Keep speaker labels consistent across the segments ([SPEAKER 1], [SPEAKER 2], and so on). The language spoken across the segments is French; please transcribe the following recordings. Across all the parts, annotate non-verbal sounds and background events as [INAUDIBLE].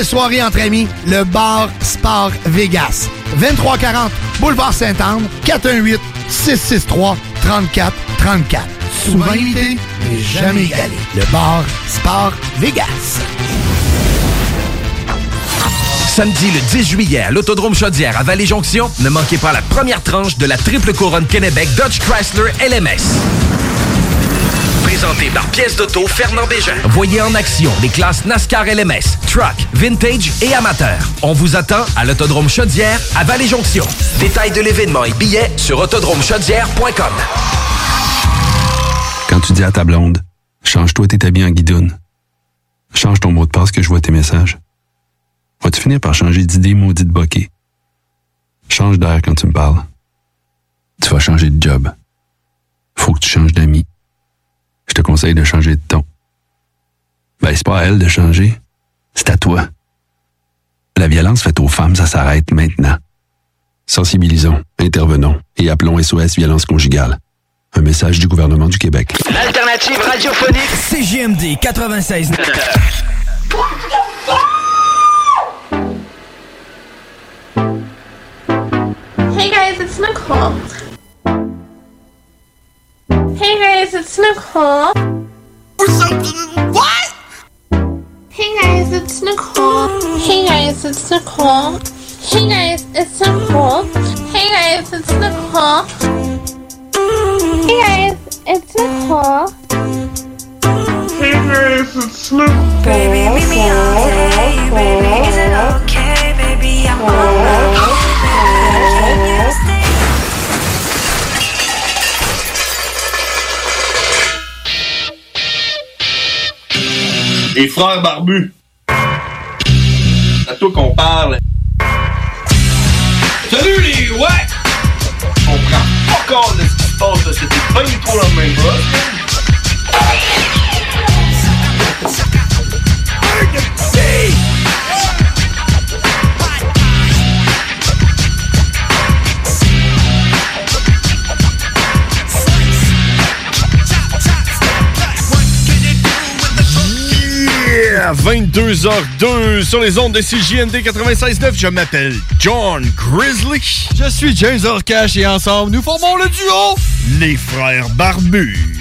[SPEAKER 1] Soirée entre amis, le bar Sport Vegas. 2340 Boulevard Saint-Anne, 418 663 34 34. Souvent imité, mais jamais égalé. Le bar Sport Vegas.
[SPEAKER 2] Samedi le 10 juillet à l'Autodrome Chaudière à Vallée-Jonction, ne manquez pas la première tranche de la triple couronne Kennebec Dodge Chrysler LMS. Présenté par pièce d'auto Fernand Bégin. Voyez en action les classes NASCAR LMS, Truck, Vintage et Amateur. On vous attend à l'Autodrome Chaudière à Vallée-Jonction. Détails de l'événement et billets sur autodromechaudière.com.
[SPEAKER 3] Quand tu dis à ta blonde, change-toi tes habits en guidoune. Change ton mot de passe que je vois tes messages. Vas-tu finir par changer d'idée maudite bokeh? Change d'air quand tu me parles. Tu vas changer de job. Faut que tu changes d'amis. Je te conseille de changer de ton. Ben, c'est pas à elle de changer. C'est à toi. La violence faite aux femmes, ça s'arrête maintenant. Sensibilisons, intervenons et appelons SOS Violence Conjugale. Un message du gouvernement du Québec.
[SPEAKER 4] L'alternative radiophonique CGMD 96.
[SPEAKER 5] Hey guys, it's Nicole. Hey guys, it's Nicole. Or something. What? Hey guys, it's Nicole. Hey guys, it's Nicole. Hey guys, it's Nicole. Hey guys, it's Nicole. Hey guys, it's Nicole. Hey guys, it's Nicole. Baby, meet me on Baby, is it okay? Baby, I'm
[SPEAKER 6] Les frères barbus. C'est à toi qu'on parle. Salut les ouais! On prend pas compte de ce qui se passe, là. c'était pas du tout la même
[SPEAKER 7] Yeah! 22h02 sur les ondes de CJND 96.9. Je m'appelle John Grizzly. Je suis James Orcash et ensemble, nous formons le duo Les Frères Barbus.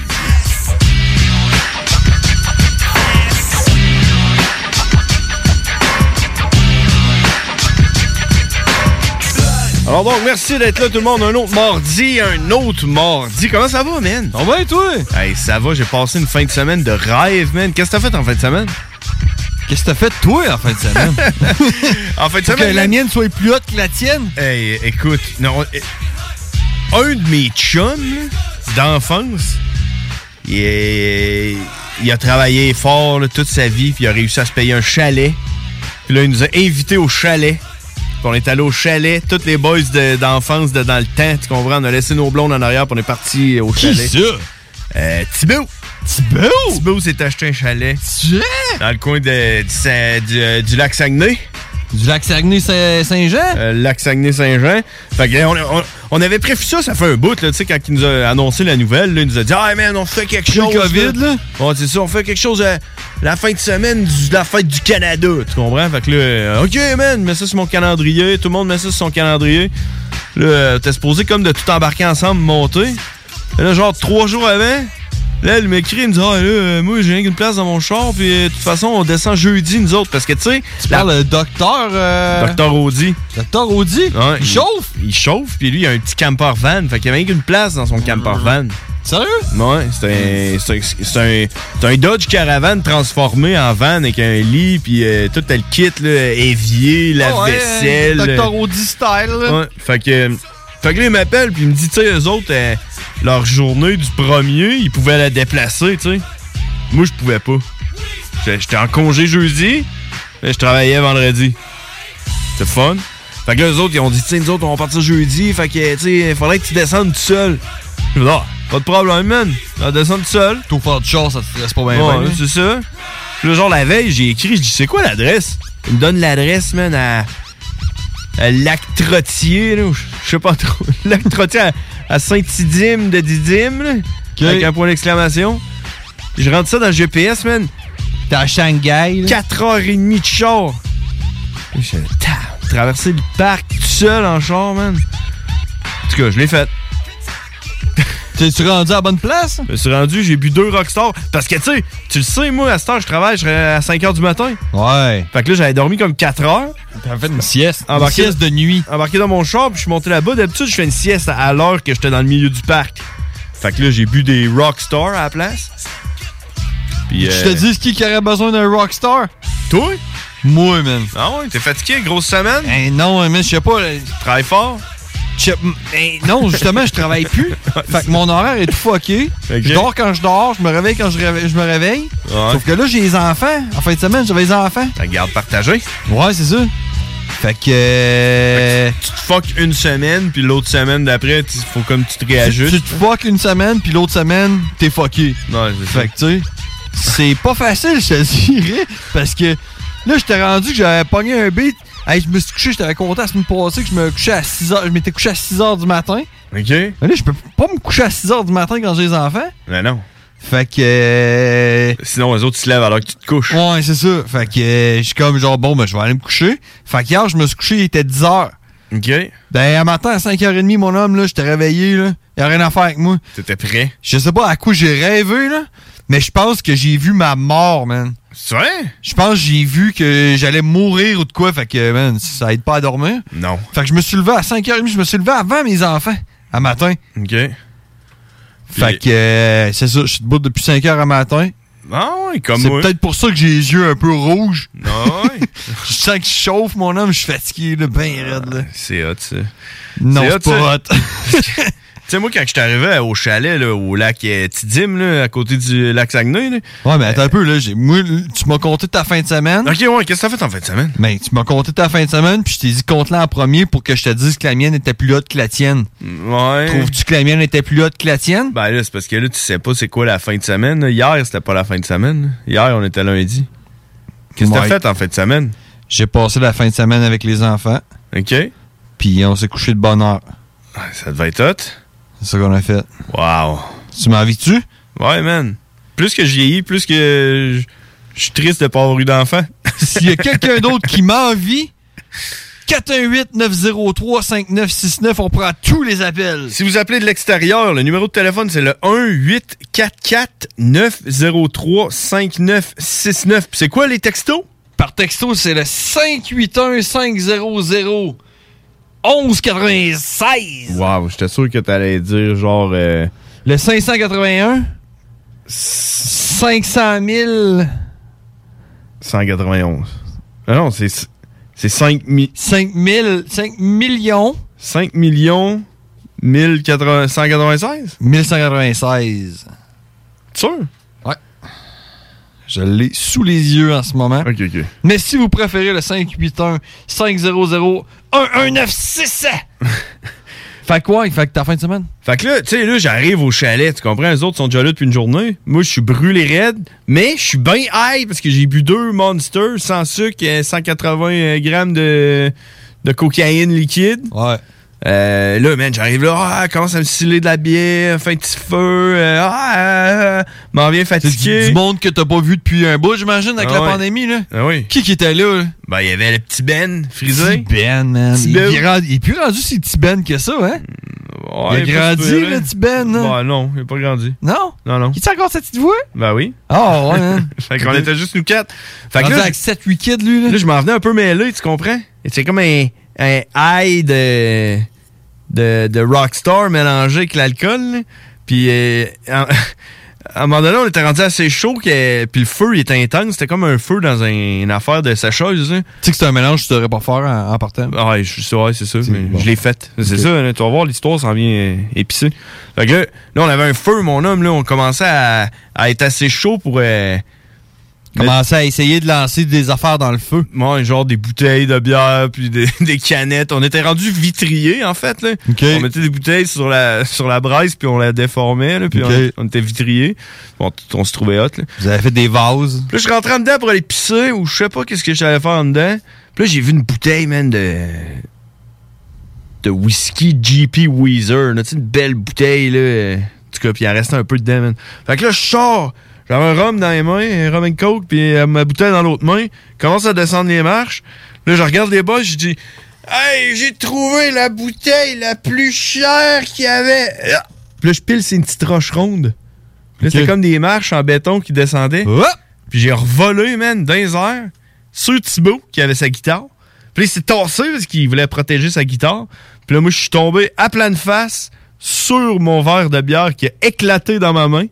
[SPEAKER 7] Alors donc, merci d'être là tout le monde. Un autre mardi, un autre mardi. Comment ça va, man? Ça va et toi? Hey, ça va, j'ai passé une fin de semaine de rêve, man. Qu'est-ce que t'as fait en fin de semaine? Qu'est-ce que t'as fait toi en fin de semaine? [LAUGHS] en fin de
[SPEAKER 8] Faut
[SPEAKER 7] semaine.
[SPEAKER 8] que la
[SPEAKER 7] mienne soit plus haute que la tienne? Hey, écoute, non. eh, Un de mes chums d'enfance, il, est- il a travaillé fort là, toute sa vie, puis il a réussi à se payer un chalet. Puis là, il nous a invités au chalet. Puis on est allé au chalet, toutes les boys de- d'enfance de, dans le temps, tu comprends? On a laissé nos blondes en arrière, puis on est parti au
[SPEAKER 8] Qui
[SPEAKER 7] chalet.
[SPEAKER 8] ça?
[SPEAKER 7] Euh, Thibaut. Thibaut? Thibaut s'est acheté un chalet. Dans le coin de, du, Saint- du- du lac Saguenay. Du lac Saguenay-Saint-Jean? Euh, lac Saguenay-Saint-Jean. Fait que, euh, on, on- on avait prévu ça, ça fait un bout, là, tu sais, quand il nous a annoncé la nouvelle, là, il nous a dit Ah, man, on fait quelque
[SPEAKER 8] Après le
[SPEAKER 7] chose.
[SPEAKER 8] COVID, là.
[SPEAKER 7] Bon, c'est ça, on fait quelque chose euh, la fin de semaine du- de la fête du Canada, tu comprends? Fait que là, euh, OK, man, mets ça sur mon calendrier, tout le monde met ça sur son calendrier. Là, euh, t'es supposé comme de tout embarquer ensemble, monter. Et là, genre, trois jours avant, Là, elle m'écrit, elle me dit Ah, là, euh, moi, j'ai rien qu'une place dans mon char, puis euh, de toute façon, on descend jeudi, nous autres. Parce que, tu sais. Tu parles docteur. Docteur Audi. Docteur Audi Il chauffe Il chauffe, puis lui, il a un petit camper van. Fait qu'il n'y a rien qu'une place dans son camper van. Sérieux Ouais, c'est un, c'est un, c'est un- c'est un Dodge Caravan transformé en van avec un lit, puis euh, tout le kit, là, évier, la vaisselle.
[SPEAKER 8] Ah hein, Docteur Audi style. là.
[SPEAKER 7] Ouais, fait que. Fait que là, ils m'appellent puis ils me disent, tu sais, eux autres, euh, leur journée du premier, ils pouvaient la déplacer, tu sais. Moi, je pouvais pas. J'étais j'étais en congé jeudi, mais je travaillais vendredi. C'était fun. Fait que là, eux autres, ils ont dit, tu sais, nous autres, on va partir jeudi, fait que, tu sais, il faudrait que tu descendes tout seul. Je dis, ah, pas de problème, man. On va descendre tout seul. Tout faire du char, ça te stresse pas
[SPEAKER 8] bien, bien, là.
[SPEAKER 7] c'est ça. Puis là, genre, la veille, j'ai écrit, je dis, c'est quoi l'adresse? Ils me donnent l'adresse, man, à. à Lac Trottier, là, ou je je sais pas trop. [LAUGHS] Lac Trottier à, à Saint-Idime de Didyme, là, avec un point d'exclamation. Je rentre ça dans le GPS, man. T'es à Shanghai, 4h30 de char. J'ai- ta- Traverser le parc tout seul en char, man. En tout cas, je l'ai fait. [LAUGHS] T'es-tu rendu à la bonne place? Je me suis rendu, j'ai bu deux rockstars. Parce que, tu sais, tu le sais, moi, à cette heure, je travaille, je serais à 5 h du matin. Ouais. Fait que là, j'avais dormi comme 4 heures. T'avais fait une sieste.
[SPEAKER 8] Une sieste
[SPEAKER 7] de nuit. Embarqué dans mon char, puis je suis monté là-bas. D'habitude, je fais une sieste à l'heure que j'étais dans le milieu du parc. Fait que là, j'ai bu des rockstars à la place. Puis,
[SPEAKER 8] Je te
[SPEAKER 7] euh,
[SPEAKER 8] dis c'est qui qui aurait besoin d'un rockstar?
[SPEAKER 7] Toi?
[SPEAKER 8] Moi, man.
[SPEAKER 7] Ah ouais, t'es fatigué, grosse semaine?
[SPEAKER 8] Eh non, mais je sais pas.
[SPEAKER 7] Travaille fort?
[SPEAKER 8] ben, non, justement, je
[SPEAKER 7] [LAUGHS]
[SPEAKER 8] travaille plus. fait que mon horaire est tout fucké. Je dors quand je dors, je me réveille quand je, réveille- je me réveille.
[SPEAKER 7] Ouais.
[SPEAKER 8] Sauf que là, j'ai les enfants. En fin de semaine, j'avais les enfants.
[SPEAKER 7] La garde partagée.
[SPEAKER 8] Ouais, c'est ça. Fait que. euh,
[SPEAKER 7] tu te fuck une semaine, puis l'autre semaine d'après, il faut comme tu te réajustes.
[SPEAKER 8] Tu, tu te fuck une semaine, puis l'autre semaine, t'es fucké.
[SPEAKER 7] Ouais, c'est
[SPEAKER 8] Fait que, tu sais, c'est pas facile, je te dirais, parce que là, j'étais rendu que j'avais pogné un beat. Hey, je me suis couché, j'étais content la semaine passée que je me couchais à 6 heures. Je m'étais couché à 6 heures du matin.
[SPEAKER 7] OK. Mais
[SPEAKER 8] là, je peux pas me coucher à 6 heures du matin quand j'ai les enfants.
[SPEAKER 7] Mais non.
[SPEAKER 8] Fait que.
[SPEAKER 7] Sinon, les autres, ils se lèvent alors que tu te couches.
[SPEAKER 8] Ouais, c'est ça. Fait que euh, je suis comme genre, bon, ben, je vais aller me coucher. Fait qu'hier, je me suis couché, il était 10 heures.
[SPEAKER 7] OK.
[SPEAKER 8] Ben, un matin, à 5h30, mon homme, là, j'étais réveillé, là. Il a rien à faire avec moi.
[SPEAKER 7] T'étais prêt?
[SPEAKER 8] Je sais pas à quoi j'ai rêvé, là. Mais je pense que j'ai vu ma mort, man.
[SPEAKER 7] C'est vrai?
[SPEAKER 8] Je pense que j'ai vu que j'allais mourir ou de quoi. Fait que, man, ça aide pas à dormir.
[SPEAKER 7] Non.
[SPEAKER 8] Fait que je me suis levé à 5h30. Je me suis levé avant mes enfants, à matin.
[SPEAKER 7] OK.
[SPEAKER 8] Fait que, euh, c'est ça, je suis debout depuis 5h à matin.
[SPEAKER 7] Ah ouais, comme
[SPEAKER 8] C'est
[SPEAKER 7] moi. Ah
[SPEAKER 8] peut-être pour ça que j'ai les yeux un peu rouges.
[SPEAKER 7] Non,
[SPEAKER 8] [LAUGHS] je sens que je chauffe, mon homme. Je suis fatigué, là, ben raide, là.
[SPEAKER 7] C'est hot, ça.
[SPEAKER 8] Non, c'est pas
[SPEAKER 7] ça. [LAUGHS] Parce que, Tu sais, moi, quand je suis arrivé au chalet, là, au lac euh, Tidim, là, à côté du lac Saguenay, là,
[SPEAKER 8] Ouais, mais attends un peu, là. j'ai- moi, tu m'as compté ta fin de semaine.
[SPEAKER 7] Ok, ouais, qu'est-ce que t'as fait en fin de semaine?
[SPEAKER 8] Ben, tu m'as compté ta fin de semaine, puis je t'ai dit compte-la en premier pour que je te dise que la mienne était plus haute que la tienne.
[SPEAKER 7] Mm, Ouais.
[SPEAKER 8] Trouves-tu que la mienne était plus haute que la tienne?
[SPEAKER 7] Ben là, c'est parce que là, tu sais pas c'est quoi la fin de semaine. là. Hier, c'était pas la fin de semaine. là. Hier, on était lundi. Qu'est-ce que t'as
[SPEAKER 8] Ouais.
[SPEAKER 7] fait en fin de semaine?
[SPEAKER 8] J'ai passé la fin de semaine avec les enfants.
[SPEAKER 7] OK. Ah,
[SPEAKER 8] Puis on s'est couché de bonne heure.
[SPEAKER 7] Ça devait être hot.
[SPEAKER 8] C'est ça qu'on a fait.
[SPEAKER 7] Wow.
[SPEAKER 8] Tu m'envies-tu?
[SPEAKER 7] Ouais, man. Plus que je vieillis, plus que je- je suis triste de pas avoir eu d'enfant.
[SPEAKER 8] S'il y
[SPEAKER 7] [LAUGHS]
[SPEAKER 8] a quelqu'un d'autre qui m'envie, 418-903-5969, on prend tous les appels.
[SPEAKER 7] Si vous appelez de l'extérieur, le numéro de téléphone, c'est le 1-844-903-5969. Puis C'est quoi les textos?
[SPEAKER 8] Par texto, c'est le 581-500. 1196.
[SPEAKER 7] Wow, j'étais sûr que t'allais dire genre... euh,
[SPEAKER 8] Le 581. 500 000.
[SPEAKER 7] 191. Ah non, c'est... C'est 5 000...
[SPEAKER 8] 5 000. 5 millions.
[SPEAKER 7] 5 millions 1080 196?
[SPEAKER 8] 1196.
[SPEAKER 7] Sûr?
[SPEAKER 8] Ouais. Je l'ai sous les yeux en ce moment.
[SPEAKER 7] OK, OK.
[SPEAKER 8] Mais si vous préférez le 581 500 11967. fait quoi? Fait que ta fin de semaine?
[SPEAKER 7] Fait que là, tu sais, là, j'arrive au chalet, tu comprends? Les autres sont déjà là depuis une journée. Moi, je suis brûlé raide, mais je suis bien high parce que j'ai bu deux Monsters sans sucre, euh, 180 euh, grammes de, de cocaïne liquide. Euh,
[SPEAKER 8] Ouais.
[SPEAKER 7] là, man, j'arrive là, ah, commence à me sciller de la bière, fais un petit feu, euh, ah, euh, m'en viens fatigué.
[SPEAKER 8] Du, du monde que t'as pas vu depuis un bout, j'imagine, avec
[SPEAKER 7] Ah
[SPEAKER 8] la
[SPEAKER 7] ouais.
[SPEAKER 8] pandémie, là.
[SPEAKER 7] Ah oui.
[SPEAKER 8] Qui qui était là, là?
[SPEAKER 7] Ben, il y avait le petit Ben, frisé.
[SPEAKER 8] Petit Ben, man.
[SPEAKER 7] Petit
[SPEAKER 8] Il,
[SPEAKER 7] Ben. Hmm.
[SPEAKER 8] est rendu- il est plus rendu si petit Ben que ça, hein?
[SPEAKER 7] Ouais,
[SPEAKER 8] il
[SPEAKER 7] pas si
[SPEAKER 8] a grandi,
[SPEAKER 7] pire,
[SPEAKER 8] le
[SPEAKER 7] hein.
[SPEAKER 8] petit Ben. hein?
[SPEAKER 7] Bah non, il a pas grandi.
[SPEAKER 8] Non?
[SPEAKER 7] Non, non.
[SPEAKER 8] Il tient encore sa petite voix?
[SPEAKER 7] Bah oui.
[SPEAKER 8] Ah, ouais, hein.
[SPEAKER 7] [LAUGHS] fait qu'on était juste nous quatre. Fait
[SPEAKER 8] Rendu
[SPEAKER 7] là,
[SPEAKER 8] avec 7-8 kids, lui, là.
[SPEAKER 7] Là, je m'en venais un peu mêlé, tu comprends? Et C'est comme un, un high de, de, de rockstar mélangé avec l'alcool. là. Puis, euh, en- [LAUGHS] à un moment donné, on était rendu assez chaud, que, puis le feu, il était intense. C'était comme un feu dans un- une affaire de sécheuse. Tu
[SPEAKER 8] sais que c'est un mélange que tu devrais pas faire en, partant?
[SPEAKER 7] Ouais, je suis sûr, ouais, c'est sûr. mais Je l'ai fait. C'est
[SPEAKER 8] Ok.
[SPEAKER 7] ça, là, tu vas voir, l'histoire s'en vient euh, épicée. Fait que là, là, on avait un feu, mon homme. Là, on commençait à, à être assez chaud pour... euh,
[SPEAKER 8] Commencer à essayer de lancer des affaires dans le feu.
[SPEAKER 7] Ouais, genre des bouteilles de bière, puis des, [LAUGHS] des canettes. On était rendu vitrier en fait. Là. On mettait des bouteilles sur la, sur la braise, puis on la déformait, là, puis
[SPEAKER 8] Ok.
[SPEAKER 7] on, on était vitrier. Bon, t- on se trouvait hot. Là.
[SPEAKER 8] Vous avez fait des vases.
[SPEAKER 7] Puis là, je rentrais en dedans pour aller pisser, ou je sais pas qu'est-ce que j'allais faire en dedans. Puis là, j'ai vu une bouteille, man, de. de whisky GP Weezer. Là, tu sais, une belle bouteille, là. euh, En tout cas, puis il en restait un peu dedans, man. Fait que là, je sors. J'avais un rhum dans les mains, un rhum and coke, puis euh, ma bouteille dans l'autre main. Commence à descendre les marches. Là, je regarde les boss, je dis. Hey, j'ai trouvé la bouteille la plus chère qu'il y avait. Ah! Puis là, je pile, c'est une petite roche ronde. Puis Là, c'était comme des marches en béton qui descendaient. Puis j'ai revolé, man, dans les airs, sur Thibaut, qui avait sa guitare. Puis là, il s'est tassé parce qu'il voulait protéger sa guitare. Puis là, moi, je suis tombé à pleine face sur mon verre de bière qui a éclaté dans ma main.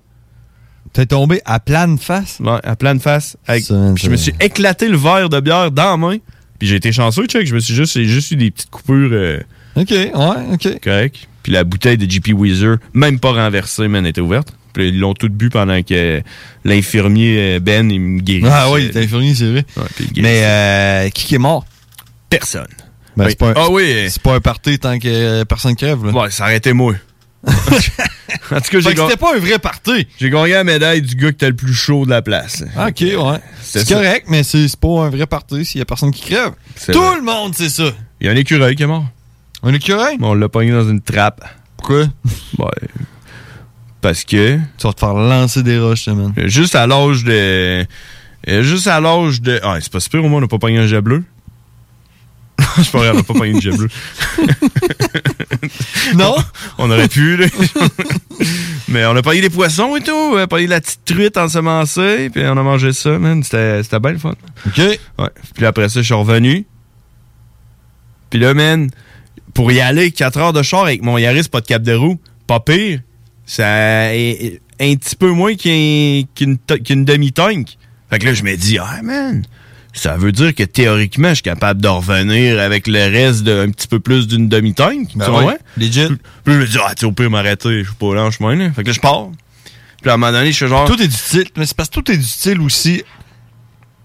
[SPEAKER 8] T'es tombé à pleine face?
[SPEAKER 7] Ouais, à pleine face. Avec- puis je me suis éclaté le verre de bière dans la main. Puis j'ai été chanceux, check. Je me suis juste, j'ai juste eu des petites coupures. euh,
[SPEAKER 8] OK, ouais, OK.
[SPEAKER 7] Correct. Puis la bouteille de JP Weezer, même pas renversée, man, était ouverte. Puis ils l'ont toute bu pendant que l'infirmier euh, Ben, il me guérissait.
[SPEAKER 8] Ah ouais, il était infirmier, c'est vrai. Mais euh, qui qui est mort?
[SPEAKER 7] Personne.
[SPEAKER 8] Ben,
[SPEAKER 7] Oui.
[SPEAKER 8] c'est pas un,
[SPEAKER 7] Ah oui.
[SPEAKER 8] C'est pas un party tant que euh, personne crève, là.
[SPEAKER 7] Ouais, ça arrêtait
[SPEAKER 8] [LAUGHS]
[SPEAKER 7] moi. En tout cas, j'ai
[SPEAKER 8] Fait que c'était
[SPEAKER 7] pas un vrai party. J'ai gagné la médaille du gars qui était le plus chaud de la place.
[SPEAKER 8] Ah, OK, ouais. C'est
[SPEAKER 7] ça.
[SPEAKER 8] correct, mais c'est c'est pas un vrai party s'il y a personne qui crève.
[SPEAKER 7] C'est
[SPEAKER 8] Tout
[SPEAKER 7] vrai.
[SPEAKER 8] le monde, c'est ça.
[SPEAKER 7] Il y a un écureuil qui est mort.
[SPEAKER 8] Un écureuil?
[SPEAKER 7] on l'a pogné dans une trappe.
[SPEAKER 8] Pourquoi?
[SPEAKER 7] [LAUGHS] Ouais. Parce que.
[SPEAKER 8] Tu vas te faire lancer des roches, man.
[SPEAKER 7] Juste à l'âge de. euh, Juste à l'âge de. Ah, c'est pas super, au moins, on n'a pas pogné un jet bleu. [LAUGHS] Je sais pas, grave, on n'a pas pogné de jet bleu.
[SPEAKER 8] [LAUGHS] non?
[SPEAKER 7] On aurait pu, là. [LAUGHS] Mais on a pogné des poissons et tout. On a pogné de la petite truite ensemencée, puis on a mangé ça, man. C'était c'était bien le fun.
[SPEAKER 8] OK.
[SPEAKER 7] Ouais. Puis après ça, je suis revenu. Puis là, man, pour y aller 4 heures de char avec mon Yaris, pas de cap de roue, pas pire. Ça est un petit peu moins qu'un- qu'une to- qu'une demi-tank. Fait que là, je me dis, ah, man, ça veut dire que théoriquement, je suis capable de revenir avec le reste d'un petit peu plus d'une demi-tank.
[SPEAKER 8] Ben
[SPEAKER 7] tu
[SPEAKER 8] ouais,
[SPEAKER 7] vois? Legit. Puis, puis je me dis, ah, tu sais, au pire, m'arrêter, je suis pas là en chemin, là. Fait que là, je pars. Puis à un moment donné, je suis genre.
[SPEAKER 8] Tout est du style, mais c'est parce que tout est du style aussi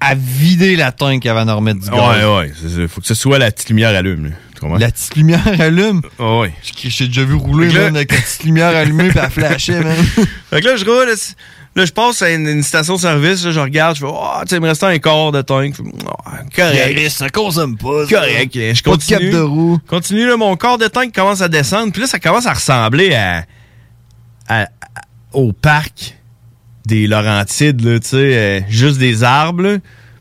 [SPEAKER 8] à vider la tank avant d'en remettre du gaz.
[SPEAKER 7] Ouais, ouais. c'est- c'est- Faut que ce soit la petite lumière allume, là. Tu comprends?
[SPEAKER 8] La petite lumière allume.
[SPEAKER 7] Ah ouais.
[SPEAKER 8] J'ai déjà vu rouler,
[SPEAKER 7] Fait que là-
[SPEAKER 8] man, avec la petite lumière allumée, puis elle flashait, man.
[SPEAKER 7] [LAUGHS] Fait que là, je roule. Là, c- là, je passe à une, une station-service. là, Je regarde. Je fais, oh, tu sais, il me reste un quart de tank. Je fais, Ah, correct.
[SPEAKER 8] Yaris, ça consomme pas. ça.
[SPEAKER 7] Correct. Je
[SPEAKER 8] Pas de
[SPEAKER 7] continue.
[SPEAKER 8] cap de roue.
[SPEAKER 7] Continue. Là, mon quart de tank commence à descendre. Puis là, ça commence à ressembler à, à- à- au parc des Laurentides. Là, tu sais, euh, juste des arbres. là,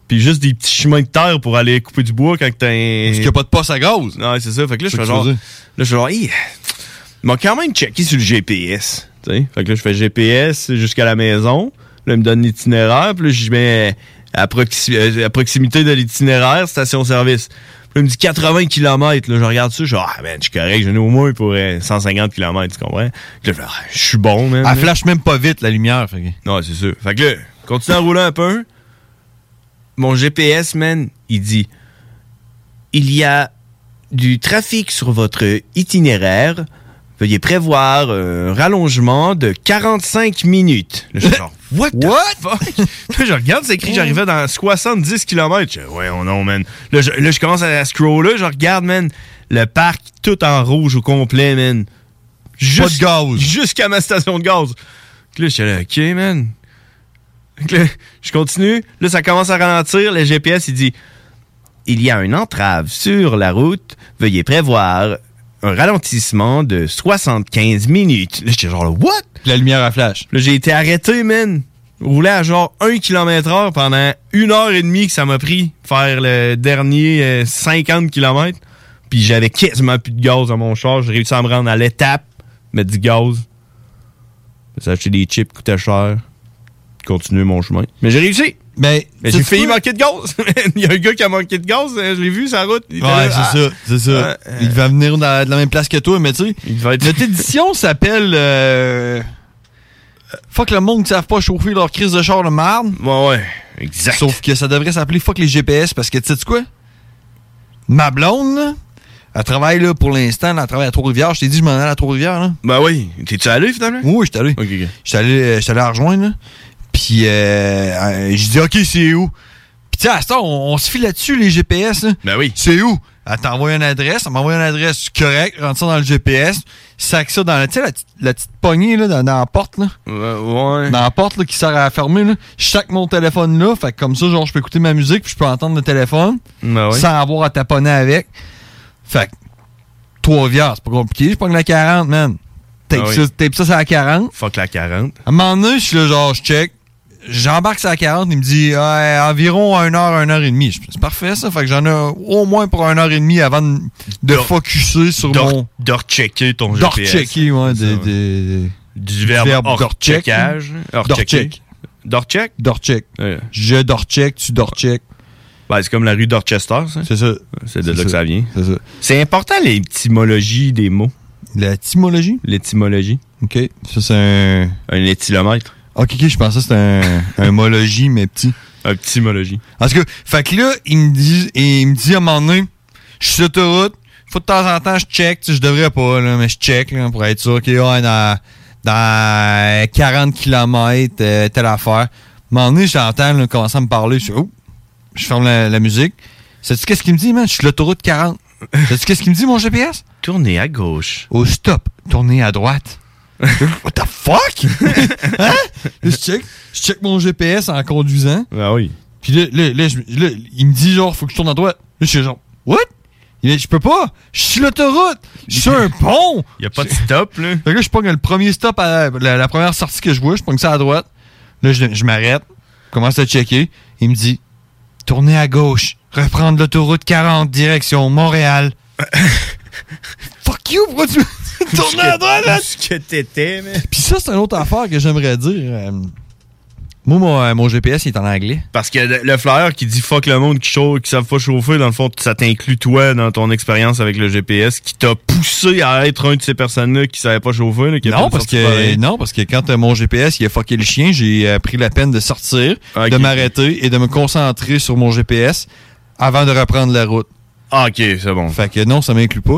[SPEAKER 7] Puis juste des petits chemins de terre pour aller couper du bois quand t'as un. Parce qu'il
[SPEAKER 8] n'y a pas de poste à gauze.
[SPEAKER 7] Non, c'est ça. Fait que là, je
[SPEAKER 8] C'est
[SPEAKER 7] fais
[SPEAKER 8] que
[SPEAKER 7] genre.
[SPEAKER 8] tu
[SPEAKER 7] Là,
[SPEAKER 8] faisais.
[SPEAKER 7] je fais genre, Hey, il m'a quand même checké sur le GPS. tu sais. Fait que là, je fais GPS jusqu'à la maison. Là, il me donne l'itinéraire. Puis là, je mets à, proxi- euh, à proximité de l'itinéraire, station-service. Puis là, il me dit 80 km. Là, je regarde ça. Je suis genre, ah, man, je suis correct. J'en ai au moins pour euh, 150 km. Tu comprends? Puis là, je fais, Ah, je suis bon, man.
[SPEAKER 8] Elle flash même pas vite, la lumière. fait que-
[SPEAKER 7] Non, c'est sûr. Fait que là, continue à rouler un peu. Mon GPS, man, il dit Il y a du trafic sur votre itinéraire. Veuillez prévoir euh, un rallongement de 45 minutes. Là, je suis genre, Euh, What the fuck? Puis là, je regarde, c'est écrit, j'arrivais dans 70 km. Je, ouais, on non, man. Là je, là, je commence à scroller, je regarde, man, le parc tout en rouge au complet, man. pas de gaz. Jusqu'à ma station de gaz. Puis là, je suis là, OK, man. Fait que là, je continue. Là, ça commence à ralentir. Le GPS, il dit Il y a une entrave sur la route. Veuillez prévoir un ralentissement de 75 minutes. Là, j'étais genre, là, What
[SPEAKER 8] La lumière à flash.
[SPEAKER 7] Là, j'ai été arrêté, man. Rouler à genre 1 km heure pendant une heure et demie que ça m'a pris faire le dernier euh, 50 km. Puis j'avais quasiment plus de gaz dans mon char. J'ai réussi à me rendre à l'étape. mettre du gaz, s'acheter des chips qui coûtaient cher, continuer mon chemin. Mais j'ai réussi!
[SPEAKER 8] Mais,
[SPEAKER 7] Mais j'ai failli manquer de gaz. [LAUGHS] Il y a un gars qui a manqué de gaz, euh, je l'ai vu sur la route. Il était
[SPEAKER 8] Ouais,
[SPEAKER 7] là, ah. euh,
[SPEAKER 8] c'est ça, c'est ça. il va venir dans- de la même place que toi, mais tu sais. Notre édition [LAUGHS] s'appelle. Euh, fuck le monde qui ne savent pas chauffer leur crise de char de marde.
[SPEAKER 7] Ouais, ouais, exact.
[SPEAKER 8] Sauf que ça devrait s'appeler fuck les GPS parce que tu sais quoi? Ma blonde, là, elle travaille là pour l'instant, là, elle travaille à Trois-Rivières. Je t'ai dit, je m'en allais à Trois-Rivières. là.
[SPEAKER 7] Ben oui. T'es-tu allé finalement?
[SPEAKER 8] Oui, j'étais allé. J'étais allé, j'étais allé la rejoindre. là. Puis euh, euh, je dis, OK, c'est où? Puis tu sais, à ce temps, on, on se file là-dessus, les GPS. Là.
[SPEAKER 7] Ben oui.
[SPEAKER 8] C'est où? Elle t'envoie une adresse, elle m'envoie une adresse correcte, rentre ça dans le GPS, sac ça dans la, tu sais, la, petite- la petite poignée là, dans, dans la porte. Là. Dans la porte là, qui sert à fermer. Là. Je sac mon téléphone là, fait que comme ça, genre, je peux écouter ma musique puis je peux entendre le téléphone
[SPEAKER 7] Ben oui.
[SPEAKER 8] sans avoir à taponner avec. Fait que, Trois-Rivières, c'est pas compliqué, je pogne la 40, man. Tape,
[SPEAKER 7] Ah oui.
[SPEAKER 8] ça, tape ça, c'est la 40.
[SPEAKER 7] Fuck la 40.
[SPEAKER 8] À un moment donné, je suis là, genre, je check. J'embarque sur la 40, il me dit Ouais, environ 1 heure, 1 heure et demie. Je fais, C'est parfait, ça. Fait que j'en ai au moins pour 1 heure et demie avant de, de
[SPEAKER 7] Dor-
[SPEAKER 8] focusser sur
[SPEAKER 7] Dor-
[SPEAKER 8] mon.
[SPEAKER 7] Dor-checker ton GPS.
[SPEAKER 8] Dor-checker, ouais. de- de-
[SPEAKER 7] Du verbe
[SPEAKER 8] dor-check.
[SPEAKER 7] hors-checkage, hors-checker. Dor-check?
[SPEAKER 8] Dor-check. Dor-check. Je dor-check, tu dor-check.
[SPEAKER 7] Ben, c'est comme la rue Dorchester, ça.
[SPEAKER 8] C'est ça.
[SPEAKER 7] C'est de là que ça vient.
[SPEAKER 8] C'est ça.
[SPEAKER 7] C'est important, l'étymologie des mots.
[SPEAKER 8] L'étymologie?
[SPEAKER 7] L'étymologie.
[SPEAKER 8] OK. Ça, c'est un. Ah,
[SPEAKER 7] Un étylomètre.
[SPEAKER 8] Ok, ok, je pensais que c'était un, un homologie, mais petit.
[SPEAKER 7] Un petit homologie.
[SPEAKER 8] En tout cas, fait que là, il me dit, il me dit à un moment donné, je suis sur l'autoroute, faut de temps en temps, je check, tu sais, je devrais pas, là, mais je check là, pour être sûr que ouais, dans, dans 40 km, telle affaire. À un moment donné, j'entends là, commencer à me parler, je suis oh, je ferme la, la musique. Sais-tu qu'est-ce qu'il me dit, man? Je suis sur l'autoroute 40. Sais-tu qu'est-ce qu'il me dit, mon GPS?
[SPEAKER 7] Tournez à gauche.
[SPEAKER 8] Au stop, tournez
[SPEAKER 7] [LAUGHS]
[SPEAKER 8] à droite. What the fuck? hein? Je check, je check mon GPS en conduisant.
[SPEAKER 7] Ah oui.
[SPEAKER 8] Puis là, là, là, je- là, il me dit genre, faut que je tourne à droite. Là, je suis genre, what? Il dit, je peux pas. Je suis sur l'autoroute. Je suis sur
[SPEAKER 7] [LAUGHS]
[SPEAKER 8] un pont.
[SPEAKER 7] Il a pas de stop, là.
[SPEAKER 8] Fait que là, je pogne le premier stop, à la, la première sortie que je vois, je pogne ça à droite. Là, je, je m'arrête, commence à checker. Il me dit, tournez à gauche, reprendre l'autoroute 40, direction Montréal. Fuck you,
[SPEAKER 7] [LAUGHS]
[SPEAKER 8] pourquoi tu me tournes à droite, là?
[SPEAKER 7] Ce que t'étais, mais.
[SPEAKER 8] Puis ça, c'est une autre affaire que j'aimerais dire. euh, moi, mon, euh, mon GPS, il est en anglais.
[SPEAKER 7] Parce que le le flyer qui dit fuck le monde qui chauffe, qui savent pas chauffer, dans le fond, ça t'inclut toi dans ton expérience avec le GPS qui t'a poussé à être un de ces personnes-là qui savaient pas chauffer. là, qui
[SPEAKER 8] Non
[SPEAKER 7] appellent
[SPEAKER 8] parce,
[SPEAKER 7] sortie pareille.
[SPEAKER 8] que, non, parce que quand euh, mon GPS il a fucké le chien, j'ai euh, pris la peine de sortir,
[SPEAKER 7] Ah,
[SPEAKER 8] de m'arrêter et de me concentrer sur mon GPS avant de reprendre la route.
[SPEAKER 7] Ah, Ok, c'est bon. Hmm.
[SPEAKER 8] Fait que non, ça m'inclut pas.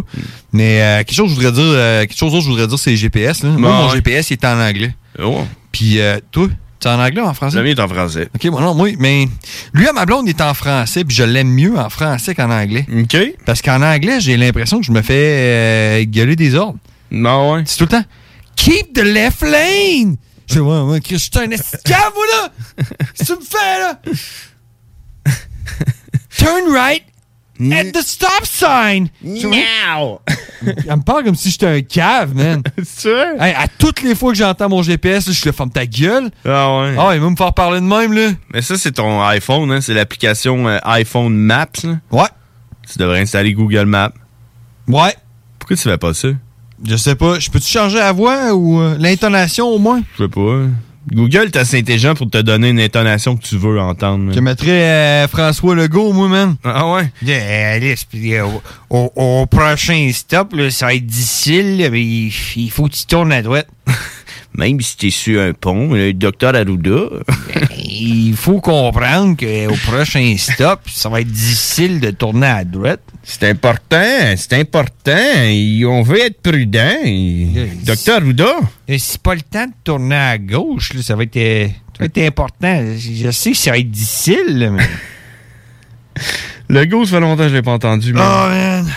[SPEAKER 8] Mais euh, quelque chose que je voudrais dire, euh, quelque chose d'autre que je voudrais dire, c'est GPS. Là. Moi,
[SPEAKER 7] Bon,
[SPEAKER 8] mon
[SPEAKER 7] ouais.
[SPEAKER 8] GPS il est en anglais.
[SPEAKER 7] Oh.
[SPEAKER 8] Puis euh, toi, t'es en anglais ou en français?
[SPEAKER 7] Le mien est en français.
[SPEAKER 8] OK, moi, non, moi, mais lui, à ma blonde, il est en français, puis je l'aime mieux en français qu'en anglais.
[SPEAKER 7] OK.
[SPEAKER 8] Parce qu'en anglais, j'ai l'impression que je me fais euh, gueuler des ordres.
[SPEAKER 7] Non, ouais.
[SPEAKER 8] C'est tout le temps « Keep the left lane ». Je dis « Ouais, ouais, Chris, je suis un [LAUGHS] esclave, moi, là! Qu'est-ce que tu me fais, là? Turn right at the stop sign! Je dis, Ouais.
[SPEAKER 7] Miaou!
[SPEAKER 8] Elle me parle comme si j'étais un cave, man.
[SPEAKER 7] [LAUGHS] C'est sûr?
[SPEAKER 8] Hey, à toutes les fois que j'entends mon GPS, là, je suis là, ferme ta gueule.
[SPEAKER 7] Ah ouais.
[SPEAKER 8] Ah, il va me faire parler de même, là.
[SPEAKER 7] Mais ça, c'est ton iPhone, hein? C'est l'application euh, iPhone Maps, là.
[SPEAKER 8] Ouais.
[SPEAKER 7] Tu devrais installer Google Maps.
[SPEAKER 8] Ouais.
[SPEAKER 7] Pourquoi tu fais pas ça?
[SPEAKER 8] Je sais pas, je peux-tu changer la voix ou euh, l'intonation au moins?
[SPEAKER 7] Je sais pas. hein. Google, t'as assez intelligent pour te donner une intonation que tu veux entendre. man.
[SPEAKER 8] Je mettrais euh, François Legault, moi, man.
[SPEAKER 7] Ah ouais?
[SPEAKER 9] Eh, Alice, puis euh, au, au- au prochain stop, là, ça va être difficile, là, mais il, il faut que tu tournes à droite.
[SPEAKER 7] [LAUGHS] Même si t'es sur un pont, le docteur Arruda.
[SPEAKER 9] [LAUGHS] Il faut comprendre qu'au prochain stop, ça va être difficile de tourner à droite.
[SPEAKER 7] C'est important, c'est important. Et On veut être prudent. Docteur Arruda?
[SPEAKER 9] Euh, C'est pas le temps de tourner à gauche, là, ça, va être, euh, ça va être important. Je sais que ça va être difficile, là,
[SPEAKER 8] [LAUGHS]
[SPEAKER 9] mais...
[SPEAKER 7] Le go, ça fait longtemps que je l'ai pas entendu. man.
[SPEAKER 8] Ah, man.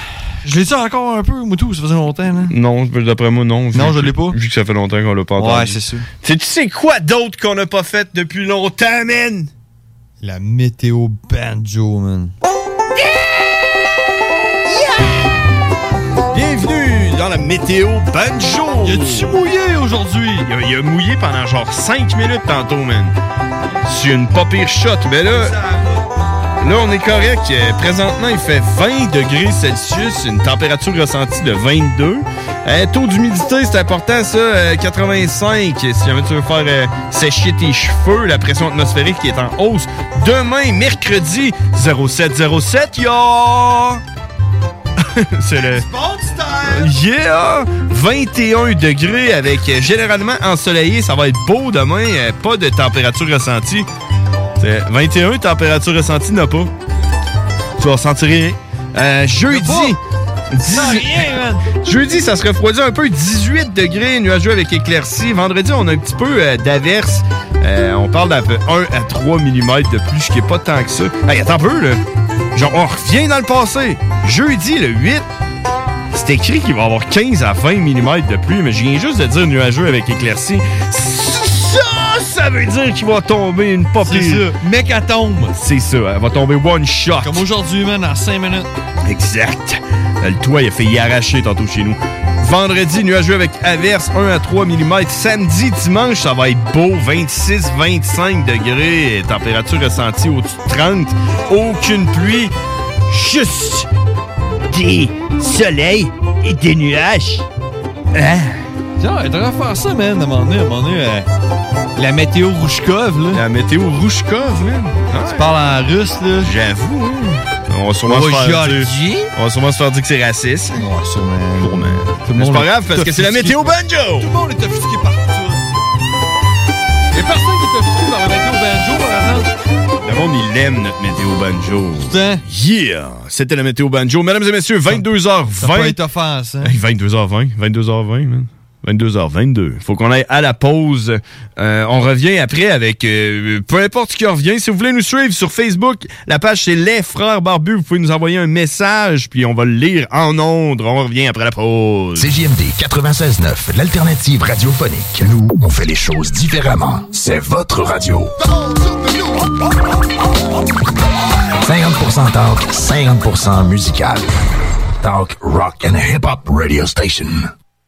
[SPEAKER 8] Je l'ai dit encore un peu, Moutou, ça faisait longtemps, là.
[SPEAKER 7] Non, d'après moi, non. vu
[SPEAKER 8] Non, je
[SPEAKER 7] que-
[SPEAKER 8] l'ai pas.
[SPEAKER 7] Vu que ça fait longtemps qu'on l'a pas entendu.
[SPEAKER 8] Ouais, c'est sûr.
[SPEAKER 7] Tu tu sais quoi d'autre qu'on n'a pas fait depuis longtemps, man?
[SPEAKER 8] La météo banjo, man.
[SPEAKER 7] Bienvenue dans la météo banjo!
[SPEAKER 8] Y a-tu mouillé aujourd'hui?
[SPEAKER 7] Il a, il a mouillé pendant genre 5 minutes tantôt, man. C'est une pas pire shot, mais là... Là, on est correct. Euh, Présentement, il fait 20 degrés Celsius, une température ressentie de 22. Euh, taux d'humidité, c'est important, ça. euh, 85, si jamais tu veux faire euh, sécher tes cheveux, la pression atmosphérique qui est en hausse. Demain, mercredi, 0707, yo! [LAUGHS] c'est le... Yeah! 21 degrés avec euh, généralement ensoleillé. Ça va être beau demain. euh, Pas de température ressentie. C'est 21, température ressentie n'a pas. Tu vas ressentir rien. Euh, jeudi. dix- [LAUGHS] Jeudi, ça se refroidit un peu. 18 degrés, nuageux avec éclaircie. Vendredi, on a un petit peu euh, d'averse. Euh, on parle d'à peu 1 à 3 mm de plus, ce qui est pas tant que ça. Hey, attends un peu, là. Genre, on revient dans le passé. Jeudi, le 8, c'est écrit qu'il va y avoir 15 à 20 mm de pluie, mais je viens juste de dire nuageux avec éclaircie. Ça, ça veut dire qu'il va tomber une
[SPEAKER 8] C'est
[SPEAKER 7] popée.
[SPEAKER 8] ça.
[SPEAKER 7] Mec à tombe. C'est ça, elle va tomber one shot.
[SPEAKER 8] Comme aujourd'hui, man, en 5 minutes.
[SPEAKER 7] Exact. Euh, Le toit, il a fait y arracher tantôt chez nous. Vendredi, nuageux avec averse, 1 à 3 mm. Samedi, dimanche, ça va être beau, 26-25 degrés. Température ressentie au-dessus de 30. Aucune pluie, juste des soleils et des nuages. Hein?
[SPEAKER 8] Tiens, elle devrait faire ça, man, à un moment donné. À un moment donné, euh, la météo Rouchkov, là.
[SPEAKER 7] La météo Rouchkov, man.
[SPEAKER 8] Tu parles en russe, là.
[SPEAKER 7] J'avoue, On va sûrement, se faire dire,
[SPEAKER 8] Aujourd'hui?
[SPEAKER 7] on va sûrement se faire dire que c'est raciste. Ouais, sûrement. Mais
[SPEAKER 8] monde
[SPEAKER 7] c'est pas
[SPEAKER 8] est
[SPEAKER 7] grave, parce que c'est la
[SPEAKER 8] offusqué.
[SPEAKER 7] météo banjo!
[SPEAKER 8] Tout le monde est offusqué partout. Il y a personne qui est offusqué par la météo banjo, par exemple.
[SPEAKER 7] Le monde, il aime notre météo banjo. Yeah! C'était la météo banjo. Mesdames et messieurs, 22h20.
[SPEAKER 8] Ça peut être offense, hein.
[SPEAKER 7] Hey, 22h20, 22h20, man. 22h22. Faut qu'on aille à la pause. Euh, on revient après avec euh, peu importe ce qui revient. Si vous voulez nous suivre sur Facebook, la page c'est Les Frères Barbus. Vous pouvez nous envoyer un message, puis on va le lire en ondes. On revient après la pause.
[SPEAKER 1] CJMD 96.9, l'alternative radiophonique. Nous, on fait les choses différemment. C'est votre radio. 50% talk, 50% musical. Talk, rock and hip-hop radio station.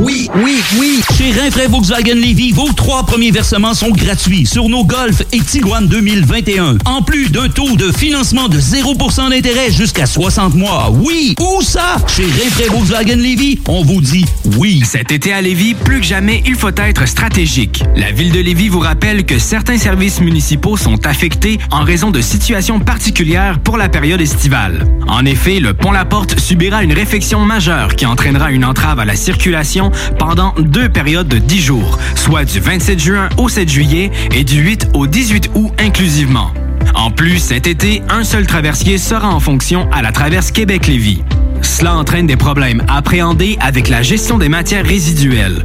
[SPEAKER 10] Oui, oui, oui. Chez Rinfraie Volkswagen Levy, vos trois premiers versements sont gratuits sur nos Golf et Tiguan 2021. En plus d'un taux de financement de 0% d'intérêt jusqu'à 60 mois. Oui, où ça? Chez Rinfraie Volkswagen Levy, on vous dit oui.
[SPEAKER 11] Cet été à Lévis, plus que jamais, il faut être stratégique. La ville de Lévis vous rappelle que certains services municipaux sont affectés en raison de situations particulières pour la période estivale. En effet, le pont La Porte subira une réfection majeure qui entraînera une entrave à la circulation pendant deux périodes de 10 jours, soit du 27 juin au 7 juillet et du 8 au 18 août inclusivement. En plus, cet été, un seul traversier sera en fonction à la traverse Québec-Lévis. Cela entraîne des problèmes appréhendés avec la gestion des matières résiduelles.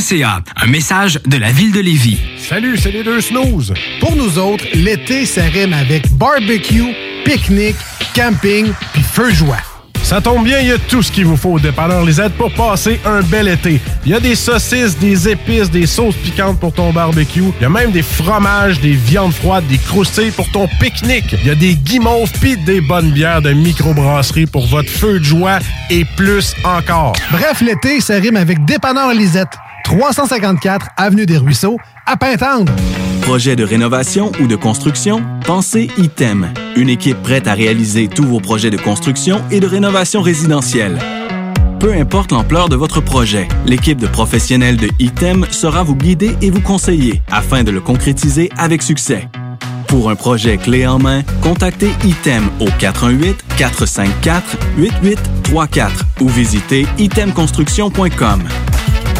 [SPEAKER 11] Un message de la ville de Lévis.
[SPEAKER 12] Salut, c'est les deux snooze. Pour nous autres, l'été, ça rime avec barbecue, pique-nique, camping, puis feu joie.
[SPEAKER 13] Ça tombe bien, il y a tout ce qu'il vous faut au dépanneur Lisette pour passer un bel été. Il y a des saucisses, des épices, des sauces piquantes pour ton barbecue. Il y a même des fromages, des viandes froides, des croustilles pour ton pique-nique. Il y a des guimauves pis des bonnes bières de microbrasserie pour votre feu de joie et plus encore.
[SPEAKER 1] Bref, l'été, ça rime avec Dépanneur Lisette. 354 Avenue des Ruisseaux, à Pintendre.
[SPEAKER 11] Projet de rénovation ou de construction? Pensez ITEM, une équipe prête à réaliser tous vos projets de construction et de rénovation résidentielle. Peu importe l'ampleur de votre projet, l'équipe de professionnels de ITEM sera vous guider et vous conseiller afin de le concrétiser avec succès. Pour un projet clé en main, contactez ITEM au 418-454-8834 ou visitez itemconstruction.com.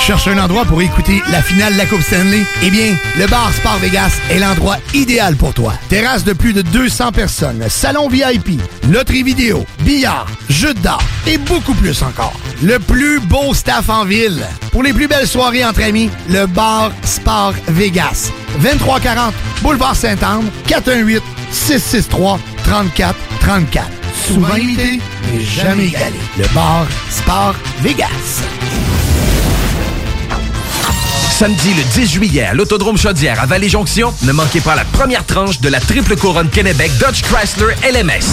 [SPEAKER 1] Cherche un endroit pour écouter la finale de la Coupe Stanley? Eh bien, le bar Sport Vegas est l'endroit idéal pour toi. Terrasse de plus de 200 personnes, salon VIP, loterie vidéo, billard, jeux d'art et beaucoup plus encore. Le plus beau staff en ville. Pour les plus belles soirées entre amis, le bar Sport Vegas. 2340 Boulevard Saint-Anne, 418 663 34 34. Souvent limité, mais jamais égalé. Le bar Sport Vegas.
[SPEAKER 2] Samedi le 10 juillet à l'Autodrome Chaudière à Vallée-Jonction, ne manquez pas la première tranche de la triple couronne Kennebec Dodge Chrysler LMS.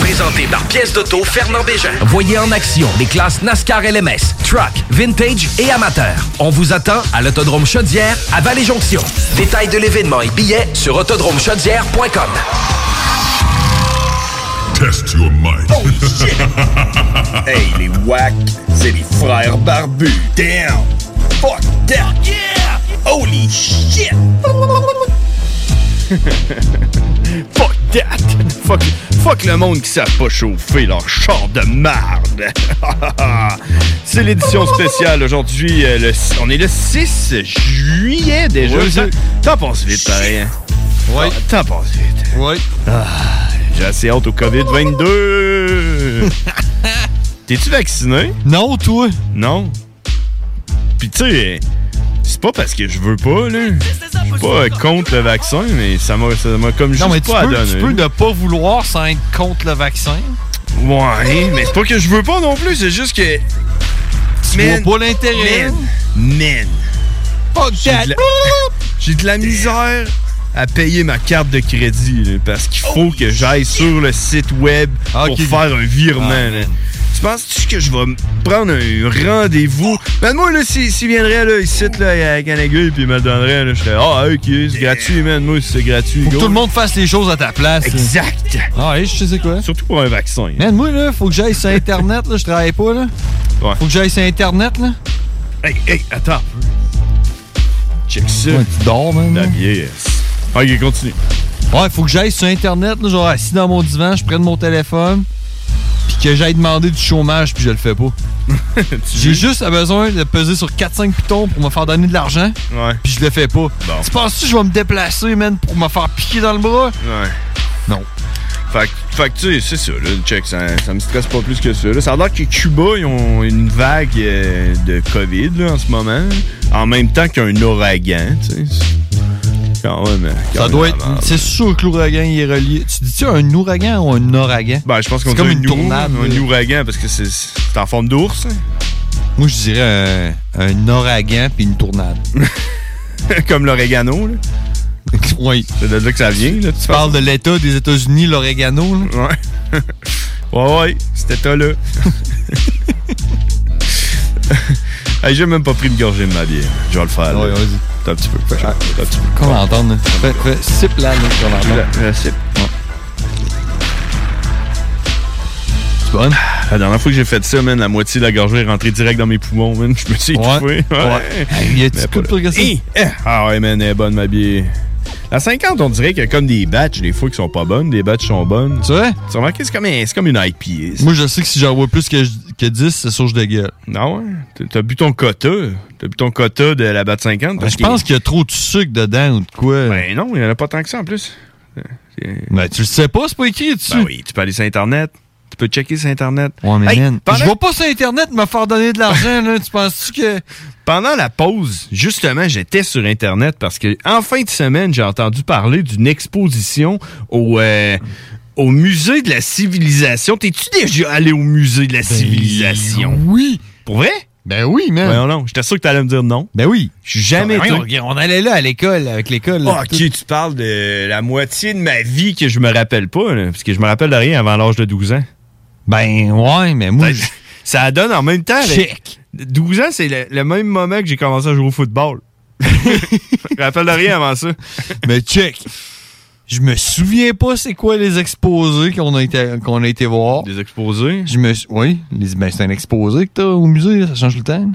[SPEAKER 2] Présenté par pièce d'auto Fernand Bégin. Voyez en action les classes NASCAR LMS, Truck, Vintage et Amateur. On vous attend à l'Autodrome Chaudière à Vallée-Jonction. Détails de l'événement et billets sur autodromechaudière.com. [LAUGHS]
[SPEAKER 14] Test your mic. Oh shit! hey, les wack, c'est les frères barbus. Damn! Fuck that! Yeah! Holy shit!
[SPEAKER 7] [LAUGHS]
[SPEAKER 6] Fuck that! Fuck, fuck le monde qui savent pas chauffer leur char de marde!
[SPEAKER 7] [LAUGHS] C'est l'édition spéciale aujourd'hui. euh, le- on est le 6 juillet déjà.
[SPEAKER 6] Ouais,
[SPEAKER 7] T'en-
[SPEAKER 6] c'est-
[SPEAKER 7] T'en passes vite, pareil. hein?
[SPEAKER 6] Ouais.
[SPEAKER 7] T'en passes vite.
[SPEAKER 8] Ouais.
[SPEAKER 7] J'ai assez hâte au
[SPEAKER 8] [LAUGHS]
[SPEAKER 7] COVID-22. T'es-tu vacciné?
[SPEAKER 8] Non, toi.
[SPEAKER 7] Non. Puis tu sais, c'est pas parce que je veux pas, là. Je suis pas euh, contre le vaccin, mais ça m'a ça m'a comme juste
[SPEAKER 8] Non, mais tu
[SPEAKER 7] pas à
[SPEAKER 8] peux,
[SPEAKER 7] donner.
[SPEAKER 8] tu peux ne pas vouloir sans être contre le vaccin.
[SPEAKER 7] Ouais, mais c'est pas que je veux pas non plus, c'est juste que.
[SPEAKER 8] Tu vois pas l'intérêt.
[SPEAKER 7] Man.
[SPEAKER 8] Fuck
[SPEAKER 7] J'ai de la- J'ai de la misère à payer ma carte de crédit là, parce qu'il faut que j'aille sur le site web
[SPEAKER 8] Oh, Ah, ok.
[SPEAKER 7] pour faire un virement.
[SPEAKER 8] Ah,
[SPEAKER 7] là. Tu penses-tu que je vais me prendre un rendez-vous? Ben moi, là, s'il s'il viendrait là, ici là, à Canagui puis il me le donnerait, là, je serais Ah ok, c'est gratuit, man, moi c'est gratuit.
[SPEAKER 8] Faut que tout le monde fasse les choses à ta place.
[SPEAKER 7] Exact.
[SPEAKER 8] Ah ouais, je sais quoi.
[SPEAKER 7] Surtout pour un vaccin.
[SPEAKER 8] Man, moi, là, faut que j'aille sur Internet, là, je travaille pas, là. Faut que j'aille sur Internet, là.
[SPEAKER 7] Hey, hey, attends. Check ça.
[SPEAKER 8] tu dors, man.
[SPEAKER 7] La bière. Ok, continue.
[SPEAKER 8] Ouais, faut que j'aille sur Internet, là, genre assis dans mon divan, je prenne mon téléphone, puis que j'aille demander du chômage, puis je le
[SPEAKER 7] [LAUGHS]
[SPEAKER 8] fais pas. J'ai juste besoin de peser sur 4-5 pitons pour me faire donner de l'argent,
[SPEAKER 7] Ouais.
[SPEAKER 8] puis je le fais pas. Tu penses-tu que je vais me déplacer, man, pour me faire piquer dans le bras?
[SPEAKER 7] Ouais.
[SPEAKER 8] Non.
[SPEAKER 7] Fait, que- fait que, tu sais, c'est ça, là, check, ça, ça me stresse pas plus que ça. là. Ça a l'air que Cuba, ils ont une vague euh, de COVID là, en ce moment, en même temps qu'un ouragan, tu sais. C'est Quand même. euh, quand
[SPEAKER 8] Ça
[SPEAKER 7] même
[SPEAKER 8] doit
[SPEAKER 7] la
[SPEAKER 8] être.
[SPEAKER 7] merde.
[SPEAKER 8] C'est sûr que l'ouragan il est relié. Tu dis-tu un ouragan ou un ouragan?
[SPEAKER 7] Ben, je pense qu'on dit
[SPEAKER 8] C'est comme
[SPEAKER 7] un
[SPEAKER 8] une
[SPEAKER 7] nou-
[SPEAKER 8] tournade,
[SPEAKER 7] Un
[SPEAKER 8] là.
[SPEAKER 7] ouragan, parce que c'est c'est en forme d'ours. hein.
[SPEAKER 8] Moi, je dirais un, un ouragan puis une tournade.
[SPEAKER 7] [LAUGHS] Comme l'oregano, là.
[SPEAKER 8] [LAUGHS] oui.
[SPEAKER 7] C'est de là que ça vient, là.
[SPEAKER 8] Tu parles de l'État
[SPEAKER 7] [LAUGHS]
[SPEAKER 8] des États-Unis, l'oregano, [LAUGHS]
[SPEAKER 7] là. Ouais. ouais, ouais, cet état-là. Hey, J'ai même pas pris de gorgée de ma bière. Je vais le faire.
[SPEAKER 8] Ouais,
[SPEAKER 7] là.
[SPEAKER 8] vas-y. Ah,
[SPEAKER 7] T'as un petit peu. T'as un petit peu.
[SPEAKER 8] Qu'on l'entende, là. Fais, fais, sip là, là, qu'on l'entende.
[SPEAKER 7] Je la- je la sip. C'est bonne? La dernière fois que j'ai fait ça, man, la moitié de la gorgée est rentrée direct dans mes poumons, man. Je me suis étouffé.
[SPEAKER 8] Ouais. Ouais. Hey, y a-tu
[SPEAKER 7] Mais
[SPEAKER 8] coup de
[SPEAKER 7] pas-
[SPEAKER 8] pire que ça?
[SPEAKER 7] Hi! Eh! Ah ouais, man, elle est bonne, ma bière. La 50, on dirait qu'il y a comme des batchs, des fois qui sont pas bonnes, des batchs qui sont bonnes. Tu vois? Tu remarques, c'est comme, un- c'est comme une IPA. ça.
[SPEAKER 8] Moi, je sais que si j'en vois plus que, je- que 10, c'est sûr que je dégueule.
[SPEAKER 7] Non, ouais. T'as- T'as bu ton quota. T'as bu ton quota de la batte 50.
[SPEAKER 8] je pense qu'il y a trop de sucre dedans ou de quoi.
[SPEAKER 7] Ben non, il n'y en a pas tant que ça en plus.
[SPEAKER 8] Ben tu le sais pas, c'est pas écrit dessus.
[SPEAKER 7] Ben oui, tu peux aller sur Internet. Tu peux checker sur Internet.
[SPEAKER 8] Ouais, mais
[SPEAKER 7] Hey,
[SPEAKER 8] man,
[SPEAKER 7] pendant-
[SPEAKER 8] je vais pas sur Internet me faire donner de l'argent, là. Tu penses-tu que.
[SPEAKER 7] Pendant la pause, justement, j'étais sur Internet parce que en fin de semaine, j'ai entendu parler d'une exposition au, euh, au musée de la civilisation. T'es-tu déjà allé au musée de la civilisation?
[SPEAKER 8] Ben Oui.
[SPEAKER 7] Pour vrai?
[SPEAKER 8] Ben oui, man.
[SPEAKER 7] Ben non, j'étais sûr que t'allais me dire non.
[SPEAKER 8] Ben oui.
[SPEAKER 7] Je suis jamais
[SPEAKER 8] Ben,
[SPEAKER 7] été-
[SPEAKER 8] oui, on, on allait là à l'école, avec l'école. là,
[SPEAKER 7] Ah,
[SPEAKER 8] tout.
[SPEAKER 7] ok, tu parles de la moitié de ma vie que je me rappelle pas, là, parce que je me rappelle de rien avant l'âge de 12 ans.
[SPEAKER 8] Ben ouais, mais moi.
[SPEAKER 7] Ça donne en même temps. là,
[SPEAKER 8] Check.
[SPEAKER 7] 12 ans, c'est le, le même moment que j'ai commencé à jouer au [LAUGHS] football. je me rappelle de rien avant ça.
[SPEAKER 8] Mais check. Je me souviens pas c'est quoi les exposés qu'on a été qu'on a été voir.
[SPEAKER 7] Des exposés
[SPEAKER 8] Je me sou- oui, les ben c'est un exposé que t'as au musée, là, ça change le temps. là.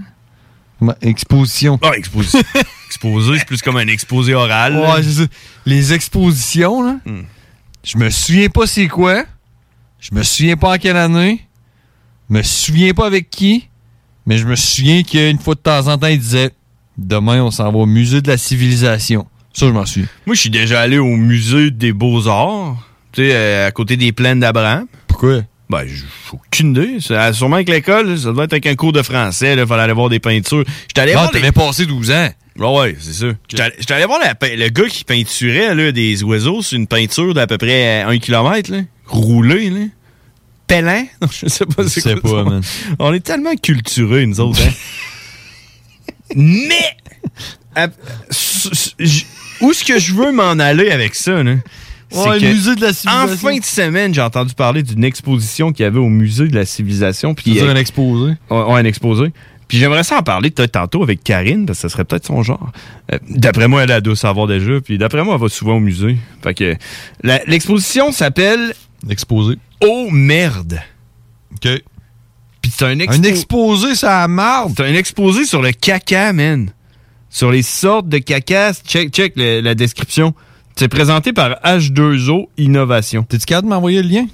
[SPEAKER 8] Comment- Exposition.
[SPEAKER 7] Ah, exposé.
[SPEAKER 8] [LAUGHS]
[SPEAKER 7] exposé, c'est plus comme un exposé oral. là.
[SPEAKER 8] Ouais, c'est ça. Les expositions là. Je me souviens pas c'est quoi. Je me souviens pas en quelle année. Je me souviens pas avec qui. Mais je me souviens qu'une fois de temps en temps, il disait Demain, on s'en va au musée de la civilisation. Ça, je m'en souviens.
[SPEAKER 7] Moi, je suis déjà allé au musée des beaux-arts, tu sais, euh, à côté des plaines d'Abraham.
[SPEAKER 8] Pourquoi?
[SPEAKER 7] Ben, j'ai j'ai aucune idée. Ça- Sûrement avec l'école, là, ça doit être avec un cours de français, là, fallait aller voir des peintures. J'étais allé
[SPEAKER 8] Non,
[SPEAKER 7] voir les-
[SPEAKER 8] t'avais passé 12 ans.
[SPEAKER 7] Ouais, ouais, c'est sûr. J'étais allé- J'étais allé voir la pe- le gars qui peinturait là, des oiseaux sur une peinture d'à peu près euh, un kilomètre, là, roulé, là. Pelin? Non, je sais pas c'est
[SPEAKER 8] sais
[SPEAKER 7] quoi ça.
[SPEAKER 8] pas, man.
[SPEAKER 7] On est tellement culturés, nous autres, hein. [LAUGHS] Mais! à- s- s- j- où est-ce que je veux m'en aller avec ça, là?
[SPEAKER 8] Ouais,
[SPEAKER 7] C'est
[SPEAKER 8] le
[SPEAKER 7] que
[SPEAKER 8] musée de la civilisation.
[SPEAKER 7] En fin de semaine, j'ai entendu parler d'une exposition qu'il y avait au musée de la civilisation. Puis
[SPEAKER 8] C'est-à-dire
[SPEAKER 7] euh,
[SPEAKER 8] un exposé?
[SPEAKER 7] Ouais, ouais, un exposé. Puis j'aimerais ça en parler peut-être tantôt avec Karine, parce que ça serait peut-être son genre. Euh, d'après moi, elle a dû savoir déjà. Puis d'après moi, elle va souvent au musée. Fait que la- l'exposition s'appelle.
[SPEAKER 8] Exposé.
[SPEAKER 7] Oh merde!
[SPEAKER 8] OK.
[SPEAKER 7] Puis c'est un,
[SPEAKER 8] Un exposé, ça marde!
[SPEAKER 7] C'est un exposé sur le caca, man. Sur les sortes de caca. Check, check le- la description. C'est présenté par H2O Innovation. Euh,
[SPEAKER 8] T'es-tu capable de m'envoyer le lien?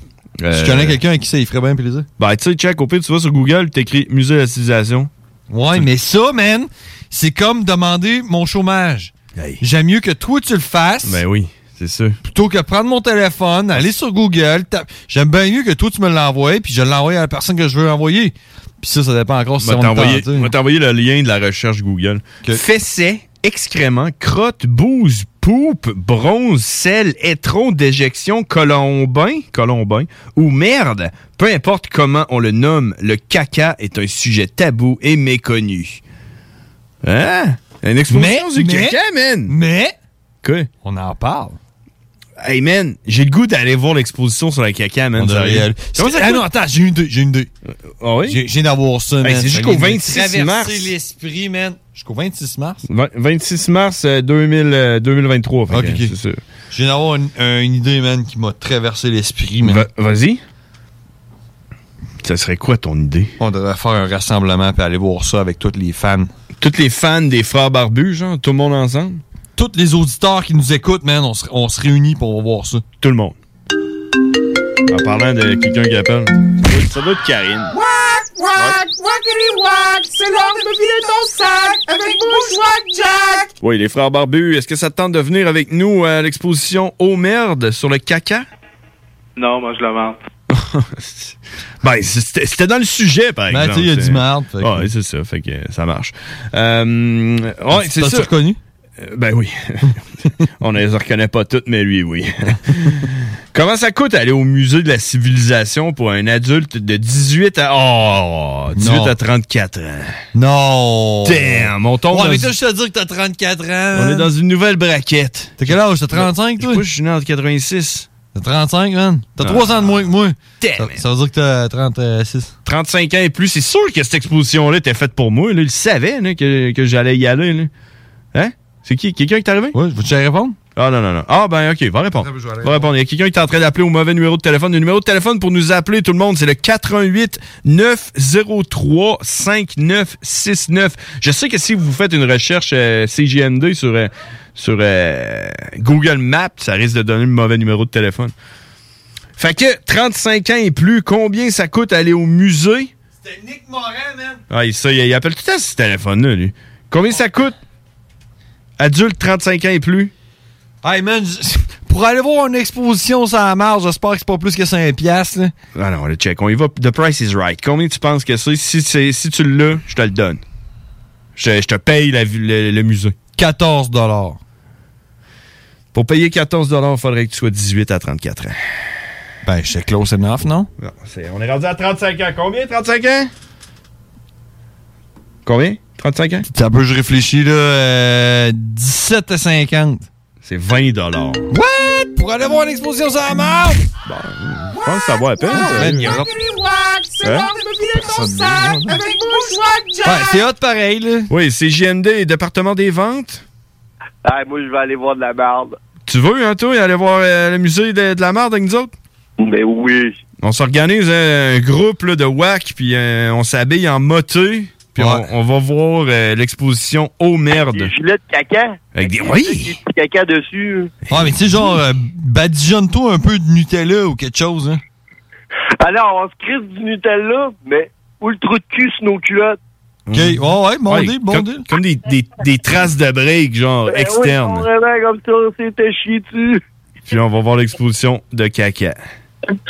[SPEAKER 8] Si tu connais quelqu'un à qui ça il ferait bien plaisir.
[SPEAKER 7] Ben, tu sais, check, au pire, tu vas sur Google, t'écris Musée de la civilisation.
[SPEAKER 8] Ouais, mais ça, man, c'est comme demander mon chômage. J'aime mieux que toi tu le fasses.
[SPEAKER 7] Ben oui, c'est sûr.
[SPEAKER 8] Plutôt que prendre mon téléphone, aller sur Google, tape- j'aime bien mieux que toi tu me l'envoies, puis je l'envoie à la personne que je veux envoyer. Puis ça, ça dépend encore si
[SPEAKER 7] Je
[SPEAKER 8] on
[SPEAKER 7] vais
[SPEAKER 8] est
[SPEAKER 7] t'envoyer-
[SPEAKER 8] tenté.
[SPEAKER 7] je vais t'envoyer le lien de la recherche Google. Fessais, excréments, crottes, bouse, poupe, bronze, sel, étron, déjection, colombin, colombin ou merde, peu importe comment on le nomme, le caca est un sujet tabou et méconnu. Hein? Une exposition
[SPEAKER 8] Mais-
[SPEAKER 7] du
[SPEAKER 8] mais-
[SPEAKER 7] caca, man!
[SPEAKER 8] Mais...
[SPEAKER 7] Quoi?
[SPEAKER 8] On en parle.
[SPEAKER 7] Hey, man, j'ai le goût d'aller voir l'exposition sur le caca, man.
[SPEAKER 8] On
[SPEAKER 7] sérieux.
[SPEAKER 8] devrait y aller.
[SPEAKER 7] Comment ça
[SPEAKER 8] Ah
[SPEAKER 7] coûte?
[SPEAKER 8] non, attends, j'ai une idée, j'ai une idée.
[SPEAKER 7] Ah oui?
[SPEAKER 8] J'ai- J'ai d'avoir ça, man.
[SPEAKER 7] Hey, c'est
[SPEAKER 8] Ça
[SPEAKER 7] jusqu'au
[SPEAKER 8] vient de
[SPEAKER 7] 26 mars.
[SPEAKER 8] Traverser l'esprit, man. Jusqu'au 26 mars.
[SPEAKER 7] Vingt- 26 mars euh, 2000, euh, 2023. fait que, c'est ça.
[SPEAKER 8] J'ai d'avoir une, une idée, man, qui m'a traversé l'esprit, man.
[SPEAKER 7] Va- Vas-y. Ça serait quoi ton idée?
[SPEAKER 8] On devrait faire un rassemblement puis aller voir ça avec toutes les fans.
[SPEAKER 7] Toutes les fans des frères barbus, genre, tout le monde ensemble?
[SPEAKER 8] Tous les auditeurs qui nous écoutent, man, on se, on se réunit pour voir ça.
[SPEAKER 7] Tout le monde. En parlant de quelqu'un qui appelle. Ça doit être Karine.
[SPEAKER 15] Wack, wackity wack, c'est l'heure de me vider ton sac avec Bourgeois Jack.
[SPEAKER 7] Oui, les frères barbus, est-ce que ça te tente de venir avec nous à l'exposition Oh merde sur le caca?
[SPEAKER 10] Non, moi je le vends.
[SPEAKER 7] Ben, c'était c'était dans le sujet, par
[SPEAKER 10] Ben,
[SPEAKER 7] exemple.
[SPEAKER 10] tu sais, il y a
[SPEAKER 7] C'est-
[SPEAKER 10] du marde, fait que-
[SPEAKER 7] Ouais, c'est ça, fait que ça marche. Euh, ouais, c'est
[SPEAKER 8] T'as-tu
[SPEAKER 7] ça.
[SPEAKER 8] reconnu?
[SPEAKER 7] Euh, Ben oui. On ne les reconnaît pas toutes, mais lui, oui. [LAUGHS] Comment ça coûte aller au musée de la civilisation pour un adulte de 18 à... Oh, 18
[SPEAKER 8] Non.
[SPEAKER 7] à 34 ans.
[SPEAKER 8] Non!
[SPEAKER 7] Damn, on tombe
[SPEAKER 8] Ouais,
[SPEAKER 7] dans
[SPEAKER 8] mais
[SPEAKER 7] une-
[SPEAKER 8] toi, je te dis que t'as 34 ans.
[SPEAKER 7] On est dans une nouvelle braquette.
[SPEAKER 8] T'as quel âge? T'as 35, toi?
[SPEAKER 7] Moi, je suis né en 86.
[SPEAKER 8] T'as 35, man. T'as
[SPEAKER 7] Ah.
[SPEAKER 8] 3 ans de moins que moi. Ça, ça veut dire que t'as 36.
[SPEAKER 7] 35 ans et plus, c'est sûr que cette exposition-là était faite pour moi. Là. Il savait là, que, que j'allais y aller. là. Hein? C'est qui? Quelqu'un qui est arrivé?
[SPEAKER 8] Oui, veux-tu répondre?
[SPEAKER 7] Ah non, non, non. Ah ben ok, va répondre.
[SPEAKER 8] Attends, je vais aller
[SPEAKER 7] Va répondre. Il y a quelqu'un qui est en train d'appeler au mauvais numéro de téléphone. Le numéro de téléphone pour nous appeler, tout le monde, c'est le 88 903 5969. Je sais que si vous faites une recherche euh, CGMD sur, euh, sur euh, Google Maps, ça risque de donner le mauvais numéro de téléphone. Fait que 35 ans et plus, combien ça coûte aller au musée? Ah, il- ça, il, il appelle tout le temps ce téléphone-là, lui. Combien ça coûte? Adulte 35 ans et plus?
[SPEAKER 8] Hey, man, j- [LAUGHS] pour aller voir une exposition sur la marge, j'espère que c'est pas plus que 5 piastres. là.
[SPEAKER 7] Ah non, le check, on y va. The price is right. Combien tu penses que c'est? Si, c'est- si tu l'as, je te le donne. Je, je te paye la vi- le, le musée.
[SPEAKER 8] 14
[SPEAKER 7] Pour payer 14 il faudrait que tu sois 18 à 34 ans.
[SPEAKER 8] Ben, c'est close enough, non?
[SPEAKER 7] Non, c'est- on est rendu à 35 ans. Combien, 35 ans? Combien? 35 ans?
[SPEAKER 8] Ça peut, je réfléchis, là, euh, 17 à 50.
[SPEAKER 7] C'est 20 What?
[SPEAKER 8] Pour aller voir une exposition sur la marge?
[SPEAKER 7] Je pense que Ah, ça vaut
[SPEAKER 15] Ah,
[SPEAKER 7] la peine. ça.
[SPEAKER 8] man, Ah, ben, il y aura-
[SPEAKER 15] Wack, c'est
[SPEAKER 7] Hein?
[SPEAKER 15] l'heure de me vider ton
[SPEAKER 8] Ah,
[SPEAKER 15] sac avec bourgeois Jack.
[SPEAKER 7] hot pareil, là. Oui, c'est JMD, département des ventes.
[SPEAKER 16] Ah, moi, je vais aller voir de la merde.
[SPEAKER 7] Tu veux, hein, toi, aller voir euh, le musée de, de la merde avec nous autres?
[SPEAKER 16] Mais oui.
[SPEAKER 7] On s'organise hein, un groupe là, de whack, puis euh, on s'habille en moté, puis on, on va voir euh, l'exposition Oh merde.
[SPEAKER 16] Gilet de caca.
[SPEAKER 7] Avec des.
[SPEAKER 16] Avec
[SPEAKER 7] Oui!
[SPEAKER 16] des petits caca dessus.
[SPEAKER 8] Ah, mais tu sais, genre, euh, badigeonne-toi un peu de Nutella ou quelque chose, hein.
[SPEAKER 16] Alors, on se crisse du Nutella, mais où le trou de cul sur nos culottes.
[SPEAKER 8] OK, ouais, ouais, bon
[SPEAKER 7] Ouais,
[SPEAKER 8] deal, bon
[SPEAKER 7] comme,
[SPEAKER 8] deal.
[SPEAKER 7] Comme des, des- des traces de break, genre,
[SPEAKER 16] Ben oui,
[SPEAKER 7] externes.
[SPEAKER 16] vraiment, comme ça, on s'était chié dessus.
[SPEAKER 7] Puis on va voir l'exposition de caca.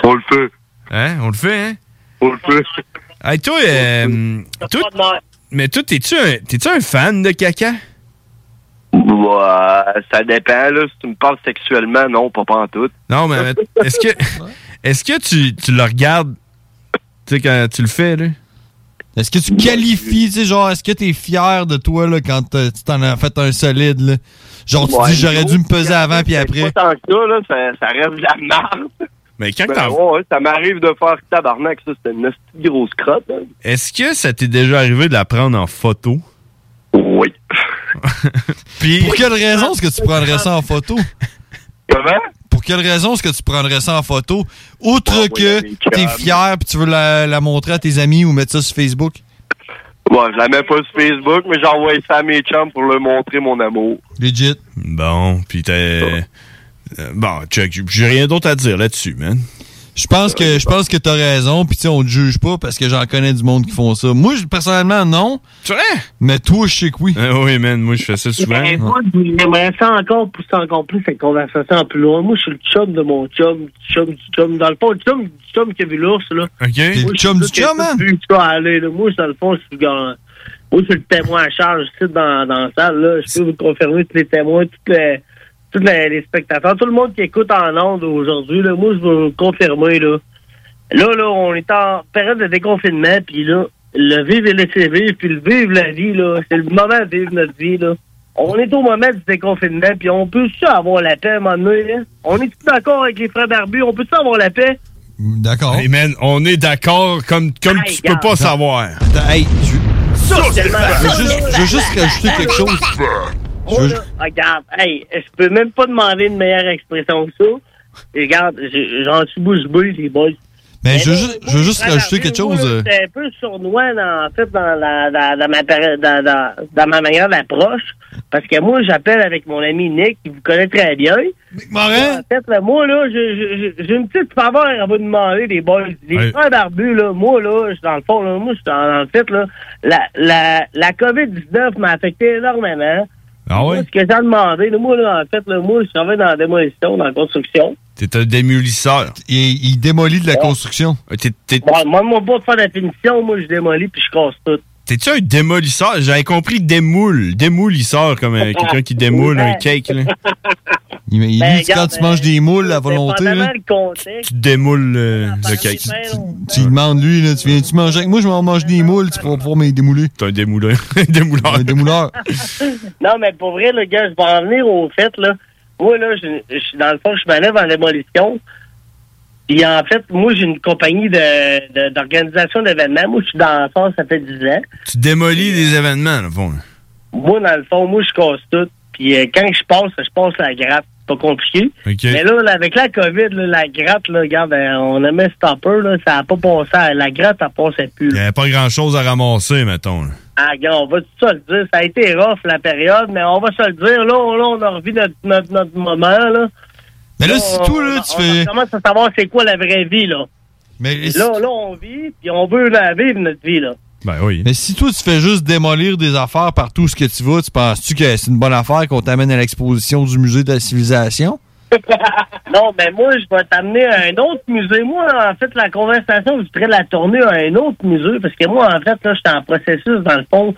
[SPEAKER 16] On le fait.
[SPEAKER 7] Hein? On le fait, hein?
[SPEAKER 16] On le fait.
[SPEAKER 7] Hey, toi, euh, toi- mais toi, t'es-tu un, t'es-tu un fan de caca?
[SPEAKER 16] Ouais, ça dépend, là. Si tu me parles sexuellement, non, pas en tout.
[SPEAKER 7] Non, mais mais est-ce que, est-ce que tu, tu le regardes, tu sais, quand tu le fais, là?
[SPEAKER 8] Est-ce que tu qualifies, tu sais, genre, est-ce que t'es fier de toi, là, quand t'as- tu t'en as fait un solide, là? Genre, tu
[SPEAKER 16] Ouais,
[SPEAKER 8] dis, j'aurais dû me peser avant puis après.
[SPEAKER 16] Pas tant que ça, là, ça, ça reste de la merde.
[SPEAKER 7] Mais quand
[SPEAKER 16] Ben
[SPEAKER 7] t'en-
[SPEAKER 16] ouais, ça m'arrive de faire tabarnak, ça, c'était une hostie de grosse crotte. hein.
[SPEAKER 7] Est-ce que ça t'est déjà arrivé de la prendre en photo?
[SPEAKER 16] Oui.
[SPEAKER 7] Puis,
[SPEAKER 8] Pour quelle raison est-ce que tu prendrais ça en photo?
[SPEAKER 16] Comment?
[SPEAKER 8] Pour quelle raison est-ce que tu prendrais ça en photo? Outre que t'es fier puis tu veux la, la montrer à tes amis ou mettre ça sur Facebook?
[SPEAKER 16] Bon, je la mets pas sur Facebook, mais j'envoie ça à mes chums pour leur montrer mon amour.
[SPEAKER 8] Legit.
[SPEAKER 7] Bon, puis t'es... euh, Bon, check, j'ai- j'ai rien d'autre à dire là-dessus, man.
[SPEAKER 8] Je pense que je pense que t'as raison, puis tu sais, on te juge pas parce que j'en connais du monde qui font ça. Moi, je- personnellement, non.
[SPEAKER 7] Tu vrai?
[SPEAKER 8] Mais toi, je sais que oui.
[SPEAKER 7] oui, man, moi, je fais ça souvent.
[SPEAKER 17] Ben, moi, j'aimerais ça encore pousser encore plus cette conversation plus loin. Moi, je suis le chum de mon chum, du chum du chum. Dans le fond, le chum du chum qui a vu l'ours, là.
[SPEAKER 7] OK.
[SPEAKER 17] Moi,
[SPEAKER 8] le
[SPEAKER 17] je
[SPEAKER 8] chum
[SPEAKER 17] suis
[SPEAKER 8] du
[SPEAKER 17] là
[SPEAKER 8] chum,
[SPEAKER 17] qui a
[SPEAKER 8] hein?
[SPEAKER 17] tout vu ça aller, là. Moi, dans le fond, je suis dans- Moi, je suis le témoin à charge ici dans, dans la salle, là. Je peux vous confirmer tous les témoins, tous les, tous les, les spectateurs, tout le monde qui écoute en ondes aujourd'hui, là. Moi, je veux vous confirmer, là. Là, là, on est en période de déconfinement, puis là, le vivre et laisser vivre, puis le vivre la vie, là, c'est le moment de vivre notre vie, là. On est au moment du déconfinement, puis on peut ça avoir la paix à un moment donné, là? On est d'accord avec les frères barbus, on peut ça avoir la paix?
[SPEAKER 8] D'accord.
[SPEAKER 7] Hey, man, on est d'accord comme, comme
[SPEAKER 17] Hey,
[SPEAKER 7] tu peux
[SPEAKER 17] gars.
[SPEAKER 7] pas savoir.
[SPEAKER 8] Hey,
[SPEAKER 17] Ça, c'est le
[SPEAKER 7] je veux
[SPEAKER 17] moment.
[SPEAKER 7] juste- je veux juste rajouter quelque chose.
[SPEAKER 17] Oh, là, regarde, hey, je peux même pas demander une meilleure expression que ça. Et Regarde, j'ai- j'en suis bouche bée, les boys.
[SPEAKER 8] Mais je veux
[SPEAKER 17] là,
[SPEAKER 8] juste-
[SPEAKER 17] moi,
[SPEAKER 8] je veux juste
[SPEAKER 17] frères
[SPEAKER 8] rajouter
[SPEAKER 17] barbus,
[SPEAKER 8] quelque
[SPEAKER 17] moi,
[SPEAKER 8] chose,
[SPEAKER 17] là,
[SPEAKER 8] euh.
[SPEAKER 17] J'étais un peu sournois, dans, en fait, dans, la, dans, dans ma, pari- dans, dans, dans ma manière d'approche. Parce que moi, j'appelle avec mon ami Nick, qui vous connaît très bien.
[SPEAKER 8] Morin?
[SPEAKER 17] En fait, là, moi, là, je- je- je- j'ai une petite faveur à vous demander, les boys. Les
[SPEAKER 18] Ouais.
[SPEAKER 17] frères barbus, là, moi, là, je suis dans le fond, là, moi, je suis dans, dans le fait, là, la, la, la COVID-19 m'a affecté énormément.
[SPEAKER 7] Ah ouais?
[SPEAKER 17] Moi, ce que j'ai demandé, là, moi, là, en fait, là, moi, je travaille dans la démolition, dans la construction.
[SPEAKER 7] T'es un démolisseur. Euh,
[SPEAKER 8] Il, démolit de la construction.
[SPEAKER 17] Bon, moi, mon pas de faire la finition, moi, je démolis puis je casse tout.
[SPEAKER 7] T'es-tu un démolisseur? J'avais compris démoule. Démoulisseur, comme euh, quelqu'un qui
[SPEAKER 17] [LAUGHS]
[SPEAKER 7] démoule un cake. Là.
[SPEAKER 8] Il, il
[SPEAKER 17] Ben,
[SPEAKER 8] dit que quand
[SPEAKER 17] regarde,
[SPEAKER 8] tu manges des moules à volonté,
[SPEAKER 17] Dépendamment
[SPEAKER 8] là,
[SPEAKER 17] le contexte,
[SPEAKER 7] tu démoules euh, le cake.
[SPEAKER 8] tu lui demandes, lui, là, tu viens-tu manger avec moi, je m'en mange des moules, tu vas pouvoir me les démouler.
[SPEAKER 7] T'es un démouleur. [LAUGHS] démouleur.
[SPEAKER 8] Un démouleur.
[SPEAKER 17] [LAUGHS] non, mais pour vrai, le gars, je vais en venir au fait, là. Moi, là, je, je suis dans le fond, je me lève en démolition. Puis en fait, moi, j'ai une compagnie de- de- d'organisation d'événements. Moi, je suis dans la force, ça fait 10 ans.
[SPEAKER 7] Tu démolis des
[SPEAKER 17] euh,
[SPEAKER 7] événements, là, fond. là.
[SPEAKER 17] Moi, dans le fond, moi, je casse tout. Puis euh, quand je passe, je passe la grappe. C'est Pas compliqué.
[SPEAKER 7] OK.
[SPEAKER 17] Mais là, là, avec la COVID, là, la gratte, là, regarde, ben, on a mis stopper, là, ça n'a pas passé. à- La gratte, ça passait plus.
[SPEAKER 7] Il n'y
[SPEAKER 17] là.
[SPEAKER 7] avait pas grand-chose à ramasser, mettons. là.
[SPEAKER 17] Ah, gars, on va tout se le dire. Ça a été rough, la période, mais on va se le dire. Là, on, là, on a revu notre, notre, notre moment, là.
[SPEAKER 8] Mais là,
[SPEAKER 17] si
[SPEAKER 8] c'est tout, là, tu fais-
[SPEAKER 17] On commence à savoir c'est quoi la vraie vie, là.
[SPEAKER 8] Mais
[SPEAKER 17] là, là, on vit, puis on veut la vivre, notre vie, là.
[SPEAKER 7] Ben oui.
[SPEAKER 8] Mais si toi, tu fais juste démolir des affaires partout où ce que tu vas, tu penses-tu que c'est une bonne affaire qu'on t'amène à l'exposition du musée de la civilisation?
[SPEAKER 17] non, mais moi, je vais t'amener à un autre musée. Moi, en fait, la conversation, je voudrais la tourner à un autre musée parce que moi, en fait, là, je suis en processus, dans le fond,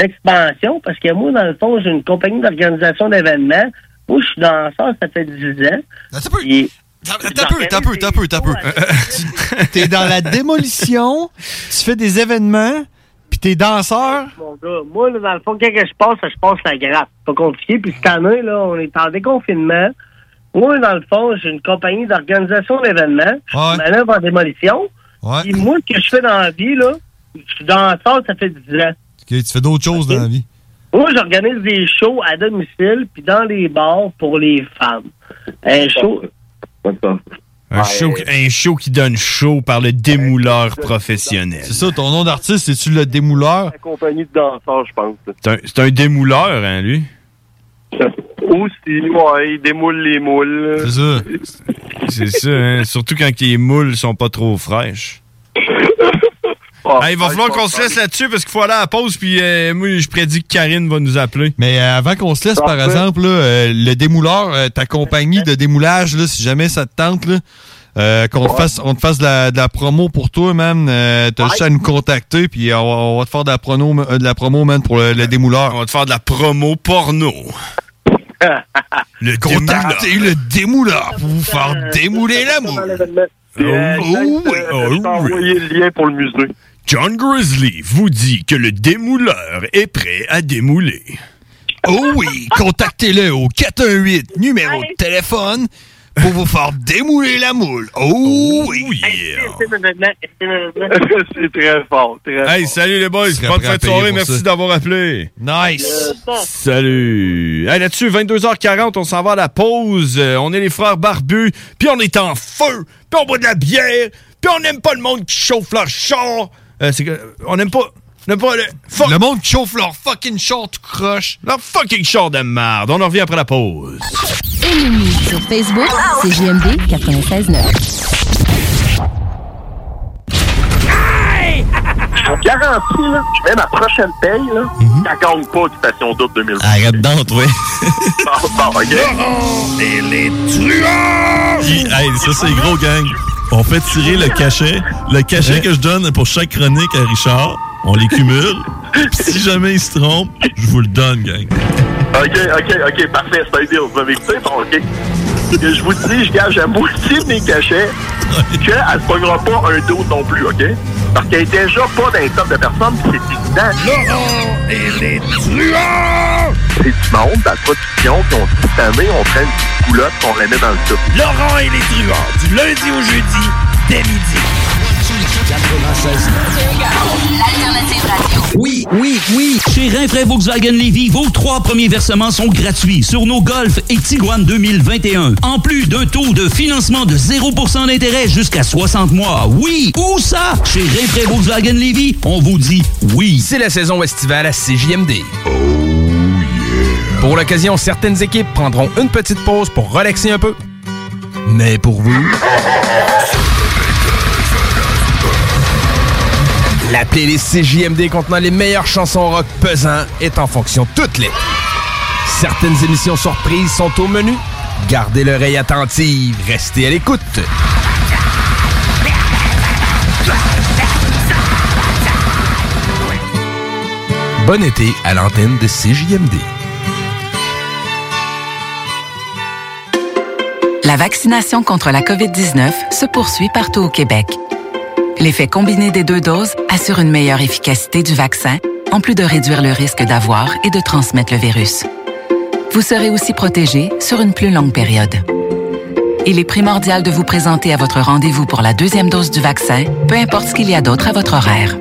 [SPEAKER 17] d'expansion parce que moi, dans le fond, j'ai une compagnie d'organisation d'événements. Moi, je suis dans ça, ça fait 10 ans. Puis-
[SPEAKER 8] T'as peu, t'as peu, t'as peu, t'as peu. [LAUGHS] Tu- T'es dans la démolition, tu fais des événements, puis t'es danseur.
[SPEAKER 17] Mon gars, moi, là, dans le fond, quand que je passe, je passe la grappe. Pas compliqué. Puis cette année, là, on est en déconfinement. Moi, dans le fond, j'ai une compagnie d'organisation d'événements. Je manœuvre en démolition. Puis moi, ce que je fais dans la vie, là, je suis dans la salle, ça fait 10 ans.
[SPEAKER 8] Ok, tu fais d'autres choses dans la vie.
[SPEAKER 17] Moi, j'organise des shows à domicile, puis dans les bars pour les femmes. Un show...
[SPEAKER 7] Un, show, un show qui donne chaud par le démouleur professionnel.
[SPEAKER 8] C'est ça, ton nom d'artiste, c'est-tu le démouleur?
[SPEAKER 6] Compagnie de danseurs, je pense.
[SPEAKER 7] C'est un, c'est un démouleur, hein, lui?
[SPEAKER 6] Aussi, ouais, il démoule les moules.
[SPEAKER 7] C'est ça. C'est ça, hein. [LAUGHS] Surtout quand les moules sont pas trop
[SPEAKER 8] [LAUGHS]
[SPEAKER 7] fraîches. Hey, il va falloir qu'on se laisse là-dessus parce qu'il faut aller à la pause, puis euh, moi, je prédis que Karine va nous appeler.
[SPEAKER 8] Mais euh, avant qu'on se laisse, par
[SPEAKER 7] Parfait.
[SPEAKER 8] exemple, là, euh, le démouleur, euh, ta compagnie de démoulage, là, si jamais ça te tente, là, euh, qu'on te fasse, on te fasse de la, de la promo pour toi, man. euh, T'as juste à nous contacter, puis on va, on va te faire de la, prono, euh, de la promo, man, pour le, le démouleur.
[SPEAKER 7] On va te faire de la promo porno. le
[SPEAKER 8] Contactez [LAUGHS] le démouleur pour vous faire démouler l'amour.
[SPEAKER 7] Oh, oui, oh, le lien pour le musée. John Grizzly vous dit que le démouleur est prêt à démouler.
[SPEAKER 8] Oh oui, contactez-le au 418 numéro de téléphone pour vous faire démouler la moule. Oh oui.
[SPEAKER 6] [LAUGHS] C'est très fort, très
[SPEAKER 7] Hey, salut les boys,
[SPEAKER 8] serais
[SPEAKER 7] bonne
[SPEAKER 8] prêt à
[SPEAKER 7] fête de
[SPEAKER 8] payer
[SPEAKER 7] soirée,
[SPEAKER 8] pour
[SPEAKER 7] merci
[SPEAKER 8] ça.
[SPEAKER 7] d'avoir appelé.
[SPEAKER 8] Nice.
[SPEAKER 7] Salut. Hey, là-dessus, 22h40, on s'en va à la pause. Euh, on est les frères barbus, puis on est en feu, puis on boit de la bière, puis on n'aime pas le monde qui chauffe leur char. Euh, c'est que, on n'aime pas... on n'aime pas le, le
[SPEAKER 8] monde qui chauffe leur fucking char tout croche.
[SPEAKER 7] Leur fucking char de merde. On en revient après la pause.
[SPEAKER 15] Et Mimi sur Facebook, c'est JMD 96.9.
[SPEAKER 6] Je vous garantis, là, je mets ma prochaine paye, là,
[SPEAKER 8] Mm-hmm.
[SPEAKER 6] ça compte pas du Passion Double 2000.
[SPEAKER 7] Arrête donc, toi.
[SPEAKER 6] [LAUGHS] Bon, bon, OK? Oh, Et les truands!
[SPEAKER 19] Hey, ça, c'est gros, gang. On fait tirer le cachet. Le cachet que je donne pour chaque chronique à Richard, on les cumule. Puis si jamais il se trompe, je vous le donne, gang.
[SPEAKER 6] OK, OK, OK, parfait, c'est un deal. Vous m'avez écouté, bon, OK? Que je vous dis, je gage à moitié de mes cachets qu'elle se pognera pas un dos non plus, OK? Parce qu'elle est déjà pas dans les top de personnes, puis c'est évident. et les truands! C'est du monde, dans la production, qui ont dit cette année, on prend une petite coulotte, puis on la met dans le top.
[SPEAKER 7] Laurent et les truands, du lundi au jeudi, dès
[SPEAKER 15] L'alternative radio.
[SPEAKER 10] Oui, oui, oui. Chez Rainfray Volkswagen Lévy, vos trois premiers versements sont gratuits sur nos Golf et Tiguan 2021. En plus d'un taux de financement de 0% d'intérêt jusqu'à 60 mois. Oui, où ça? Chez Rainfray Volkswagen Lévy, on vous dit oui.
[SPEAKER 2] C'est la saison estivale à CJMD. Oh yeah! Pour l'occasion, certaines équipes prendront une petite pause pour relaxer un peu. Mais pour vous... La playlist CJMD contenant les meilleures chansons rock pesant est en fonction toutes les. Certaines émissions surprises sont au menu. Gardez l'oreille attentive, restez à l'écoute. Bon été à l'antenne de CJMD.
[SPEAKER 20] La vaccination contre la COVID-19 se poursuit partout au Québec. L'effet combiné des deux doses assure une meilleure efficacité du vaccin, en plus de réduire le risque d'avoir et de transmettre le virus. Vous serez aussi protégé sur une plus longue période. il est primordial de vous présenter à votre rendez-vous pour la deuxième dose du vaccin, peu importe ce qu'il y a d'autre à votre horaire.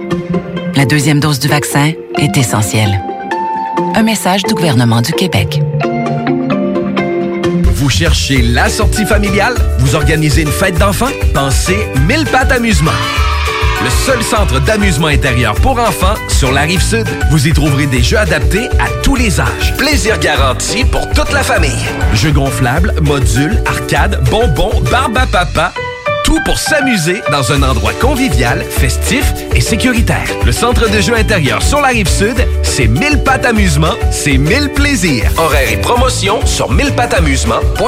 [SPEAKER 20] La deuxième dose du vaccin est essentielle. Un message du gouvernement du Québec.
[SPEAKER 2] Vous cherchez la sortie familiale? Vous organisez une fête d'enfants? Pensez 1000 pattes amusement. Le seul centre d'amusement intérieur pour enfants sur la rive sud. Vous y trouverez des jeux adaptés à tous les âges. Plaisir garanti pour toute la famille. Jeux gonflables, modules, arcades, bonbons, barbe à papa. Tout pour s'amuser dans un endroit convivial, festif et sécuritaire. Le centre de jeux intérieur sur la rive sud, c'est 1000 pattes amusement, c'est 1000 plaisirs. Horaires et promotions sur 1000pattamusement.com.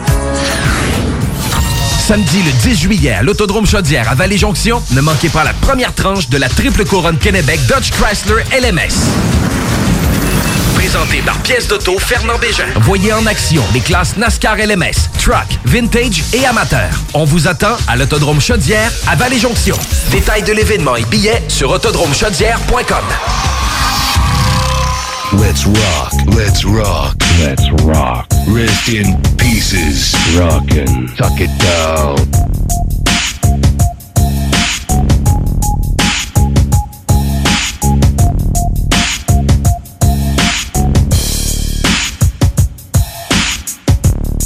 [SPEAKER 2] Samedi le 10 juillet à l'Autodrome Chaudière à Vallée-Jonction, ne manquez pas la première tranche de la triple couronne Kennebec Dodge Chrysler LMS. Présenté par pièce d'auto Fernand Bégin. Voyez en action les classes NASCAR LMS, Truck, Vintage et Amateur. On vous attend à l'Autodrome Chaudière à Vallée-Jonction. Détails de l'événement et billets sur autodromechaudière.com.
[SPEAKER 4] Let's rock, let's rock, let's rock. Rest in pieces. Rockin', tuck it down.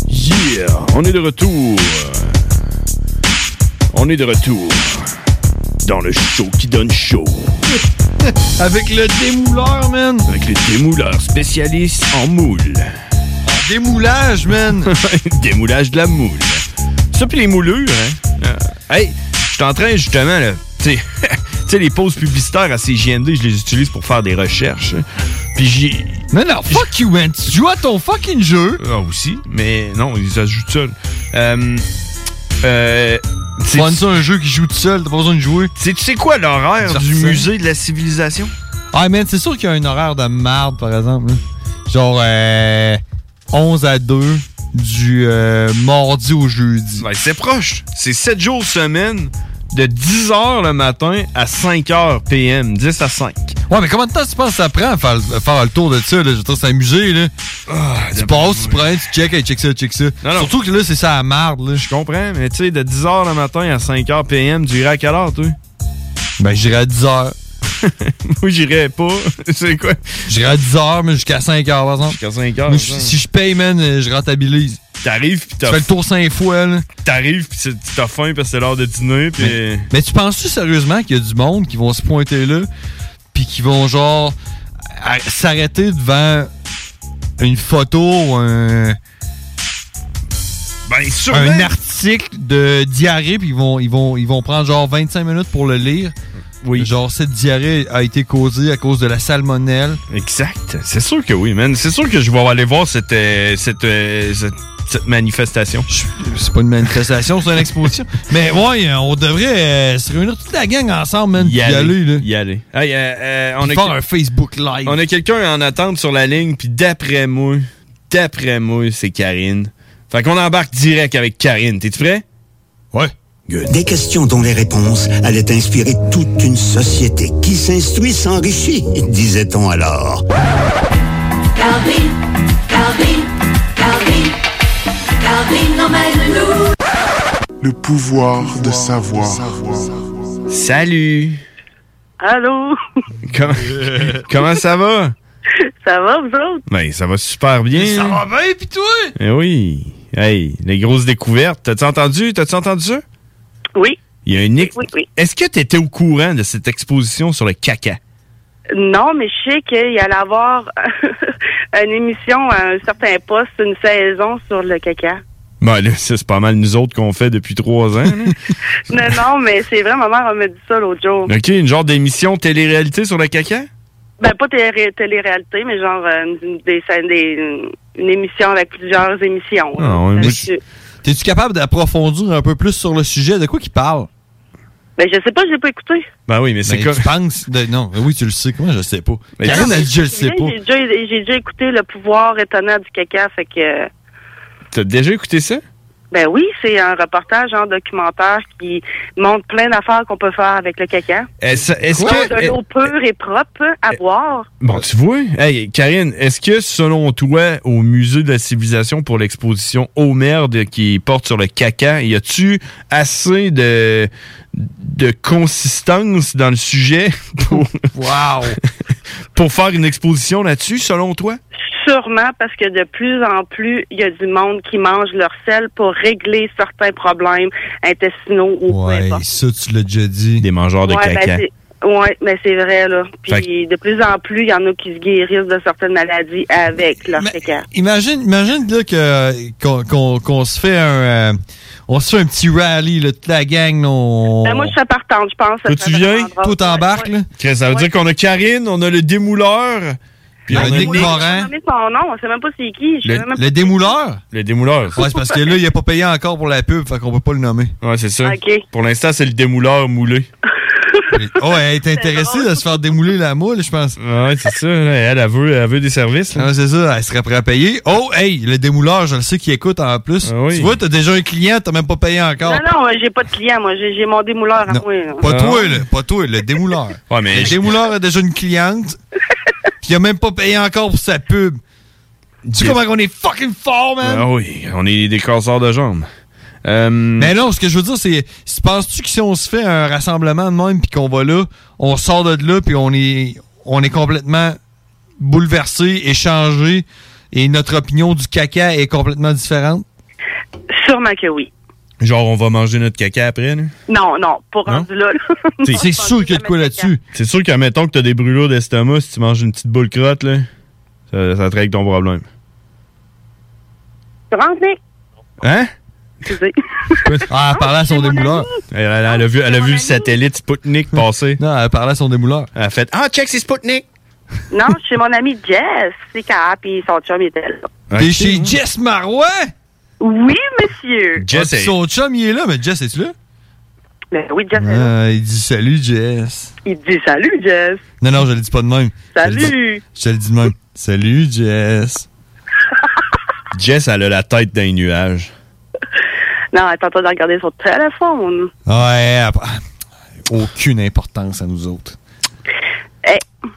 [SPEAKER 7] Yeah, on est de retour. On est de retour dans le show qui donne chaud.
[SPEAKER 8] [LAUGHS] Avec le démouleur, man.
[SPEAKER 7] Avec les démouleurs spécialistes en moules. [LAUGHS]
[SPEAKER 8] Démoulage, man.
[SPEAKER 7] Démoulage de la moule. Ça, puis les moulures, hein. Euh, hey, je suis en train, justement, là, [LAUGHS] tu sais, tu sais, les pauses publicitaires à CJND, je les utilise pour faire des recherches. Puis j'ai...
[SPEAKER 8] Non, non, fuck you, man. Tu joues à ton fucking jeu.
[SPEAKER 7] Ah, aussi, mais non, ils ajoutent ça. Euh... Euh...
[SPEAKER 8] Prends ça un jeu qui joue tout seul, t'as pas besoin de jouer.
[SPEAKER 7] Tu sais quoi l'horaire du musée de la civilisation?
[SPEAKER 8] Ah, man, c'est sûr qu'il y a un horaire de merde, par exemple. là. Genre, euh, 11 à 2 du euh, mardi au jeudi.
[SPEAKER 7] Ben, c'est proche. C'est 7 jours semaine de 10h le matin à 5h PM, 10 à 5.
[SPEAKER 8] Ouais, mais combien de temps tu penses que ça prend à faire, à faire le tour de ça? Là? Je veux dire, s'amuser, là. tu passes, tu prends, tu check, hey, check ça, check ça. Surtout que là, c'est ça à marde, là.
[SPEAKER 7] Je comprends, mais tu sais, de 10h le matin à 5h PM, tu irais à quelle heure, toi?
[SPEAKER 8] Ben, j'irai à 10h.
[SPEAKER 7] [LAUGHS] Moi, j'irais pas. [LAUGHS] c'est quoi?
[SPEAKER 8] J'irai à 10h, mais jusqu'à 5h, par exemple.
[SPEAKER 7] Jusqu'à 5h.
[SPEAKER 8] Moi, je- si je paye, man, euh, je rentabilise.
[SPEAKER 7] T'arrives pis t'as.
[SPEAKER 8] Tu fais le tour 5 fois, là.
[SPEAKER 7] T'arrives pis c'est- t'as faim parce que c'est l'heure de dîner pis.
[SPEAKER 8] Mais tu penses-tu sérieusement qu'il y a du monde qui vont se pointer là, puis qui vont genre à- s'arrêter devant une photo ou un,
[SPEAKER 7] Ben, sûrement.
[SPEAKER 8] un article de diarrhée, puis ils vont, ils, vont, ils vont prendre genre 25 minutes pour le lire?
[SPEAKER 7] Oui.
[SPEAKER 8] Genre, cette diarrhée a été causée à cause de la salmonelle.
[SPEAKER 7] Exact. C'est sûr que oui, man. C'est sûr que je vais aller voir cette, euh, cette, euh, cette, cette manifestation.
[SPEAKER 8] C'est pas une manifestation, c'est une [LAUGHS] exposition. Mais ouais, on devrait euh, se réunir toute la gang ensemble, man. puis Y aller. là.
[SPEAKER 7] Y aller. Hey, euh, euh, on
[SPEAKER 8] Puis
[SPEAKER 7] a
[SPEAKER 8] faire
[SPEAKER 7] quel-
[SPEAKER 8] un Facebook Live.
[SPEAKER 7] On a quelqu'un en attente sur la ligne, puis d'après moi, d'après moi, c'est Karine. Fait qu'on embarque direct avec Karine. T'es-tu prêt?
[SPEAKER 8] Ouais.
[SPEAKER 21] Des questions dont les réponses allaient inspirer toute une société qui s'instruit s'enrichit, disait-on alors.
[SPEAKER 6] Calvin, Calvin, Calvin, Calvin emmène-nous.
[SPEAKER 11] Le pouvoir, de savoir.
[SPEAKER 7] Salut!
[SPEAKER 22] Allô? [LAUGHS]
[SPEAKER 7] Comment, [LAUGHS] comment ça va?
[SPEAKER 22] [LAUGHS] Ça va, vous autres?
[SPEAKER 7] Ben, ça va super bien.
[SPEAKER 22] Ça
[SPEAKER 7] là.
[SPEAKER 22] va
[SPEAKER 8] bien, pis toi?
[SPEAKER 7] Eh oui. Hey, les grosses découvertes. T'as-tu entendu? T'as-tu entendu ça?
[SPEAKER 22] Oui.
[SPEAKER 7] Il y a une... Est-ce que t'étais au courant de cette exposition sur le caca?
[SPEAKER 22] Non, mais je sais qu'il y allait avoir [LAUGHS] une émission à un certain poste, une saison sur le caca.
[SPEAKER 7] Ben là, ça, c'est pas mal nous autres qu'on fait depuis trois
[SPEAKER 22] [LAUGHS]
[SPEAKER 7] ans. là. [LAUGHS]
[SPEAKER 22] non, non, mais c'est vrai, ma mère elle m'a dit ça l'autre jour.
[SPEAKER 7] OK, une genre d'émission télé-réalité sur le caca?
[SPEAKER 22] Ben, pas télé- télé-réalité, mais genre euh, une, des, scènes- des- une émission avec plusieurs émissions.
[SPEAKER 7] Ah ouais, moi,
[SPEAKER 22] Là-dessus.
[SPEAKER 7] je-
[SPEAKER 8] T'es-tu capable d'approfondir un peu plus sur le sujet? De quoi qu'il parle?
[SPEAKER 22] Ben, je sais pas, je l'ai pas écouté.
[SPEAKER 7] Ben oui, mais
[SPEAKER 8] c'est
[SPEAKER 7] quoi-
[SPEAKER 8] Tu penses? de- Non, mais oui, tu le sais. Comment je le sais pas?
[SPEAKER 7] Mais
[SPEAKER 8] Karine a dit je le sais
[SPEAKER 22] J'ai
[SPEAKER 8] pas.
[SPEAKER 22] déjà, j'ai déjà écouté Le pouvoir étonnant du caca, fait que.
[SPEAKER 7] T'as déjà écouté ça?
[SPEAKER 22] Ben oui, c'est un reportage, un documentaire qui montre plein d'affaires qu'on peut faire avec le caca.
[SPEAKER 7] Est-ce est-ce Eh
[SPEAKER 22] Dont
[SPEAKER 7] que.
[SPEAKER 22] de l'eau pure et propre à boire.
[SPEAKER 7] Bon, tu vois. Hey, Karine, est-ce que selon toi, au Musée de la civilisation pour l'exposition Aux merdes qui porte sur le caca, y a-tu assez de, de consistance dans le sujet [LAUGHS] pour, [LAUGHS] pour faire une exposition là-dessus, selon toi?
[SPEAKER 22] Sûrement parce que de plus en plus, il y a du monde qui mange leur sel pour régler certains problèmes intestinaux ou peu
[SPEAKER 8] Ouais,
[SPEAKER 22] importe.
[SPEAKER 8] ça, tu l'as déjà dit. Des mangeurs
[SPEAKER 22] Ouais, ben, c'est- ouais, mais c'est vrai, là. Puis
[SPEAKER 8] Fait
[SPEAKER 22] de plus en plus, il y en a qui se guérissent de certaines maladies avec leur caca.
[SPEAKER 8] Imagine, imagine là, que, qu'on, qu'on- qu'on se fait un. euh, on se fait un petit rally, là, toute la gang. là, on-
[SPEAKER 22] Ben, moi, je suis partante, je pense.
[SPEAKER 8] Toi, tu viens? Toi, t'embarques, là?
[SPEAKER 7] ça veut dire qu'on a Karine, on a le démouleur. Puis
[SPEAKER 22] Ah, oui, j'ai nommé son nom, on sait même pas c'est qui. je sais même pas-
[SPEAKER 8] démouleur?
[SPEAKER 7] Le démouleur.
[SPEAKER 8] Ouais, c'est parce que là, il a pas payé encore pour la pub, fait qu'on peut pas le nommer.
[SPEAKER 7] Ouais, c'est ça.
[SPEAKER 22] Ok.
[SPEAKER 7] Pour l'instant, c'est le démouleur moulé.
[SPEAKER 8] oh, elle est intéressée de se faire démouler la moule, je pense.
[SPEAKER 7] Ouais, c'est ça. là. Elle, elle veut, elle veut des services. là.
[SPEAKER 8] Ah, c'est ça, elle serait prête à payer. Oh, hey, le démouleur, je le sais qui écoute en plus.
[SPEAKER 7] Ah
[SPEAKER 8] Tu vois, t'as déjà un client, t'as même pas payé encore.
[SPEAKER 22] Non, non, j'ai pas de client, moi. J'ai j'ai mon démouleur à
[SPEAKER 8] Non.
[SPEAKER 22] moi. là.
[SPEAKER 8] Pas toi, là. Pas toi, le démouleur.
[SPEAKER 7] mais
[SPEAKER 8] le démouleur a déjà une cliente. Puis il a même pas payé encore pour sa pub. Tu sais comment on est fucking fort, man?
[SPEAKER 7] Ah oui, on est des casseurs de jambes. Mais
[SPEAKER 8] non, ce que je veux dire, c'est. si- Penses-tu que si on se fait un rassemblement de même puis qu'on va là, on sort de là puis on est, on est complètement bouleversé, échangé et notre opinion du caca est complètement différente?
[SPEAKER 22] Sûrement que oui.
[SPEAKER 7] Genre, on va manger notre caca après, là?
[SPEAKER 22] Non, non, pour rendu là.
[SPEAKER 8] [LAUGHS]
[SPEAKER 22] là.
[SPEAKER 7] C'est sûr qu'il y a de quoi là-dessus. C'est sûr qu'à mettons que t'as des brûlures d'estomac, si tu manges une petite boule crotte, là, ça, ça te règle ton problème.
[SPEAKER 22] Tu rentres, Nick?
[SPEAKER 7] Hein?
[SPEAKER 22] Excusez.
[SPEAKER 8] Ah, elle parlait à son démouleur.
[SPEAKER 7] Elle, elle- elle a vu, elle a vu le satellite Sputnik passer.
[SPEAKER 8] Non, elle parlait à son démouleur.
[SPEAKER 7] Elle a fait Ah, check, c'est Sputnik!
[SPEAKER 22] Non, je suis mon ami Jess, c'est K.A. puis son chum il était là.
[SPEAKER 8] T'es chez Jess Marois?
[SPEAKER 22] Oui, monsieur.
[SPEAKER 8] Jess Son chum, il est là, mais Jess, es-tu là?
[SPEAKER 22] Ben oui, Jess,
[SPEAKER 8] Ah, il dit salut, Jess.
[SPEAKER 22] il dit salut, Jess.
[SPEAKER 8] Non, non, je le dis pas de même. Je le
[SPEAKER 22] Salut.
[SPEAKER 8] dis- je le dis de même. Salut, Jess.
[SPEAKER 7] Jess, elle a la tête d'un nuage.
[SPEAKER 22] Non, elle tente de regarder son téléphone.
[SPEAKER 8] Ouais, elle- aucune importance à nous autres.
[SPEAKER 22] Hey. Eh,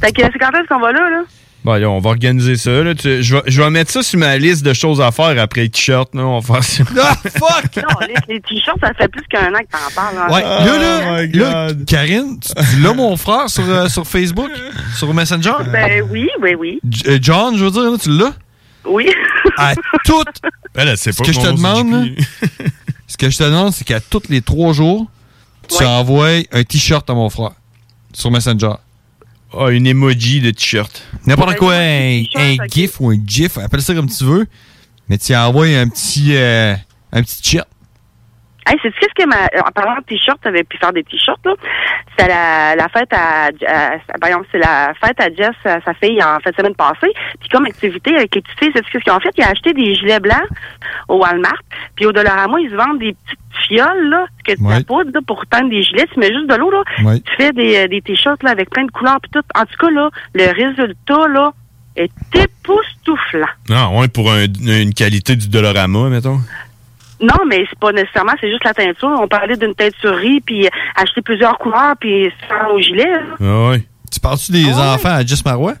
[SPEAKER 22] Fait que c'est quand est-ce qu'on va là, là?
[SPEAKER 7] Bon, là, on va organiser ça. Là. Tu- je, vais, je vais mettre ça sur ma liste de choses à faire après le t-shirt. là. On va faire ça.
[SPEAKER 8] Ah,
[SPEAKER 22] Fuck! Non, les, les t-shirts, ça fait plus qu'un an que t'en parles. hein.
[SPEAKER 8] Ouais, là, là, là, Karine, tu, tu l'as mon frère sur, euh, sur Facebook, sur Messenger?
[SPEAKER 22] Ben oui, oui, oui.
[SPEAKER 8] J- euh, John, je veux dire, là, tu l'as?
[SPEAKER 22] Oui.
[SPEAKER 8] [LAUGHS] À toutes.
[SPEAKER 7] Ben, c'est
[SPEAKER 8] ce que je te demande,
[SPEAKER 7] [LAUGHS]
[SPEAKER 8] là, ce que je te demande, c'est qu'à tous les trois jours, tu envoies un t-shirt à mon frère sur Messenger.
[SPEAKER 7] Ah, une emoji de t-shirt.
[SPEAKER 8] N'importe quoi, un, un gif ou un gif, appelle ça comme tu veux, mais tu envoies un petit, euh, un petit t-shirt.
[SPEAKER 22] Hey, c'est qu'est-ce que ma. euh, En parlant de t-shirts, t'avais pu faire des t-shirts, là. C'est la, la fête à. euh, à- voyons, c'est la fête à Jess, à sa fille, en fin de semaine passée. Puis, comme activité avec les petites filles, c'est qu'est-ce qu'ils ont fait? Ils ont acheté des gilets blancs au Walmart. Puis, au Dollarama, ils se vendent des petites fioles, là, que tu
[SPEAKER 23] Ouais.
[SPEAKER 22] la poudre, là, pour teindre des gilets. Tu mets juste de l'eau, là.
[SPEAKER 23] Ouais.
[SPEAKER 22] Tu fais des, euh, des t-shirts, là, avec plein de couleurs, puis tout. En tout cas, là, le résultat, là, est époustouflant.
[SPEAKER 7] Non, Ah, ouais, pour un- une qualité du Dolorama, mettons.
[SPEAKER 22] Non, mais c'est pas nécessairement, c'est juste la teinture. On parlait d'une teinturerie, puis euh, acheter plusieurs couleurs, puis se faire au gilet. là.
[SPEAKER 7] Ah
[SPEAKER 8] Tu parles-tu
[SPEAKER 22] Ah
[SPEAKER 8] des enfants à Jess Marois?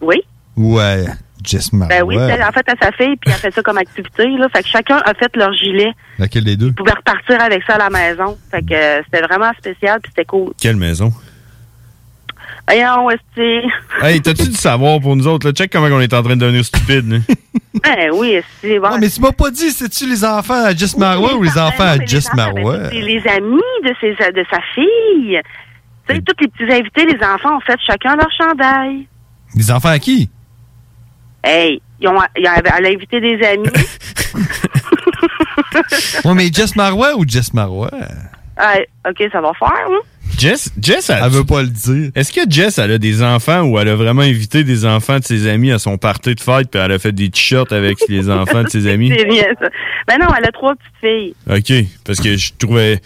[SPEAKER 22] Oui.
[SPEAKER 8] Ou à Jess Marois?
[SPEAKER 22] Ben oui, c'est en fait à sa fille, puis elle fait ça comme activité. Là. Fait que chacun a fait leur gilet.
[SPEAKER 8] Laquelle des deux?
[SPEAKER 22] Ils pouvaient repartir avec ça à la maison. Fait que euh, c'était vraiment spécial, puis c'était cool.
[SPEAKER 7] Quelle maison?
[SPEAKER 22] Voyons, esti.
[SPEAKER 7] Hey, t'as-tu du savoir pour nous autres? Là? Check comment on est en train de devenir stupide. [LAUGHS] là.
[SPEAKER 22] Ben oui, esti. Bon.
[SPEAKER 8] mais tu m'as pas dit, c'est-tu les enfants à Jess Marois ou les enfants à Jess Marois?
[SPEAKER 22] C'est les amis de, ses, de sa fille. Tu sais, tous les petits invités, les enfants ont fait chacun leur chandail.
[SPEAKER 8] Les enfants à qui?
[SPEAKER 22] Hey, ils ont, ils ont- elle a invité des amis.
[SPEAKER 8] Ouais, mais Jess Marois ou Jess Marois? [LAUGHS]
[SPEAKER 22] Ouais, OK, Ah, ça va faire, hein?
[SPEAKER 7] Jess, Jess elle, veut pas le dire. Est-ce que Jess, elle a des enfants ou elle a vraiment invité des enfants de ses amis à son party de fête puis elle a fait des t-shirts [LAUGHS] avec les enfants
[SPEAKER 22] [LAUGHS]
[SPEAKER 7] de ses amis?
[SPEAKER 22] C'est bien ça. Ben non, elle a trois petites filles.
[SPEAKER 7] OK, parce que je trouvais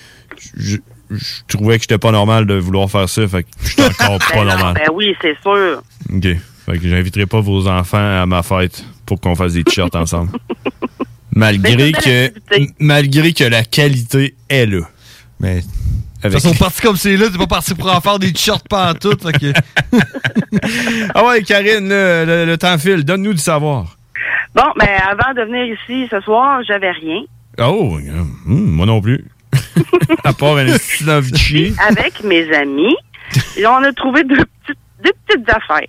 [SPEAKER 7] je, je trouvais que j'étais pas normal de vouloir faire ça, fait que j'étais encore Ah, pas
[SPEAKER 22] Ben non,
[SPEAKER 7] normal.
[SPEAKER 22] Ben oui, c'est sûr.
[SPEAKER 7] OK, fait que j'inviterai pas vos enfants à ma fête pour qu'on fasse des t-shirts ensemble. Malgré que malgré que la qualité est là. Mais
[SPEAKER 8] De toute façon, parti comme c'est là, t'es pas parti pour en faire des t-shirts pas en tout. Fait que...
[SPEAKER 7] [LAUGHS] Ah ouais, Karine, le, le- le temps file. Donne-nous du savoir.
[SPEAKER 22] Bon, ben avant de venir ici ce soir, j'avais rien.
[SPEAKER 7] Oh, euh, hmm, moi non plus. à part un petit envie de chier. [LAUGHS]
[SPEAKER 22] Avec mes amis, et on a trouvé deux petites, deux petites affaires.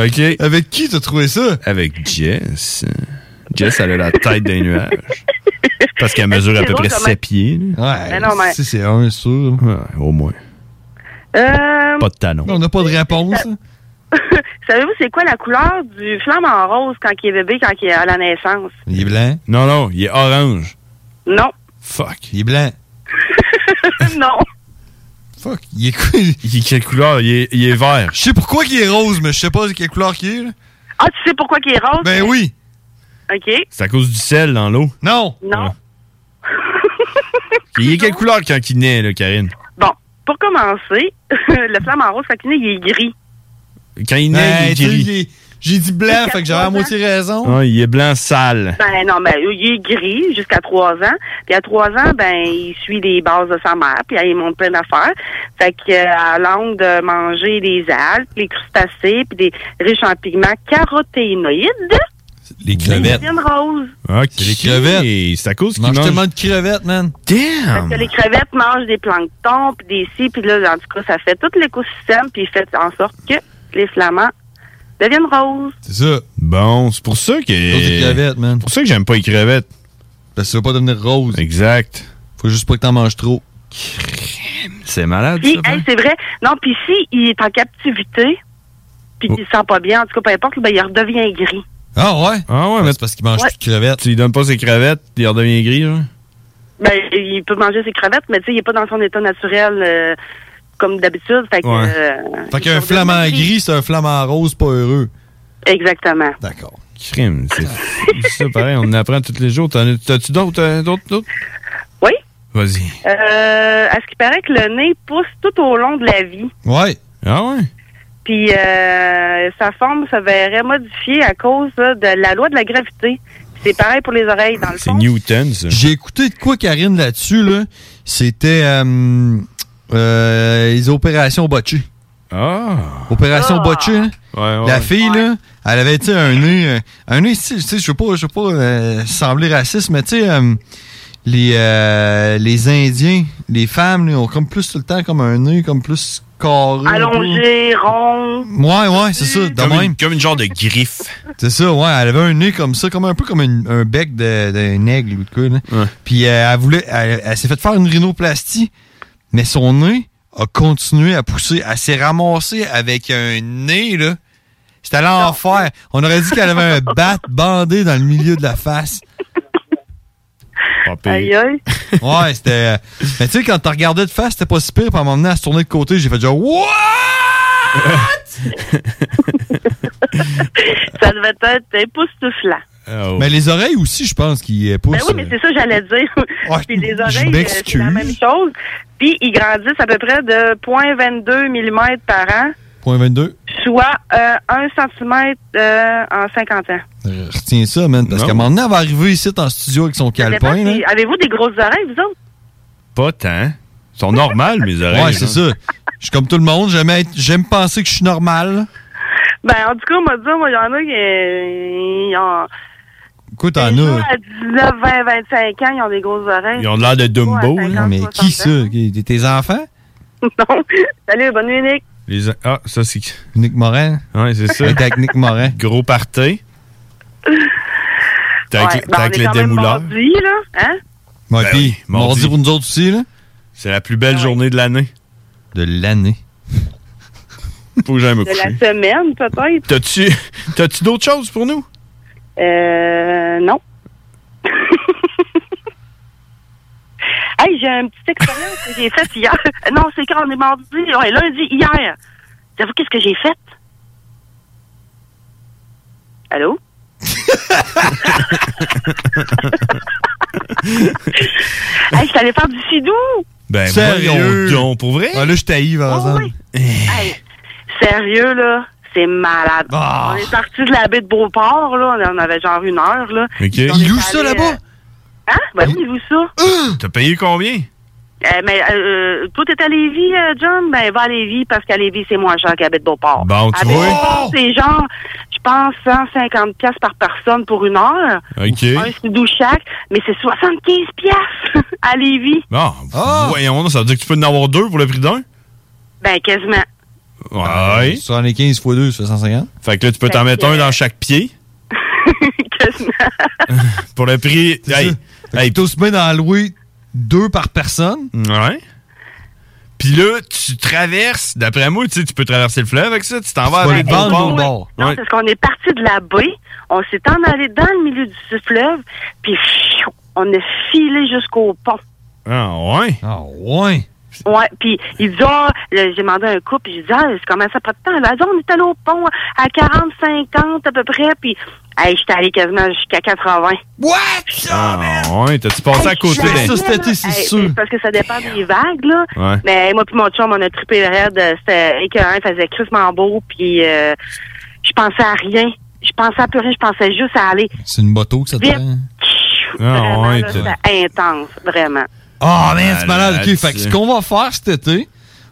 [SPEAKER 7] OK. Avec qui t'as trouvé ça? Avec Jess. Jess, elle a la tête d'un nuage. Parce qu'elle mesure à
[SPEAKER 22] C'est
[SPEAKER 7] peu
[SPEAKER 22] drôle
[SPEAKER 7] près
[SPEAKER 22] comment-
[SPEAKER 7] 7 pieds. là.
[SPEAKER 22] Ben non, mais- si
[SPEAKER 7] c'est un, sûr. au moins.
[SPEAKER 22] Euh,
[SPEAKER 7] Pas de talons.
[SPEAKER 8] On n'a pas de réponse.
[SPEAKER 22] Savez-vous c'est quoi la couleur du flamant rose quand il est bébé, quand il est à la naissance? [LAUGHS]
[SPEAKER 7] Il est blanc? Non, non, il est orange.
[SPEAKER 22] Non.
[SPEAKER 7] Fuck. Il est blanc.
[SPEAKER 22] non.
[SPEAKER 7] Fuck. [LAUGHS] Il est, quelle couleur? Il est, il est vert. Je sais pourquoi il est rose, mais je sais pas de quelle couleur qu'il est.
[SPEAKER 22] Ah, tu sais pourquoi qu'il est rose?
[SPEAKER 7] Ben oui.
[SPEAKER 22] OK.
[SPEAKER 7] C'est à cause du sel dans l'eau. Non.
[SPEAKER 22] Non.
[SPEAKER 7] Il est quelle couleur quand il naît, là, Karine?
[SPEAKER 22] Bon, pour commencer, [LAUGHS] le flamant rose, quand il est né, il est gris.
[SPEAKER 7] Quand il naît,
[SPEAKER 8] Hey,
[SPEAKER 7] Ben, il est
[SPEAKER 8] tu sais,
[SPEAKER 7] gris.
[SPEAKER 8] j'ai- J'ai dit blanc, fait que j'avais à moitié raison.
[SPEAKER 7] Ah, il est blanc sale.
[SPEAKER 22] Ben non, ben il est gris jusqu'à trois ans. Puis à trois ans, ben il suit les bases de sa mère, puis il monte plein d'affaires. Fait que euh, à l'angle de manger des algues, les crustacés, puis des riches en pigments caroténoïdes.
[SPEAKER 7] Les
[SPEAKER 22] Ils deviennent roses.
[SPEAKER 7] C'est les crevettes. C'est à cause qu'il
[SPEAKER 8] Mange
[SPEAKER 7] mange.
[SPEAKER 8] tellement de crevettes, man.
[SPEAKER 7] Ah,
[SPEAKER 22] Parce que les crevettes mangent des planctons, puis des scies, puis là, en tout cas, ça fait tout l'écosystème, puis fait en sorte que les flamands deviennent roses.
[SPEAKER 7] C'est ça. Bon, c'est pour ça que.
[SPEAKER 8] des crevettes, man.
[SPEAKER 7] pour ça que j'aime pas les crevettes.
[SPEAKER 8] Parce que ça va pas devenir rose.
[SPEAKER 7] Exact.
[SPEAKER 8] Faut juste pas que t'en manges trop.
[SPEAKER 7] C'est malade, hein?
[SPEAKER 22] Puis, hey, c'est vrai. Non, puis si il est en captivité, puis qu'il se sent pas bien, en tout cas, peu importe, ben, il redevient gris.
[SPEAKER 7] Ah ouais? Ah
[SPEAKER 8] Ben,
[SPEAKER 7] ouais, mais c'est parce qu'il mange
[SPEAKER 22] Ouais.
[SPEAKER 7] plus de crevettes. Tu lui donnes pas ses crevettes, il redevient gris, hein?
[SPEAKER 22] Ben, il peut manger ses crevettes, mais tu sais, il est pas dans son état naturel euh, comme d'habitude. Fait que.
[SPEAKER 8] Ouais.
[SPEAKER 22] euh,
[SPEAKER 8] Fait qu'un flamant gris, c'est un flamant rose pas heureux.
[SPEAKER 22] Exactement.
[SPEAKER 8] D'accord.
[SPEAKER 7] Crime, c'est c'est ça, pareil, on en apprend tous les jours. T'en as- T'as-tu d'autres, euh, d'autres, d'autres?
[SPEAKER 22] Oui.
[SPEAKER 7] Vas-y.
[SPEAKER 22] Euh, à ce qui paraît que le nez pousse tout au long de la vie.
[SPEAKER 7] Ouais. Ah ouais?
[SPEAKER 22] Puis euh, sa forme se verrait modifiée à cause euh, de la loi de la gravité. Puis C'est pareil pour les oreilles,
[SPEAKER 8] [LAUGHS]
[SPEAKER 22] dans le fond.
[SPEAKER 7] Newton, ça.
[SPEAKER 8] J'ai écouté de quoi, Karine, là-dessus, là. C'était euh, euh, les opérations botchées.
[SPEAKER 7] Ah!
[SPEAKER 8] Opération
[SPEAKER 7] Ah.
[SPEAKER 8] botchée, hein.
[SPEAKER 7] Ouais, ouais.
[SPEAKER 8] La fille, là, elle avait, tu sais, un nez... euh, Un nez, style, tu sais, je veux pas, je veux pas euh, sembler raciste, mais tu sais, euh, les, euh, les Indiens, les femmes, là, ont comme plus tout le temps comme un nez, comme plus carré. un peu.
[SPEAKER 22] Allongé, rond.
[SPEAKER 8] Ouais, ouais, c'est ça, de
[SPEAKER 22] Comme
[SPEAKER 8] même.
[SPEAKER 22] une-
[SPEAKER 7] comme une genre de griffe.
[SPEAKER 8] C'est ça, ouais, elle avait un nez comme ça, comme un peu comme une- un bec de- d'un aigle ou de quoi, là. Puis euh, elle voulait, elle, elle s'est fait faire une rhinoplastie, mais son nez a continué à pousser. Elle s'est ramassée avec un nez, là. C'était l'enfer. On aurait dit qu'elle avait un bat bandé dans le milieu de la face.
[SPEAKER 22] Aïe, aïe.
[SPEAKER 8] [LAUGHS] Ouais, c'était. Mais tu sais, quand t'as regardé de face, c'était pas si pire. Puis à un moment donné, à se tourner de côté, j'ai fait genre What?
[SPEAKER 7] [LAUGHS]
[SPEAKER 22] Ça devait être époustouflant.
[SPEAKER 8] Mais les oreilles aussi, je pense, qui euh, poussent.
[SPEAKER 22] Ben oui, mais c'est ça que j'allais dire. [LAUGHS] Puis les oreilles, euh, c'est
[SPEAKER 8] m'excuse.
[SPEAKER 22] la même chose. Puis ils grandissent à peu près de 0.22 mm par an,
[SPEAKER 8] Point 22.
[SPEAKER 22] soit euh, 1 cm en 50 ans.
[SPEAKER 8] Euh, Retiens ça, man, parce qu'à un moment donné, elle va arriver ici en studio avec son
[SPEAKER 22] Ça dépend hein.
[SPEAKER 8] calepin. là.
[SPEAKER 22] si- Avez-vous des grosses oreilles, vous autres?
[SPEAKER 7] Pas tant. Ils sont normales, mes oreilles.
[SPEAKER 8] Ouais, c'est ça. Je suis comme tout le monde. J'aime, être- j'aime penser que je suis normal.
[SPEAKER 22] Ben, en tout cas, on m'a dit, moi, il y en a qui euh, ils ont,
[SPEAKER 8] Écoute, t'en as.
[SPEAKER 22] à 19, 20, 25 ans, ils ont des grosses oreilles. Ouais, à 50,
[SPEAKER 8] mais qui ça? Qui- t'es- Tes enfants?
[SPEAKER 22] Non. [LAUGHS] Salut, bonne nuit, Nick.
[SPEAKER 7] Les... Ah, ça, c'est.
[SPEAKER 8] Nick Morin.
[SPEAKER 7] Ouais, c'est ça.
[SPEAKER 8] T'es avec Nick Morin.
[SPEAKER 7] Gros party. T'es avec,
[SPEAKER 22] Ouais,
[SPEAKER 7] t'es
[SPEAKER 22] ben,
[SPEAKER 7] avec
[SPEAKER 22] on est
[SPEAKER 7] les
[SPEAKER 22] quand même
[SPEAKER 7] démouleurs.
[SPEAKER 22] mardi, là, hein?
[SPEAKER 8] Ouais,
[SPEAKER 7] Ben
[SPEAKER 8] puis,
[SPEAKER 7] oui,
[SPEAKER 8] mardi pour nous autres aussi, là.
[SPEAKER 7] C'est la plus belle journée de l'année.
[SPEAKER 8] De l'année.
[SPEAKER 7] Faut que j'aille me
[SPEAKER 22] De la
[SPEAKER 7] coucher.
[SPEAKER 22] semaine, peut-être.
[SPEAKER 7] T'as-tu, t'as-tu d'autres choses pour nous?
[SPEAKER 22] Euh, non. Hey, j'ai une petite expérience que j'ai faite hier. [LAUGHS] Non, c'est quand on est mardi, ouais, lundi, hier. Savez-vous qu'est-ce que j'ai fait?
[SPEAKER 24] [LAUGHS]
[SPEAKER 22] Allô? hey, je suis allée faire du sidou.
[SPEAKER 24] Ben,
[SPEAKER 7] Sérieux?
[SPEAKER 24] voyons donc, pour vrai?
[SPEAKER 8] Ah,
[SPEAKER 7] là, je t'haïs,
[SPEAKER 22] Ah
[SPEAKER 7] Vincent.
[SPEAKER 22] Hey, sérieux, là, c'est malade.
[SPEAKER 7] Ah.
[SPEAKER 22] On est parti de la baie de Beauport, là. On en avait genre une heure, là.
[SPEAKER 7] Ok.
[SPEAKER 22] Puis on
[SPEAKER 7] Ils
[SPEAKER 22] est
[SPEAKER 7] louent ça,
[SPEAKER 22] allé,
[SPEAKER 7] là-bas?
[SPEAKER 22] euh, Hein? Ben oui, ils louent ça.
[SPEAKER 7] T'as payé combien?
[SPEAKER 22] Eh, mais euh, toi, t'es à Lévis, euh, John? Ben, va à Lévis, parce qu'à Lévis, c'est moins cher qu'à baie de Beauport.
[SPEAKER 7] Bon,
[SPEAKER 22] À
[SPEAKER 7] tu
[SPEAKER 22] baie de
[SPEAKER 7] vois.
[SPEAKER 22] Beauport, c'est genre, je pense, 150 piastres par personne pour une heure.
[SPEAKER 7] OK.
[SPEAKER 22] Un sidou chaque, mais c'est 75 piastres [LAUGHS] à Lévis.
[SPEAKER 7] Ah, voyons, là, ça veut dire que tu peux en avoir deux pour le prix d'un?
[SPEAKER 22] Ben, quasiment.
[SPEAKER 7] Ouais.
[SPEAKER 8] Sur les 15 fois 2, ça fait 150.
[SPEAKER 7] Fait que là, tu peux t'en mettre
[SPEAKER 22] euh,
[SPEAKER 7] un dans chaque
[SPEAKER 22] [LAUGHS]
[SPEAKER 7] pied. [LAUGHS] Pour le prix. Hey,
[SPEAKER 8] hey. T'as aussi bien d'en louer deux par personne.
[SPEAKER 7] Ouais. Puis là, tu traverses, d'après moi, tu sais, tu peux traverser le fleuve avec ça, tu t'en vas
[SPEAKER 22] Ben,
[SPEAKER 7] avec
[SPEAKER 22] oui, oui. Non, parce qu'on est parti de la baie, on s'est en allé dans le milieu du fleuve, puis pfiou, on est filé jusqu'au pont.
[SPEAKER 7] Ah ouais? Ah ouais?
[SPEAKER 22] Ouais, puis il dit, ah, là, j'ai demandé un coup, puis j'ai dit, ah, c'est comment ça prend de temps? Elle a dit, on est allé au pont à 40, 50 à peu près, puis hey, j'étais allé quasiment jusqu'à 80.
[SPEAKER 8] What?
[SPEAKER 7] Ah ouais, t'as-tu passé à côté
[SPEAKER 22] Jamais,
[SPEAKER 7] d'un.
[SPEAKER 22] là. Hey, Parce que ça dépend des vagues, là.
[SPEAKER 7] Ouais.
[SPEAKER 22] Mais moi puis mon chum, on a trippé le raid. euh, C'était écœurant, il faisait crissement beau, puis euh, je pensais à rien. Je pensais à plus rien, je pensais juste à aller
[SPEAKER 8] C'est une moto que ça te
[SPEAKER 22] Vite.
[SPEAKER 8] prend.
[SPEAKER 7] Ah,
[SPEAKER 22] Vraiment,
[SPEAKER 8] ouais,
[SPEAKER 22] là,
[SPEAKER 8] t'as-
[SPEAKER 22] c'était intense, vraiment.
[SPEAKER 8] Ah, man, c'est malade.
[SPEAKER 7] là,
[SPEAKER 8] OK, fait que
[SPEAKER 7] tu-
[SPEAKER 8] ce qu'on va faire cet été,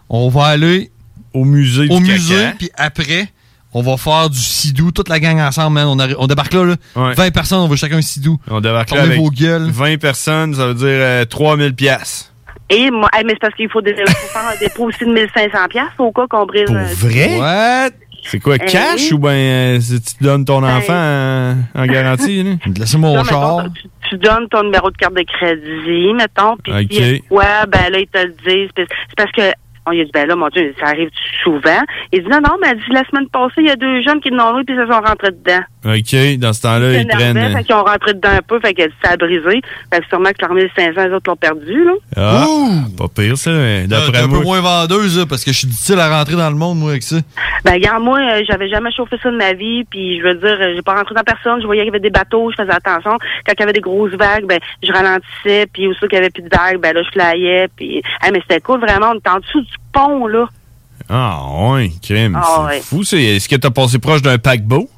[SPEAKER 8] on va aller
[SPEAKER 7] au musée
[SPEAKER 8] Au
[SPEAKER 7] du
[SPEAKER 8] musée,
[SPEAKER 7] caca.
[SPEAKER 8] puis après, on va faire du sidou, toute la gang ensemble, man. On, arri- on débarque là, là. 20 personnes, on veut chacun un sidou.
[SPEAKER 7] On débarque là
[SPEAKER 8] Tournez
[SPEAKER 7] avec
[SPEAKER 8] vos
[SPEAKER 7] 20 personnes, ça veut dire euh, 3000 pièces.
[SPEAKER 22] Et moi, hey, mais c'est parce qu'il faut, des- faut faire un dépôt aussi de 1500 pièces au cas qu'on brise. euh,
[SPEAKER 7] What? C'est quoi,
[SPEAKER 22] Eh
[SPEAKER 7] cash
[SPEAKER 22] oui. Ben,
[SPEAKER 7] ou ben euh, si tu donnes ton enfant en- en, garantie?
[SPEAKER 8] [LAUGHS]
[SPEAKER 7] là?
[SPEAKER 8] Laissez
[SPEAKER 22] Non, mettons, Tu, tu donnes ton numéro de carte de crédit, mettons, puis
[SPEAKER 7] Ok.
[SPEAKER 22] ouais, ben là, ils te le disent. puis C'est parce que, on lui a dit, ben là, mon Dieu, ça arrive souvent. Il dit, non, non, mais elle dit, la semaine passée, il y a deux jeunes qui l'ont eu, puis ils se sont rentrés dedans.
[SPEAKER 7] OK, dans ce temps-là, ils
[SPEAKER 22] Ils
[SPEAKER 7] prennent... euh,
[SPEAKER 22] fait qu'ils ont rentré dedans un peu, fait que ça a brisé. Fait que sûrement que leur 1500, les autres l'ont perdu, là.
[SPEAKER 7] Ah, pas pire ça, mais
[SPEAKER 8] T'es
[SPEAKER 7] d'après
[SPEAKER 8] un peu
[SPEAKER 7] moi...
[SPEAKER 8] moins vendeuse, là, parce que je suis difficile à rentrer dans le monde, moi, avec ça.
[SPEAKER 22] Ben, regarde, moi, euh, j'avais jamais chauffé ça de ma vie, puis je veux dire, euh, j'ai pas rentré dans personne, je voyais qu'il y avait des bateaux, je faisais attention. Quand il y avait des grosses vagues, ben, je ralentissais, puis aussi qu'il y avait plus de vagues, ben là, je flyais, puis... Hey, mais c'était cool, vraiment, on était en dessous du pont, là.
[SPEAKER 7] Ah ouais, crime,
[SPEAKER 22] Ah
[SPEAKER 7] c'est
[SPEAKER 22] ouais.
[SPEAKER 7] fou ça. Est-ce que t'as passé proche d'un paquebot?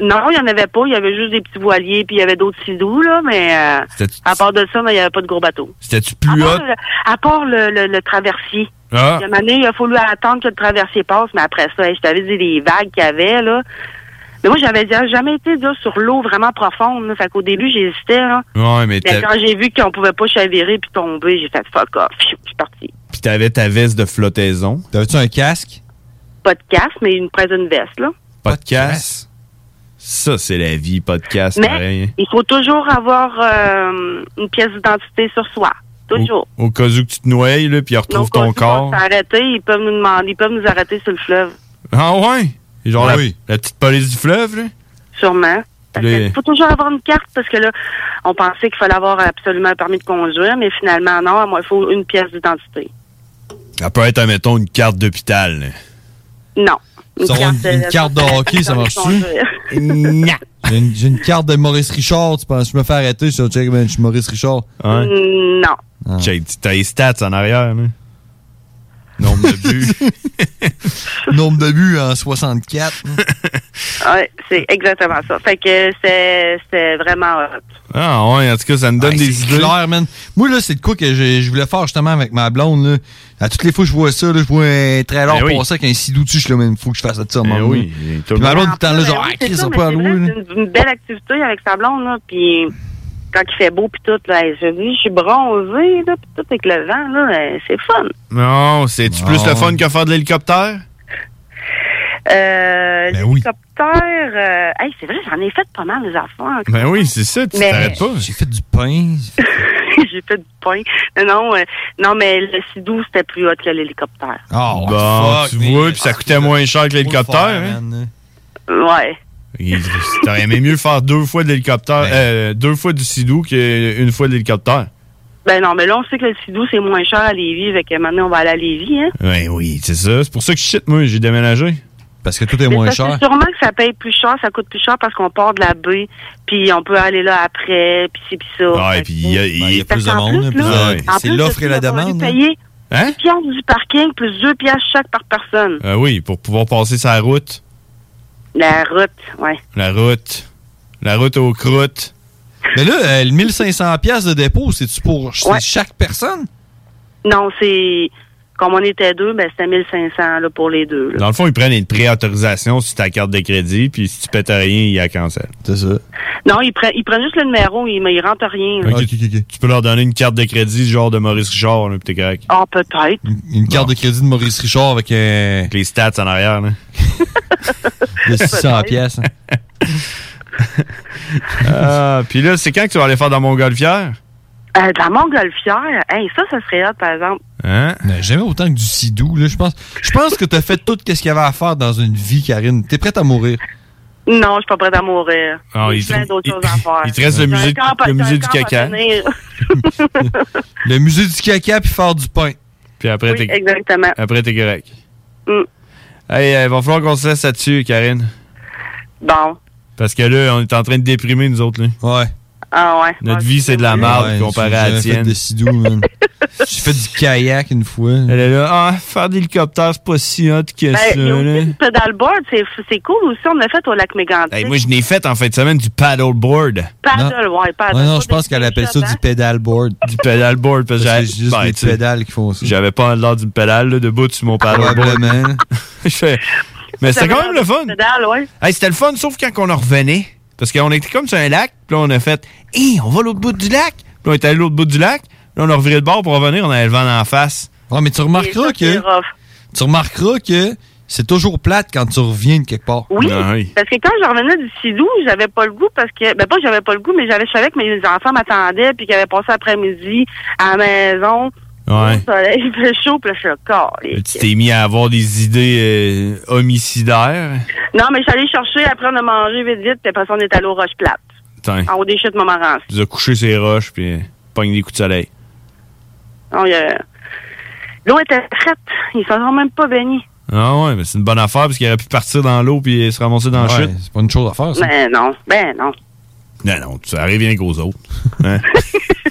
[SPEAKER 22] Non, il y en avait pas, il y avait juste des petits voiliers, puis il y avait d'autres sidous, là, mais euh,
[SPEAKER 7] C'était-
[SPEAKER 22] à part de ça, ben, il y avait pas de gros bateaux.
[SPEAKER 7] C'était-tu
[SPEAKER 22] À
[SPEAKER 7] plus
[SPEAKER 22] part,
[SPEAKER 7] hot?
[SPEAKER 22] le, à part le, le- le traversier. Il
[SPEAKER 7] Ah.
[SPEAKER 22] y a une année, il a fallu attendre que le traversier passe, mais après ça, hey, je t'avais dit les vagues qu'il y avait, là. Mais moi, j'avais déjà- jamais été là, sur l'eau vraiment profonde. Là. Fait qu'au début, j'hésitais. Là.
[SPEAKER 7] Ouais, mais
[SPEAKER 22] Mais
[SPEAKER 7] t'as-
[SPEAKER 22] Ben, quand j'ai vu qu'on pouvait pas chavirer puis tomber, j'ai fait fuck off. Je suis parti.
[SPEAKER 7] Puis t'avais ta veste de flottaison.
[SPEAKER 8] T'avais-tu un casque?
[SPEAKER 22] Pas de casse, mais une presse d'une veste. Là.
[SPEAKER 7] Podcast. Ça, c'est la vie, podcast,
[SPEAKER 22] Mais
[SPEAKER 7] pareil. hein.
[SPEAKER 22] il faut toujours avoir euh, une pièce d'identité sur soi. Toujours.
[SPEAKER 7] Au cas où que tu te noies, là, puis ils retrouvent ton corps.
[SPEAKER 22] S'arrêter, ils peuvent nous demander, ils peuvent nous arrêter sur le fleuve,
[SPEAKER 7] Ah ouais? Et Genre la,
[SPEAKER 22] Oui.
[SPEAKER 7] la petite police du fleuve, là?
[SPEAKER 22] sûrement.
[SPEAKER 7] Puis là,
[SPEAKER 22] Il faut toujours avoir une carte parce que là, on pensait qu'il fallait avoir absolument un permis de conduire, mais finalement, non, moi, il faut une pièce d'identité.
[SPEAKER 7] ça peut être, admettons, une carte d'hôpital. là.
[SPEAKER 22] Non.
[SPEAKER 8] Ça, on-
[SPEAKER 22] euh,
[SPEAKER 8] une carte de hockey, ça marche-tu?
[SPEAKER 22] [LAUGHS] Non.
[SPEAKER 8] J'ai une, j'ai une carte de Maurice Richard, tu penses, je me fais arrêter, je suis, check, man, je suis Maurice Richard.
[SPEAKER 22] Non.
[SPEAKER 7] Check, T'as les stats en arrière, là. Nombre de buts.
[SPEAKER 8] Nombre de buts en 64.
[SPEAKER 22] Ouais, c'est exactement ça. Fait que c'est c'est vraiment hot.
[SPEAKER 7] Ah ouais, en tout cas, ça me donne des idées.
[SPEAKER 8] clair, man. Moi, là, c'est de quoi que je, je voulais faire justement avec ma blonde, là. À toutes les fois que je vois ça, là, je vois un trailer
[SPEAKER 7] Ben oui. Ben
[SPEAKER 8] passer avec un sidou dessus, je suis là, man, faut que je fasse ça, de ça, à un moment
[SPEAKER 7] Ah oui,
[SPEAKER 8] donné.
[SPEAKER 7] et tout
[SPEAKER 8] Puis
[SPEAKER 7] le
[SPEAKER 8] ma
[SPEAKER 7] monde-
[SPEAKER 8] blonde, tout le temps, là, genre,
[SPEAKER 22] Oui,
[SPEAKER 8] ah,
[SPEAKER 22] c'est
[SPEAKER 8] Chris,
[SPEAKER 22] ça,
[SPEAKER 8] on
[SPEAKER 22] mais
[SPEAKER 8] peut
[SPEAKER 22] c'est vrai,
[SPEAKER 8] allouer, là.
[SPEAKER 22] c'est une, une belle activité avec sa blonde, là, puis quand il fait beau, puis tout, là, hey, je dis, je suis bronzée, là, puis tout avec le vent, là, hey, c'est fun.
[SPEAKER 7] Non, c'est-tu plus le fun que faire de l'hélicoptère?
[SPEAKER 22] Euh,
[SPEAKER 7] Ben oui.
[SPEAKER 22] L'hélicoptère, euh, hey, c'est vrai, j'en ai fait pas mal, les enfants.
[SPEAKER 7] Ben oui, c'est ça, tu
[SPEAKER 22] Mais-
[SPEAKER 7] t'arrêtes pas. J'ai
[SPEAKER 8] fait du pain.
[SPEAKER 22] [LAUGHS] J'ai fait du pain. Non, Non, euh, non, mais le sidou, c'était plus haut que l'hélicoptère.
[SPEAKER 7] Ah,
[SPEAKER 8] Oh,
[SPEAKER 7] bon,
[SPEAKER 22] fuck,
[SPEAKER 7] tu vois, puis ça coûtait moins cher que l'hélicoptère. hein?
[SPEAKER 22] Ouais.
[SPEAKER 7] Il- Ben. T'aurais aimé mieux faire deux fois de l'hélicoptère, euh, deux fois du sidou qu'une fois de l'hélicoptère.
[SPEAKER 22] Ben non, mais là, on sait que le Sidou, c'est moins cher à Lévis, fait que maintenant, on va aller à Lévis, hein.
[SPEAKER 7] Ouais, Ben oui, c'est ça. C'est pour ça que je shit, moi, j'ai déménagé.
[SPEAKER 8] Parce que tout est
[SPEAKER 22] Mais parce que sûrement que ça paye plus cher, ça coûte plus cher parce qu'on part de la baie, puis on peut aller là après, puis c'est puis ça.
[SPEAKER 7] Ouais, puis il y a, il y a
[SPEAKER 22] Ben, Parce
[SPEAKER 7] plus de
[SPEAKER 22] qu'en
[SPEAKER 7] monde.
[SPEAKER 22] plus,
[SPEAKER 7] plus
[SPEAKER 22] là,
[SPEAKER 7] de-
[SPEAKER 22] en plus, là, tu vas falloir payer
[SPEAKER 7] Hein?
[SPEAKER 22] 10 piastres du parking plus 2 piastres chaque par personne.
[SPEAKER 7] Ah oui, pour pouvoir passer sa route.
[SPEAKER 22] La route, ouais.
[SPEAKER 7] La route. La route aux croûtes.
[SPEAKER 8] Mais là, euh, le 1500$ piastres de dépôt, c'est-tu pour c'est
[SPEAKER 22] Ouais.
[SPEAKER 8] chaque personne?
[SPEAKER 22] Non, c'est... Comme on était deux, ben c'était 1500 là, pour les deux. là.
[SPEAKER 7] Dans le fond, ils prennent une préautorisation sur ta carte de crédit, puis si tu pètes à rien, ils la cancellent. C'est ça.
[SPEAKER 22] Non, ils prennent, ils prennent juste le numéro, ils, mais ils rentrent rien. là.
[SPEAKER 7] Tu peux leur donner une carte de crédit, genre de Maurice Richard, là, puis t'es correct.
[SPEAKER 22] Ah, peut-être.
[SPEAKER 7] Une carte de crédit de Maurice Richard avec, les stats en arrière. [LAUGHS]
[SPEAKER 22] De
[SPEAKER 7] Là.
[SPEAKER 22] 600
[SPEAKER 7] pièces. hein. [LAUGHS] puis Ah, là, c'est quand que tu vas aller faire dans Montgolfière?
[SPEAKER 22] Euh, dans Montgolfière, hey, ça, ça serait hot, par exemple.
[SPEAKER 7] Hein?
[SPEAKER 8] jamais autant que du sidou, là, je pense. Je pense que t'as fait tout ce qu'il y avait à faire dans une vie, Karine. T'es prête à mourir.
[SPEAKER 22] Non, je suis pas prête à mourir.
[SPEAKER 8] Ah,
[SPEAKER 22] J'ai
[SPEAKER 8] il
[SPEAKER 22] plein
[SPEAKER 8] te-
[SPEAKER 22] d'autres
[SPEAKER 8] il-
[SPEAKER 22] choses à faire.
[SPEAKER 8] il te reste le
[SPEAKER 22] J'ai un
[SPEAKER 8] musée du-
[SPEAKER 22] camp à-
[SPEAKER 8] le
[SPEAKER 22] j'ai un
[SPEAKER 8] musée du
[SPEAKER 22] camp à
[SPEAKER 8] caca.
[SPEAKER 22] tenir.
[SPEAKER 8] Le musée du caca puis faire du pain.
[SPEAKER 7] Puis après,
[SPEAKER 22] Oui,
[SPEAKER 7] t'es,
[SPEAKER 22] exactement.
[SPEAKER 8] Ah.
[SPEAKER 7] après, t'es correct.
[SPEAKER 22] Mm.
[SPEAKER 7] Hey, euh, va falloir qu'on se laisse là-dessus, Karine.
[SPEAKER 22] Bon.
[SPEAKER 7] Parce que là, on est en train de déprimer, nous autres. Là. Ouais.
[SPEAKER 22] Ah ouais.
[SPEAKER 7] Notre
[SPEAKER 22] Ah,
[SPEAKER 7] vie, c'est de la merde
[SPEAKER 8] Ouais,
[SPEAKER 7] comparée
[SPEAKER 8] j'ai
[SPEAKER 7] à la
[SPEAKER 8] jamais fait
[SPEAKER 7] tienne.
[SPEAKER 8] de
[SPEAKER 7] [LAUGHS] J'ai fait du kayak une fois. Elle est là, ah, faire d'hélicoptère, c'est pas si hot que
[SPEAKER 22] Ben,
[SPEAKER 7] ça.
[SPEAKER 22] il y a
[SPEAKER 7] là.
[SPEAKER 22] aussi du pedalboard, c'est c'est cool aussi. On l'a fait au lac Mégantic.
[SPEAKER 7] Hey, moi, je n'ai fait en fin de semaine du paddleboard.
[SPEAKER 22] Paddle, ouais, paddle.
[SPEAKER 8] Ouais, non, je pense qu'elle appelle ça du pédalboard.
[SPEAKER 7] Du pédalboard, parce que
[SPEAKER 8] c'est
[SPEAKER 7] j'avais
[SPEAKER 8] juste
[SPEAKER 7] ben,
[SPEAKER 8] des
[SPEAKER 7] tu sais,
[SPEAKER 8] pédales qui font ça.
[SPEAKER 7] J'avais pas l'air d'une pédale, là, debout sur mon paddleboard.
[SPEAKER 8] Probablement.
[SPEAKER 7] [LAUGHS] Je fais- Mais c'était quand même le fun.
[SPEAKER 22] Pédale, ouais.
[SPEAKER 7] Hey, c'était le fun, sauf quand on en revenait. Parce qu'on était comme sur un lac, puis là, on a fait, hé, on va à l'autre bout du lac. Puis là, on est allé à l'autre bout du lac, là, on a reviré le bord pour revenir, on avait le vent en face.
[SPEAKER 8] Ouais, mais tu remarqueras que. Tu remarqueras que c'est toujours plate quand tu reviens de quelque part.
[SPEAKER 22] Oui, parce que quand je revenais du Sidou, j'avais pas le goût parce que ben pas que j'avais pas le goût, mais j'avais je savais que mes enfants m'attendaient puis qu'ils avaient passé l'après-midi à la maison,
[SPEAKER 7] Ouais.
[SPEAKER 22] au soleil, [LAUGHS] il fait chaud, puis là, je suis là, Calé.
[SPEAKER 7] Tu t'es mis à avoir des idées euh, homicidaires.
[SPEAKER 22] Non, mais je suis allée chercher, après on a mangé vite vite, puis après ça on est allé au Roche Plate,
[SPEAKER 7] Putain,
[SPEAKER 22] en haut des chutes de Montmorency.
[SPEAKER 7] tu as couché ses roches, puis euh, pogne des coups de soleil.
[SPEAKER 22] Non, il y a- euh, L'eau était prête, ils s'en sont même pas baignés.
[SPEAKER 7] Ah ouais, mais c'est une bonne affaire, parce qu'il aurait pu partir dans l'eau, puis euh, se ramasser dans
[SPEAKER 22] Ouais,
[SPEAKER 7] la chute. Ah, C'est pas une chose à faire,
[SPEAKER 22] Ben non, ben
[SPEAKER 7] [LAUGHS]
[SPEAKER 22] non.
[SPEAKER 7] Non, non, tu arrives rien qu'aux autres. Hein?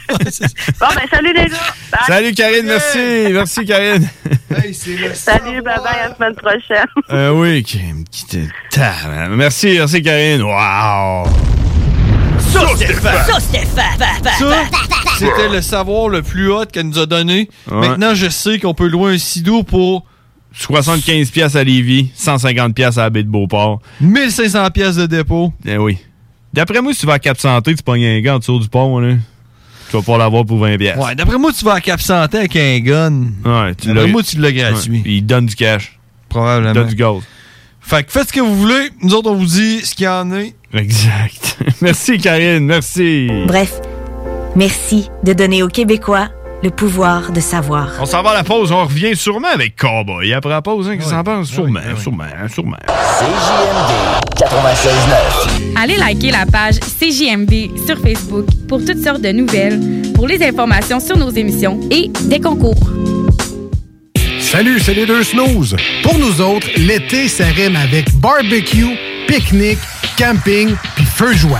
[SPEAKER 22] Bon, ben salut les gars! Bye.
[SPEAKER 7] Salut Karine, merci, merci Karine.
[SPEAKER 22] Salut, bye bye, à la semaine prochaine.
[SPEAKER 7] Euh, oui, Kim, qui te tabarnak. Merci, merci Karine. Wow!
[SPEAKER 9] Ça, c'était fat. Ça, c'était
[SPEAKER 8] Ça, c'était le savoir le plus hot qu'elle nous a donné. Maintenant, je sais qu'on peut louer un sidou pour
[SPEAKER 7] 75 pièces à Lévis, 150 pièces à la baie de Beauport.
[SPEAKER 8] 1500 pièces de dépôt.
[SPEAKER 7] Eh oui. D'après moi, si tu vas à Cap Santé, tu pognes un gars en dessous du pont, là. Tu vas pas l'avoir pour 20 pièces.
[SPEAKER 8] Ouais, d'après moi, tu vas à Cap Santé avec un gun.
[SPEAKER 7] Ouais, tu
[SPEAKER 8] D'après
[SPEAKER 7] l'as-
[SPEAKER 8] moi, tu l'as gratuit.
[SPEAKER 7] Ouais, Il donne du cash.
[SPEAKER 8] Probablement.
[SPEAKER 7] Il donne du gaz.
[SPEAKER 8] Fait que faites ce que vous voulez. Nous autres, on vous dit ce qu'il y en a.
[SPEAKER 7] Exact. [LAUGHS] merci Karine, merci.
[SPEAKER 25] Bref, merci de donner aux Québécois le pouvoir de savoir.
[SPEAKER 7] On s'en va à la pause, on revient sûrement avec Cowboy. Après la pause, hein, qu'est-ce que t'en penses? Sûrement, sûrement, sûrement. CJMD 96.9
[SPEAKER 26] Allez liker la page CJMD sur Facebook pour toutes sortes de nouvelles, pour les informations sur nos émissions et des concours.
[SPEAKER 12] Salut, c'est les deux snooze. Pour nous autres, l'été, ça rime avec barbecue, pique-nique, camping, puis feu de joie.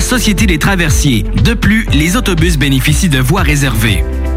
[SPEAKER 11] Société des traversiers. De plus, les autobus bénéficient de voies réservées.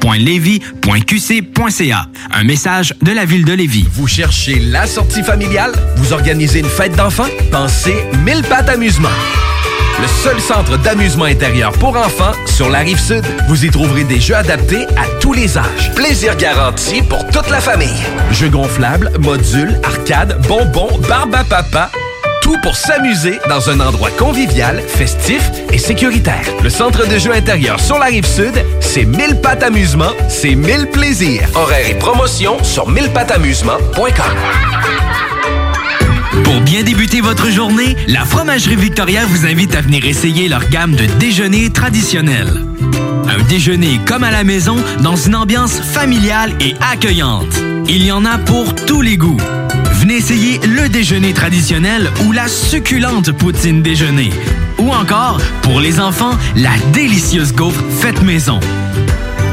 [SPEAKER 11] ville.levy.qc.ca. Un message de la ville de Lévis.
[SPEAKER 2] Vous cherchez la sortie familiale? Vous organisez une fête d'enfants? Pensez Mille Pattes Amusement. Le seul centre d'amusement intérieur pour enfants sur la rive sud. Vous y trouverez des jeux adaptés à tous les âges. Plaisir garanti pour toute la famille. Jeux gonflables, modules, arcades, bonbons, barbe à papa. Tout pour s'amuser dans un endroit convivial, festif et sécuritaire. Le centre de jeux intérieur sur la rive sud, c'est 1000 pattes amusement, c'est 1000 plaisirs. Horaires et promotions sur 1000pattamusement.com.
[SPEAKER 11] Pour bien débuter votre journée, la Fromagerie Victoria vous invite à venir essayer leur gamme de déjeuners traditionnels. Un déjeuner comme à la maison dans une ambiance familiale et accueillante. Il y en a pour tous les goûts. Venez essayer le déjeuner traditionnel ou la succulente poutine déjeuner. Ou encore, pour les enfants, la délicieuse gaufre faite maison.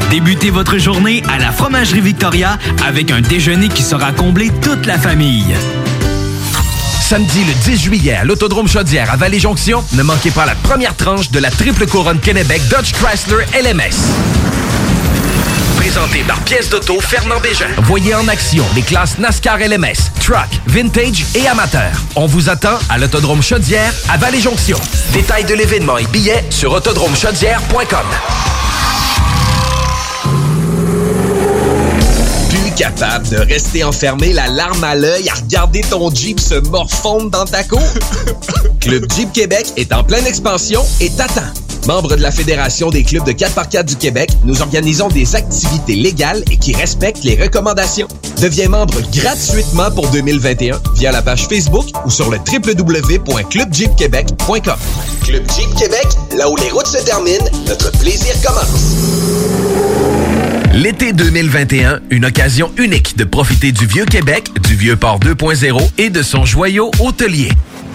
[SPEAKER 11] Débutez votre journée à la Fromagerie Victoria avec un déjeuner qui saura combler toute la famille.
[SPEAKER 2] Samedi le 10 juillet à l'Autodrome Chaudière à Vallée-Jonction, ne manquez pas la première tranche de la triple couronne Kennebec Dodge Chrysler LMS. Présenté par pièce d'auto Fernand Bégin. Voyez en action les classes NASCAR LMS, Truck, Vintage et Amateur. On vous attend à l'Autodrome Chaudière à Vallée-Jonction. Détails de l'événement et billets sur autodromechaudière.com.
[SPEAKER 15] Plus capable de rester enfermé, la larme à l'œil, à regarder ton Jeep se morfondre dans ta cour? Club Jeep Québec est en pleine expansion et t'attend. Membre de la Fédération des clubs de 4x4 du Québec, nous organisons des activités légales et qui respectent les recommandations. Deviens membre gratuitement pour 2021 via la page Facebook ou sur le www.clubjeepquebec.com. Club Jeep Québec, là où les routes se terminent, notre plaisir commence.
[SPEAKER 2] L'été 2021, une occasion unique de profiter du vieux Québec, du vieux port 2.0 et de son joyau hôtelier.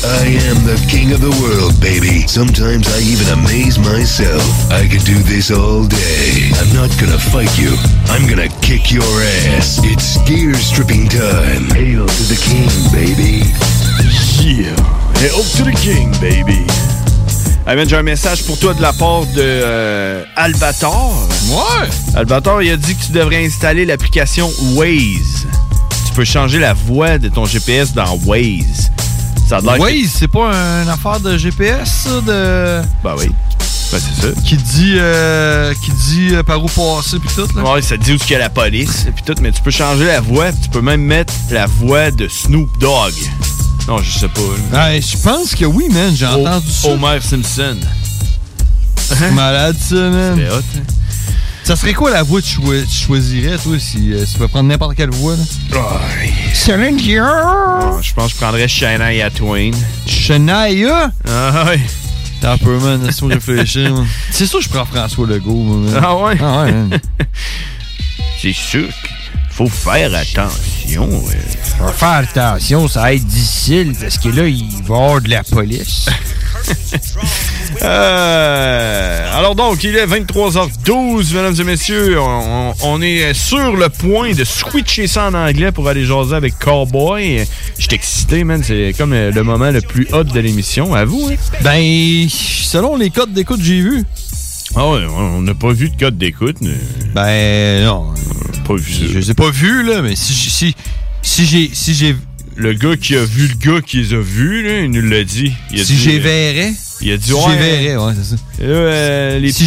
[SPEAKER 4] I am the king of the world, baby. Sometimes I even amaze myself. I could do this all day. I'm not gonna fight you. I'm gonna kick your ass. It's gear stripping time. Hail to the king, baby.
[SPEAKER 6] Yeah. Hail to the king, baby.
[SPEAKER 7] Hey, man, j'ai un message pour toi de la part de euh, Albator.
[SPEAKER 6] Ouais.
[SPEAKER 7] Albator, il a dit que tu devrais installer l'application Waze. Tu peux changer la voie de ton GPS dans Waze. Ça a l'air que-
[SPEAKER 8] Oui, c'est pas une affaire de GPS, ça, de...
[SPEAKER 7] Ben oui. Ben, c'est ça.
[SPEAKER 8] Qui dit, euh, qui dit euh, par où passer, puis tout, là.
[SPEAKER 7] Ouais, ça te dit où qu'il y a la police et puis tout, mais tu peux changer la voix, tu peux même mettre la voix de Snoop Dogg. Non, je sais pas.
[SPEAKER 8] Ouais, Euh, je pense que oui, man, j'ai entendu ça.
[SPEAKER 7] Homer Simpson. Hein?
[SPEAKER 8] C'est malade, ça, man.
[SPEAKER 7] C'est hot, hein.
[SPEAKER 8] Ça serait quoi la voix que tu choi- tu choisirais, toi, si euh, si tu peux prendre n'importe quelle voix, là? Céline Dion!
[SPEAKER 7] Bon, Ah, je pense que je prendrais Shania Twain.
[SPEAKER 8] Shania?
[SPEAKER 7] Ah ouais.
[SPEAKER 8] T'as un peu,
[SPEAKER 7] [LAUGHS]
[SPEAKER 8] man, laisse-moi réfléchir. man. C'est sûr que je prends François Legault, moi, man.
[SPEAKER 7] Ah ouais?
[SPEAKER 8] Ah ouais, man.
[SPEAKER 7] [LAUGHS] C'est sûr qu'il faut faire attention. euh.
[SPEAKER 16] On va faire attention, ça va être difficile parce que là, il va y avoir de la police.
[SPEAKER 7] [LAUGHS] Euh, alors donc, il est 23h12, mesdames et messieurs. On, on est sur le point de switcher ça en anglais pour aller jaser avec Cowboy. Je suis excité, man. C'est comme le, le moment le plus hot de l'émission, à vous. hein?
[SPEAKER 8] Ben, selon les codes d'écoute, j'ai vu.
[SPEAKER 7] Ah ouais, on n'a pas vu de code d'écoute.
[SPEAKER 8] Ben non.
[SPEAKER 7] Pas vu ça.
[SPEAKER 8] Je les ai pas vus, là, mais si j'ai- si, si j'ai si j'ai
[SPEAKER 7] Le gars qui a vu le gars qui les a vus, là, il nous l'a dit. Il a
[SPEAKER 8] si
[SPEAKER 7] dit,
[SPEAKER 8] j'ai
[SPEAKER 7] euh,
[SPEAKER 8] verrais.
[SPEAKER 7] Il a dit
[SPEAKER 8] si
[SPEAKER 7] ouais.
[SPEAKER 8] j'ai verrais, ouais, c'est ça.
[SPEAKER 7] Si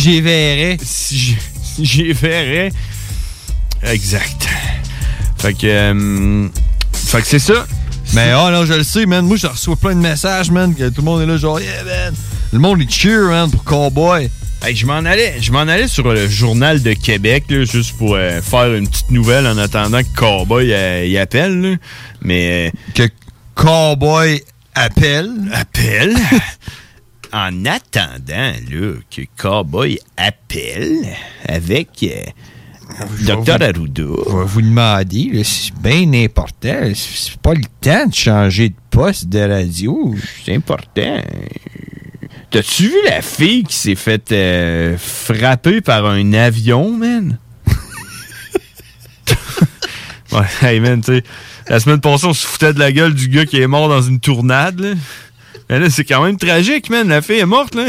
[SPEAKER 8] j'y verrais.
[SPEAKER 7] euh, Si j'y si j'y verrais. Exact. Fait que. euh, fait que c'est ça.
[SPEAKER 8] Mais oh non, je le sais, man. Moi, je reçois plein de messages, man, que tout le monde est là, genre, yeah, man. Le monde, il cheer, man, pour Cowboy.
[SPEAKER 7] Hey, je m'en allais, je m'en allais sur le journal de Québec là, juste pour euh, faire une petite nouvelle en attendant que Cowboy euh, y appelle. là. Mais euh,
[SPEAKER 8] que Cowboy appelle,
[SPEAKER 7] appelle. [LAUGHS] en attendant là, que Cowboy appelle avec euh, Docteur Arruda.
[SPEAKER 8] On va vous demander, là, si c'est bien important. C'est- C'est pas le temps de changer de poste de radio.
[SPEAKER 7] C'est important. T'as-tu vu la fille qui s'est faite euh, frapper par un avion, man? [LAUGHS] ouais, hey man, tu sais, la semaine passée, on se foutait de la gueule du gars qui est mort dans une tournade, là. Mais là, c'est quand même tragique, man. La fille est morte, là.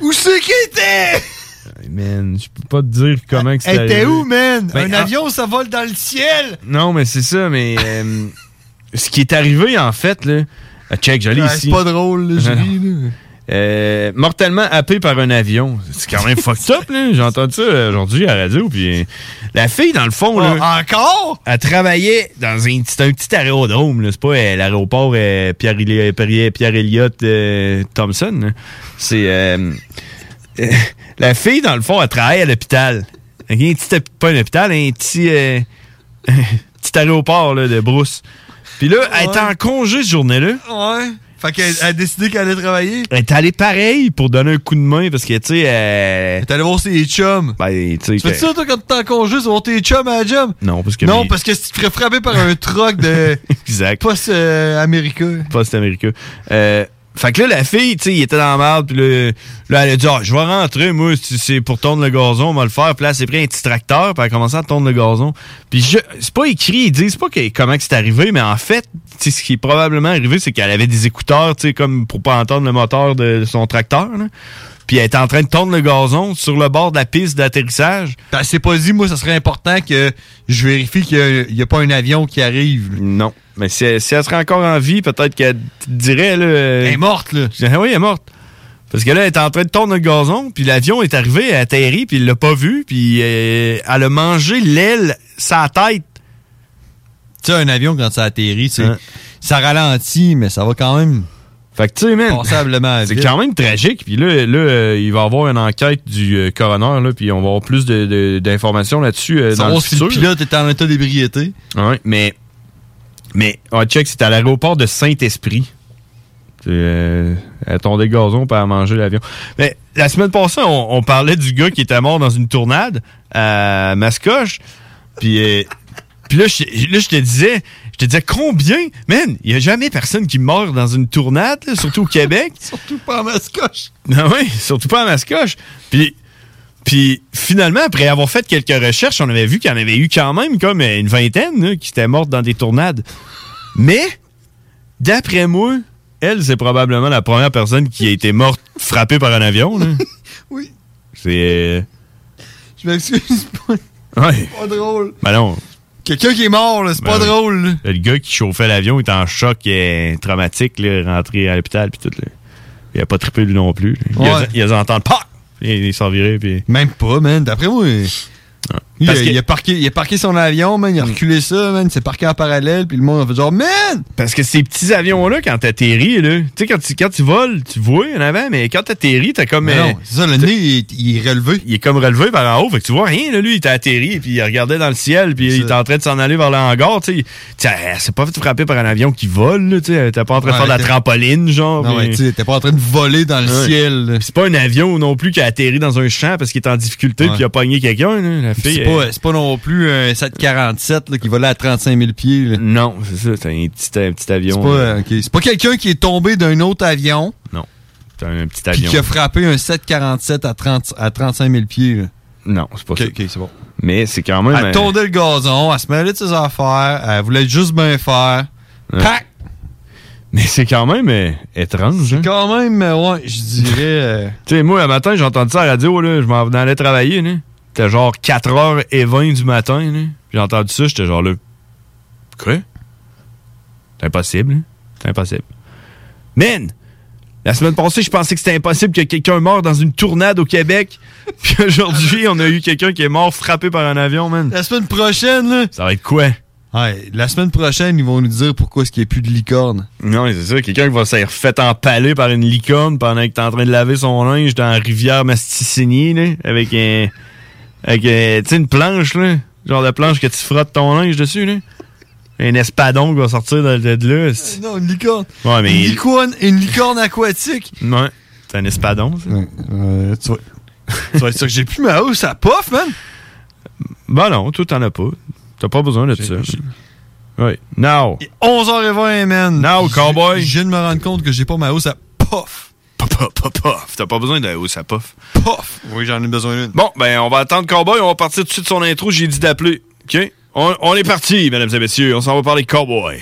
[SPEAKER 6] Où c'est qu'il était?
[SPEAKER 7] Hey, man, je peux pas te dire comment que c'est
[SPEAKER 6] Elle était
[SPEAKER 7] arrivé.
[SPEAKER 6] où, man?
[SPEAKER 7] Ben,
[SPEAKER 6] Un
[SPEAKER 7] ah-
[SPEAKER 6] avion, ça vole dans le ciel!
[SPEAKER 7] Non, mais c'est ça, mais euh, ce qui est arrivé, en fait, là. Ah, Check, j'allais
[SPEAKER 8] Ouais,
[SPEAKER 7] ici.
[SPEAKER 8] c'est pas drôle, là,
[SPEAKER 7] [LAUGHS]
[SPEAKER 8] je
[SPEAKER 7] Ah, non.
[SPEAKER 8] ris, là.
[SPEAKER 7] Euh, mortellement happé par un avion. C'est quand même fucked up, là. J'ai entendu ça euh, aujourd'hui à la radio. Puis euh, la fille, dans le fond, là.
[SPEAKER 8] Encore?
[SPEAKER 7] Elle travaillait dans un petit, un petit aérodrome, là. C'est pas euh, l'aéroport euh, pierre Eli- Pierre- Pierre-Éliott euh, Thompson, là. C'est. euh, euh, [LAUGHS] la fille, dans le fond, elle travaille à l'hôpital. Ok, Un petit, hôp- pas un hôpital, un petit. euh, [LAUGHS] petit aéroport, là, de Brousse. Puis là, elle était en congé cette journée-là.
[SPEAKER 8] Ouais. Fait qu'elle a décidé qu'elle allait travailler.
[SPEAKER 7] Elle est allée pareil pour donner un coup de main parce que, tu sais. Elle est
[SPEAKER 8] allée voir ses chums.
[SPEAKER 7] Ben, tu sais.
[SPEAKER 8] Tu fais
[SPEAKER 7] que-
[SPEAKER 8] ça, toi, quand t'es en congé, tu vas voir tes chums à la job?
[SPEAKER 7] Non, parce que.
[SPEAKER 8] Non,
[SPEAKER 7] mes-
[SPEAKER 8] parce que si tu te ferais frapper par un truck de
[SPEAKER 7] [LAUGHS] Exact.
[SPEAKER 8] poste euh, américain.
[SPEAKER 7] Poste américain. Euh, fait que là, la fille, tu sais, il était dans la merde, puis là, là, elle a dit, ah, je vais rentrer, moi, si c'est pour tourner le gazon, on va le faire. Puis là, elle s'est pris un petit tracteur, puis elle a commencé à tourner le gazon. Puis je- c'est pas écrit, ils disent pas que- comment que c'est arrivé, mais en fait, tu sais, ce qui est probablement arrivé, c'est qu'elle avait des écouteurs, tu sais, comme pour pas entendre le moteur de son tracteur, là. Puis elle était en train de tourner le gazon sur le bord de la piste d'atterrissage.
[SPEAKER 8] Ben, c'est pas dit, moi, ça serait important que je vérifie qu'il n'y a, pas un avion qui arrive.
[SPEAKER 7] Non. Mais si, si elle serait encore en vie, peut-être qu'elle t- dirait. Là, elle est
[SPEAKER 8] morte, là.
[SPEAKER 7] oui, elle est morte. Parce que là, elle est en train de tourner le gazon, puis l'avion est arrivé, elle a atterri, puis il l'a pas vu, puis euh, elle a mangé l'aile, sa tête. Hein?
[SPEAKER 8] Tu sais, un avion, quand ça atterrit, tu sais, ça ralentit, mais ça va quand même.
[SPEAKER 7] Fait que, tu sais, man. C'est quand même tragique. Puis là, là euh, il va y avoir une enquête du euh, coroner, là, puis on va avoir plus de- de- d'informations là-dessus euh, dans le
[SPEAKER 8] Savoir si le
[SPEAKER 7] futur.
[SPEAKER 8] pilote est en état d'ébriété.
[SPEAKER 7] Ouais, mais. Mais, on check, c'est à l'aéroport de Saint-Esprit. C'est, Euh, elle tondait le gazon pour manger l'avion. Mais la semaine passée, on, on parlait du gars qui était mort dans une tournade à Mascoche. Puis, euh, puis là, je, là, je te disais, je te disais combien, man, il n'y a jamais personne qui meurt dans une tournade, là, surtout au Québec.
[SPEAKER 8] [LAUGHS] Surtout pas en mascoche.
[SPEAKER 7] Non, oui, surtout pas à Mascoche. Puis, puis finalement, après avoir fait quelques recherches, on avait vu qu'il y en avait eu quand même comme euh, une vingtaine là, qui étaient mortes dans des tournades. Mais, d'après moi, elle, c'est probablement la première personne qui a été morte frappée par un avion.
[SPEAKER 8] [LAUGHS] Oui.
[SPEAKER 7] C'est. euh,
[SPEAKER 8] Je m'excuse, c'est pas,
[SPEAKER 7] Ouais.
[SPEAKER 8] pas drôle.
[SPEAKER 7] Ben non.
[SPEAKER 8] Quelqu'un qui est mort, là, c'est pas
[SPEAKER 7] Ben oui.
[SPEAKER 8] drôle. là.
[SPEAKER 7] Le gars qui chauffait l'avion est en choc euh, traumatique, là, rentré à l'hôpital, puis tout. là. Il a pas trippé lui non plus. là. Il a-
[SPEAKER 8] Ouais.
[SPEAKER 7] Il a entendu pas! Il s'en virait, puis.
[SPEAKER 8] Même pas, man. D'après moi. il- Ah Il,
[SPEAKER 7] Parce
[SPEAKER 8] a,
[SPEAKER 7] que-
[SPEAKER 8] il a parqué, il a parqué son avion, man. Il a reculé ça, man. Il s'est parqué en parallèle, puis le monde a fait genre, man!
[SPEAKER 7] Parce que ces petits avions-là, quand t'atterris, là, tu sais, quand tu, quand tu voles, tu vois en avant, mais quand t'atterris, t'as comme.
[SPEAKER 8] Mais non,
[SPEAKER 7] c'est ça, le nez, il, est relevé. Il est comme relevé par en haut, fait que tu vois rien, là, lui, il t'a atterri, puis il regardait dans le ciel, puis il était en train de s'en aller vers le hangar, tu sais. Tu sais. elle s'est pas fait frapper par un avion qui vole, là, tu sais. elle était pas en train de
[SPEAKER 8] Ouais,
[SPEAKER 7] faire de la
[SPEAKER 8] t'es-
[SPEAKER 7] trampoline, genre.
[SPEAKER 8] Non, ouais, tu sais, t'es pas en train de voler dans le ciel.
[SPEAKER 7] C'est pas un avion non plus qui a atterri dans un champ parce qu'il est en difficulté,
[SPEAKER 8] Ouais.
[SPEAKER 7] puis il a pogné quelqu'un, là, la
[SPEAKER 8] Puis
[SPEAKER 7] fille.
[SPEAKER 8] C'est
[SPEAKER 7] elle-
[SPEAKER 8] pas, c'est pas non plus un 747 là, qui volait à 35 000 pieds.
[SPEAKER 7] Non, c'est ça, c'est un petit, un petit avion.
[SPEAKER 8] C'est pas,
[SPEAKER 7] là.
[SPEAKER 8] euh, ok, c'est pas quelqu'un qui est tombé d'un autre avion
[SPEAKER 7] Non, c'est un petit
[SPEAKER 8] puis
[SPEAKER 7] avion.
[SPEAKER 8] qui a frappé un 747 à, 30, à 35 000 pieds. là.
[SPEAKER 7] Non, c'est pas ça.
[SPEAKER 8] Ok, c'est bon.
[SPEAKER 7] Mais c'est quand même.
[SPEAKER 8] Elle
[SPEAKER 7] euh,
[SPEAKER 8] tondait le gazon, elle se mêlait de ses affaires, elle voulait juste bien faire.
[SPEAKER 7] Ouais.
[SPEAKER 8] Pac!
[SPEAKER 7] Mais c'est quand même euh, étrange.
[SPEAKER 8] Quand même, euh, ouais, je dirais. euh,
[SPEAKER 7] [LAUGHS] tu sais, moi, le matin, j'ai entendu ça à la radio, là, je m'en venais aller travailler. là. C'était genre 4h20 du matin. là. J'ai entendu ça, j'étais genre là. Quoi? C'est impossible. là. C'est impossible. Man! La semaine passée, je pensais que c'était impossible que quelqu'un meure dans une tournade au Québec. Puis aujourd'hui, on a eu quelqu'un qui est mort frappé par un avion, man.
[SPEAKER 8] La semaine prochaine, là.
[SPEAKER 7] Ça va être quoi?
[SPEAKER 8] Ouais, la semaine prochaine, ils vont nous dire pourquoi est-ce qu'il n'y a plus de licorne.
[SPEAKER 7] Non, c'est ça. Quelqu'un qui va s'être fait empaler par une licorne pendant que t'es en train de laver son linge dans la rivière Masticigny, là, avec un. Avec un- tu sais, une planche, là. Genre de planche que tu frottes ton linge dessus, là. Un espadon qui va sortir de, de- de là. c'est-
[SPEAKER 8] Non, une licorne.
[SPEAKER 7] Ouais, mais.
[SPEAKER 8] Une licorne, une licorne aquatique.
[SPEAKER 7] Ouais. C'est un espadon, ça.
[SPEAKER 8] tu vois. tu vois, c'est ça que j'ai plus ma hausse, ça puff, man.
[SPEAKER 7] Ben non, tout t'en as pas. T'as pas besoin de ça. Oui. Now.
[SPEAKER 8] 11h20, man.
[SPEAKER 7] Now, cowboy.
[SPEAKER 8] Je viens de me rendre compte que j'ai pas ma hausse, ça puff.
[SPEAKER 7] Pop, pop, puff. T'as pas besoin de hausse à puff.
[SPEAKER 8] Puff. Oui, j'en ai besoin d'une.
[SPEAKER 7] Bon, ben, on va attendre Cowboy. On va partir tout de suite de son intro. J'ai dit d'appeler. OK? On, on est parti, mesdames et messieurs. On s'en va parler de Cowboy.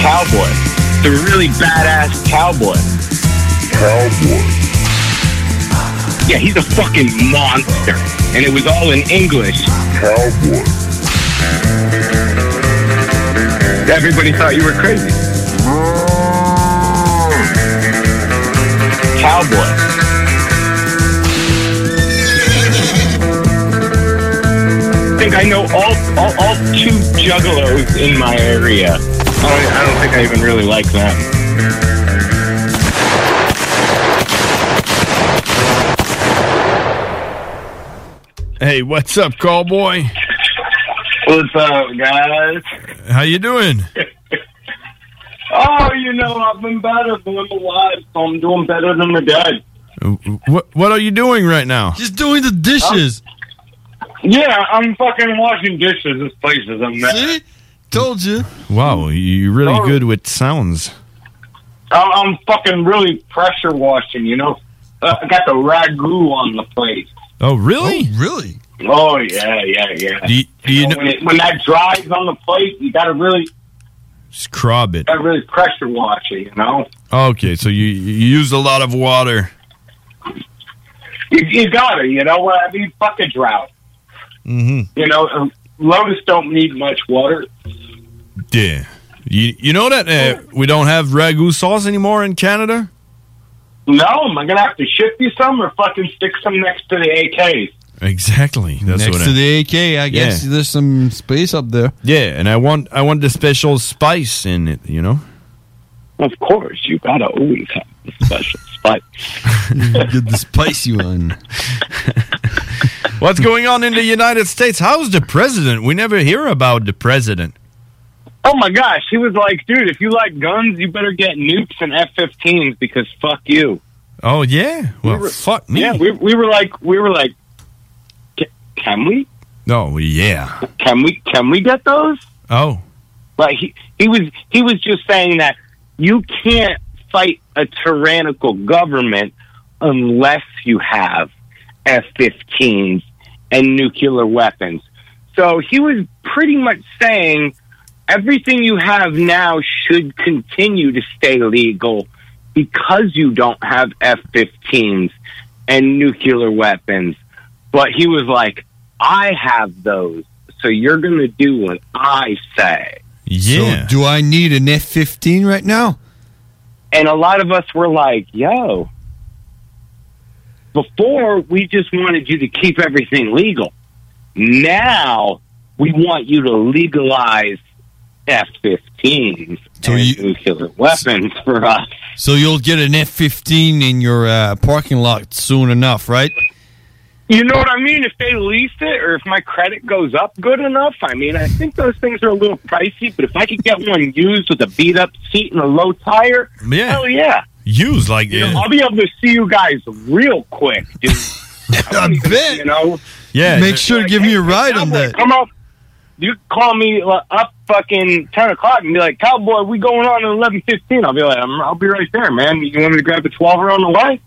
[SPEAKER 27] Cowboy. The really badass cowboy. Cowboy. Yeah, he's a fucking monster. And it was all in English. Cowboy. Everybody thought you were crazy. Cowboy. I think I know all, all, all two juggalos in my area. I don't, I don't think I even really like them.
[SPEAKER 7] Hey, what's up, Cowboy?
[SPEAKER 27] What's up, guys?
[SPEAKER 7] How you doing?
[SPEAKER 27] Oh, you know, I've been better, but I'm alive, so I'm doing better than my dad.
[SPEAKER 7] What What are you doing right now?
[SPEAKER 27] Just doing the dishes. yeah, I'm fucking washing dishes. This place is a mess. See?
[SPEAKER 8] Told you.
[SPEAKER 7] Wow, you're really
[SPEAKER 27] Oh.
[SPEAKER 7] good with sounds.
[SPEAKER 27] I'm, I'm fucking really pressure washing, you know? Uh, I got the ragu on the plate.
[SPEAKER 7] Oh, really?
[SPEAKER 8] really?
[SPEAKER 27] Oh, yeah, yeah, yeah.
[SPEAKER 7] Do you, do you
[SPEAKER 27] when, it, when that dries on the plate, you gotta really,
[SPEAKER 7] Scrub it.
[SPEAKER 27] gotta really pressure wash it, you know?
[SPEAKER 7] Okay, so you, you use a lot of water.
[SPEAKER 27] You, you gotta, you know what? I mean, fuck a drought.
[SPEAKER 7] Mm-hmm.
[SPEAKER 27] You know, um, lotus don't need much water.
[SPEAKER 7] Yeah. You, you know that uh, we don't have ragu sauce anymore in Canada?
[SPEAKER 27] No, am I gonna have to ship you some or fucking stick some next to the AKs?
[SPEAKER 7] Exactly. That's
[SPEAKER 6] Next
[SPEAKER 7] what
[SPEAKER 6] to
[SPEAKER 7] I,
[SPEAKER 6] the AK, I guess
[SPEAKER 7] Yeah.
[SPEAKER 6] there's some space up there.
[SPEAKER 7] Yeah, and I want I want the special spice in it, you know?
[SPEAKER 27] Of course, you gotta always have the special spice.
[SPEAKER 7] [LAUGHS] Get the spicy one. What's going on in the United States? How's the president? We never hear about the president.
[SPEAKER 27] Oh my gosh, he was like, dude, if you like guns, you better get nukes and F-15s because fuck you.
[SPEAKER 7] Oh yeah? Well, fuck me.
[SPEAKER 27] Yeah, we, we were like, we were like, "Ca- can we?
[SPEAKER 7] No, yeah.
[SPEAKER 27] Can we? Can we get those?
[SPEAKER 7] Oh.
[SPEAKER 27] Like he, he was he was just saying that you can't fight a tyrannical government unless you have F-15s and nuclear weapons. So he was pretty much saying everything you have now should continue to stay legal because you don't have F-15s and nuclear weapons. But he was like, I have those, so you're going to do what I say.
[SPEAKER 6] So
[SPEAKER 7] Yeah.
[SPEAKER 6] do I need an F-15 right now?
[SPEAKER 27] And a lot of us were like, yo, before we just wanted you to keep everything legal. Now we want you to legalize F 15s and nuclear weapons for us.
[SPEAKER 6] So you'll get an F-15 in your uh, parking lot soon enough, right?
[SPEAKER 27] You know what I mean? If they lease it or if my credit goes up good enough, I mean, I think those things are a little pricey, but if I could get one used with a beat up seat and a low tire,
[SPEAKER 7] yeah.
[SPEAKER 27] hell yeah.
[SPEAKER 7] Use like
[SPEAKER 27] You know, I'll be able to see you guys real quick, dude. I bet. You know,
[SPEAKER 7] Yeah.
[SPEAKER 6] Make sure to give me a ride on that.
[SPEAKER 27] come on. You call me uh, up fucking ten o'clock and be like, "Cowboy, we going on at eleven fifteen. I'll be like, I'm, "I'll be right there, man. You want me to grab a twelve on the way?"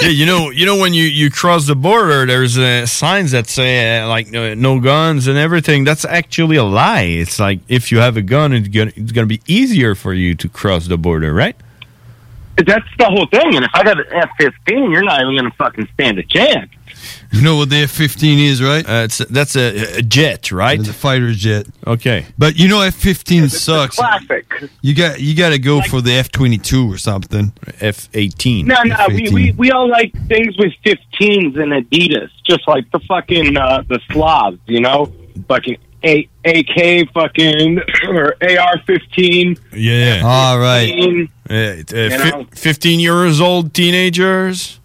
[SPEAKER 7] yeah, you know, you know when you, you cross the border, there's uh, signs that say uh, like uh, no guns and everything. That's actually a lie. It's like if you have a gun, it's gonna, it's gonna be easier for you to cross the border, right?
[SPEAKER 27] That's the whole thing. And if I got an F fifteen, you're not even gonna fucking stand a chance.
[SPEAKER 7] You know what the F fifteen is, right? Uh, it's that's a, a jet, right? It's a fighter jet. Okay.
[SPEAKER 8] But you know, F fifteen sucks.
[SPEAKER 27] Classic.
[SPEAKER 8] You got you got to go for the F twenty two or something.
[SPEAKER 7] F eighteen.
[SPEAKER 27] No, no, we, we, we all like things with 15s and Adidas, just like the fucking uh, the Slavs, you know, fucking A- AK, fucking [CLEARS THROAT] or AR-15.
[SPEAKER 7] Yeah.
[SPEAKER 27] All right. 15.
[SPEAKER 7] uh,
[SPEAKER 27] You
[SPEAKER 7] fif-
[SPEAKER 27] know.
[SPEAKER 7] Fifteen years old teenagers.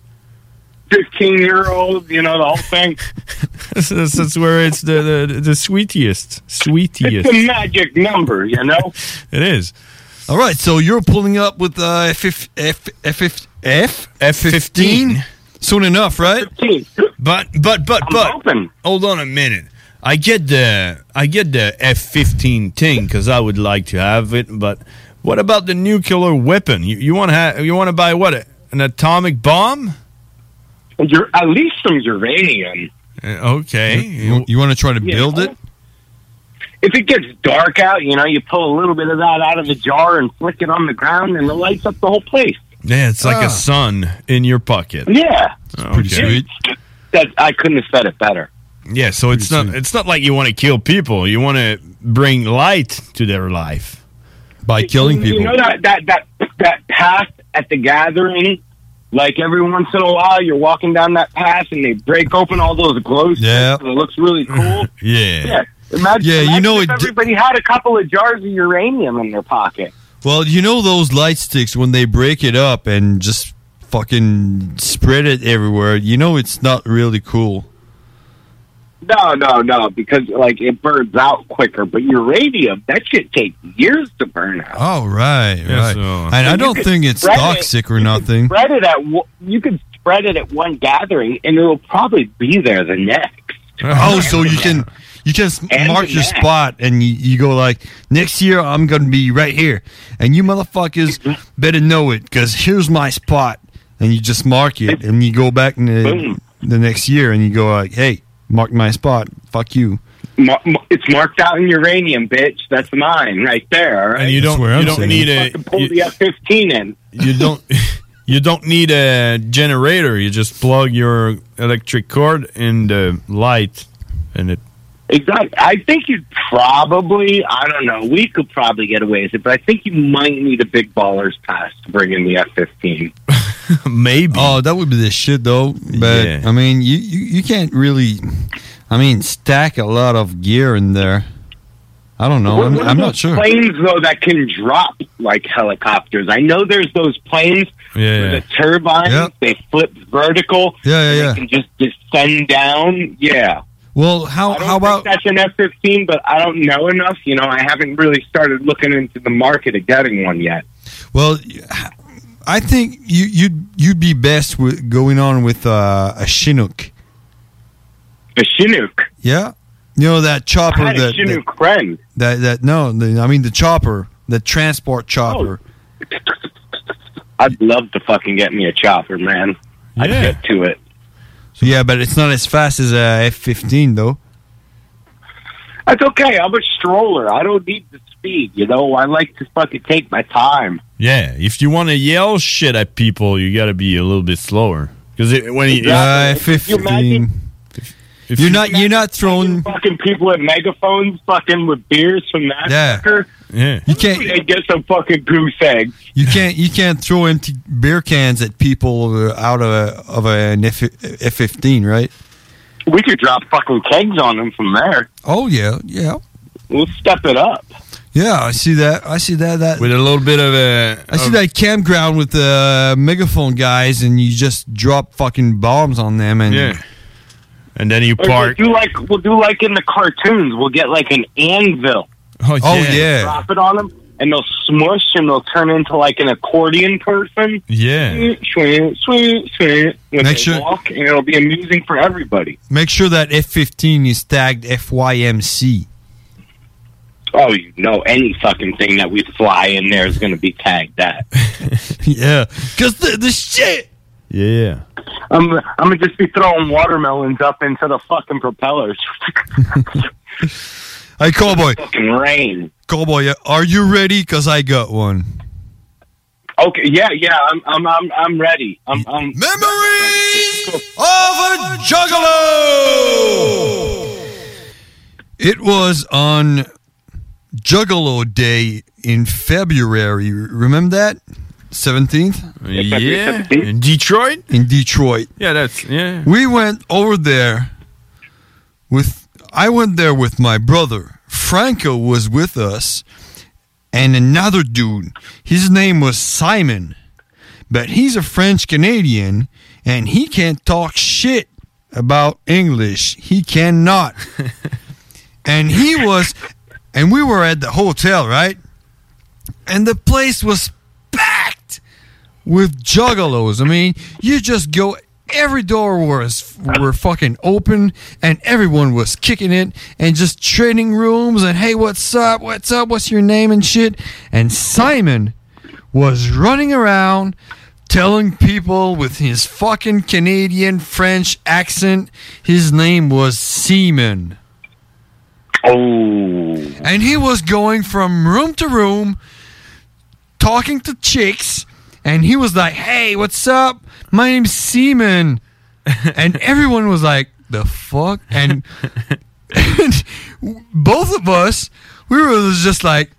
[SPEAKER 27] 15 year old, you know, the whole
[SPEAKER 7] [LAUGHS]
[SPEAKER 27] thing.
[SPEAKER 7] that's, that's where it's the, the the sweetiest, sweetiest.
[SPEAKER 27] It's a magic number, you know?
[SPEAKER 7] [LAUGHS] It is.
[SPEAKER 8] All right, so you're pulling up with uh, F F F F F F fifteen soon enough, right?
[SPEAKER 7] But but but but hold on a minute. I get the I get the F fifteen thing because I would like to have it. But what about the nuclear weapon? You, you want to ha- you want to buy what an atomic bomb?
[SPEAKER 27] You're at least some uranium.
[SPEAKER 7] Eh, okay.
[SPEAKER 8] You, want to try to build it?
[SPEAKER 27] If it gets dark out, you know, you pull a little bit of that out of the jar and flick it on the ground and it lights up the whole place.
[SPEAKER 7] Yeah, it's like
[SPEAKER 27] Ah.
[SPEAKER 7] a sun in your pocket.
[SPEAKER 27] Yeah.
[SPEAKER 7] pretty sweet.
[SPEAKER 27] That, I couldn't have said it better.
[SPEAKER 7] Yeah, so it's not it's not like you want to kill people. You want to bring light to their life by killing
[SPEAKER 27] You know that that that that path at the gathering. Like every once in a while, you're walking down that path and they break open all those glow sticks.
[SPEAKER 8] [LAUGHS] Yeah.
[SPEAKER 27] and It looks really cool.
[SPEAKER 7] yeah.
[SPEAKER 6] [LAUGHS]
[SPEAKER 27] yeah. Imagine,
[SPEAKER 8] Yeah, you
[SPEAKER 27] imagine
[SPEAKER 8] know
[SPEAKER 27] if
[SPEAKER 8] it d-
[SPEAKER 27] everybody had a couple of jars of uranium in their pocket.
[SPEAKER 8] Well, you know those light sticks when they break it up and just fucking spread it everywhere. You know it's not really cool.
[SPEAKER 27] No, no, no, because like it burns out quicker. But uranium, that shit takes years to burn out.
[SPEAKER 8] Oh right, right. and I
[SPEAKER 27] You
[SPEAKER 8] don't
[SPEAKER 27] could
[SPEAKER 8] think it's
[SPEAKER 27] spread it.
[SPEAKER 8] toxic or nothing.
[SPEAKER 27] Spread it at wo- you could spread it at one gathering, and it'll probably be there the next.
[SPEAKER 8] Oh, so you can you can s-
[SPEAKER 27] And
[SPEAKER 8] mark your
[SPEAKER 27] that.
[SPEAKER 8] spot and you, you go like next year I'm gonna be right here, and you
[SPEAKER 27] [LAUGHS]
[SPEAKER 8] motherfuckers better know it because here's my spot, and you just mark it, and you go back in the,
[SPEAKER 27] Boom.
[SPEAKER 8] the next year and you go like, hey, mark my spot, fuck you.
[SPEAKER 27] Mar- mar- it's marked out in uranium, bitch. That's mine right there. All right?
[SPEAKER 7] And you don't- That's where you I'm don't sitting. need a-
[SPEAKER 27] Fucking Pull the F fifteen in.
[SPEAKER 7] you don't [LAUGHS] you don't need a generator. You just plug your electric cord in the light, and it.
[SPEAKER 27] Exactly. I think you'd probably. I don't know. We could probably get away with it, but I think you might need a big baller's pass to bring in the F fifteen.
[SPEAKER 8] [LAUGHS]
[SPEAKER 7] Maybe.
[SPEAKER 8] Oh, that would be the shit though. But I mean, you, you you can't really, I mean, stack a lot of gear in there. I don't know.
[SPEAKER 27] What-
[SPEAKER 8] I'm,
[SPEAKER 27] what
[SPEAKER 8] I'm
[SPEAKER 27] are
[SPEAKER 8] not
[SPEAKER 27] those
[SPEAKER 8] sure.
[SPEAKER 27] Planes though that can drop like helicopters. I know there's those planes
[SPEAKER 8] Yeah,
[SPEAKER 27] with the turbines. They flip vertical.
[SPEAKER 8] Yeah, yeah,
[SPEAKER 27] and
[SPEAKER 8] yeah.
[SPEAKER 27] They can just descend down. Yeah.
[SPEAKER 8] Well, how
[SPEAKER 27] how about that's an F fifteen? But I don't know enough. You know, I haven't really started looking into the market of getting one yet.
[SPEAKER 8] Well, I think you you'd you'd be best with going on with uh, a Chinook.
[SPEAKER 27] The Chinook.
[SPEAKER 8] Yeah, you know that chopper
[SPEAKER 27] I had a
[SPEAKER 8] that, that
[SPEAKER 27] Chinook friend.
[SPEAKER 8] that that no, the, I mean the chopper, the
[SPEAKER 27] Oh.
[SPEAKER 8] transport chopper.
[SPEAKER 27] I'd love to fucking get me a chopper, man. I'd
[SPEAKER 8] Yeah.
[SPEAKER 27] get to it.
[SPEAKER 8] Yeah, but it's not as fast as a F fifteen though.
[SPEAKER 27] That's okay. I'm a stroller. I don't need the speed. You know, I like to fucking take my time.
[SPEAKER 7] Yeah, if you want to yell shit at people, you got to be a little bit slower. Because when you,
[SPEAKER 8] Yeah, F fifteen. You're not you're not throwing
[SPEAKER 27] Fucking people at megaphones, fucking with beers from that
[SPEAKER 8] Yeah.
[SPEAKER 27] fucker.
[SPEAKER 7] Yeah.
[SPEAKER 8] You can't.
[SPEAKER 27] They get some fucking goose egg.
[SPEAKER 8] You can't you can't throw empty beer cans at people uh, out of a, of an F F fifteen, right?
[SPEAKER 27] We could drop fucking kegs on them from there.
[SPEAKER 8] Oh yeah, yeah,
[SPEAKER 27] We'll step it up.
[SPEAKER 8] yeah. I see that. I see that. That
[SPEAKER 7] with a little bit of a.
[SPEAKER 8] I see that campground with the uh, megaphone guys, and you just drop fucking bombs on them, and
[SPEAKER 7] Yeah. And then you
[SPEAKER 27] Or We'll do like we'll do like in the cartoons. We'll get like an anvil.
[SPEAKER 7] Oh,
[SPEAKER 8] Oh, yeah. yeah.
[SPEAKER 27] Drop it on them, and they'll smush, and they'll turn into like an accordion person.
[SPEAKER 7] Yeah.
[SPEAKER 27] Swing, swing, swing, swing. And
[SPEAKER 8] Make
[SPEAKER 27] they
[SPEAKER 8] sure-
[SPEAKER 27] walk, and it'll be amusing for everybody.
[SPEAKER 8] make sure that F fifteen is tagged FYMC.
[SPEAKER 27] Oh, you know, any fucking thing
[SPEAKER 8] [LAUGHS]
[SPEAKER 27] that we fly in there is going to be tagged that.
[SPEAKER 8] yeah, because the, the shit
[SPEAKER 7] Yeah.
[SPEAKER 27] I'm, I'm gonna just be throwing watermelons up into the fucking propellers.
[SPEAKER 6] Hey, Cowboy.
[SPEAKER 27] fucking rain.
[SPEAKER 6] Cowboy, are you ready? Because I got one.
[SPEAKER 27] Okay, yeah, yeah, I'm, I'm, I'm, I'm ready. I'm, I'm
[SPEAKER 6] memories of a juggalo. It was on Juggalo Day in February. Remember that? 17th?
[SPEAKER 7] Yeah.
[SPEAKER 6] In Detroit? In Detroit.
[SPEAKER 7] Yeah, that's yeah.
[SPEAKER 6] We went over there with I went there with my brother. Franco was with us and another dude. His name was Simon. But he's a French Canadian and he can't talk shit about English. He cannot. and he was and we were at the hotel, right? And the place was packed with juggalos. I mean, you just go. Every door was were fucking open, and everyone was kicking it, and just trading rooms, and hey, what's up? What's up? What's your name and shit? And Simon was running around telling people with his fucking Canadian French accent. His name was Seaman.
[SPEAKER 27] Oh.
[SPEAKER 6] And he was going from room to room talking to chicks, and he was like, "Hey, what's up? My name's Seaman," and everyone was like, "The fuck!" And, [LAUGHS] and both of us, we were just like,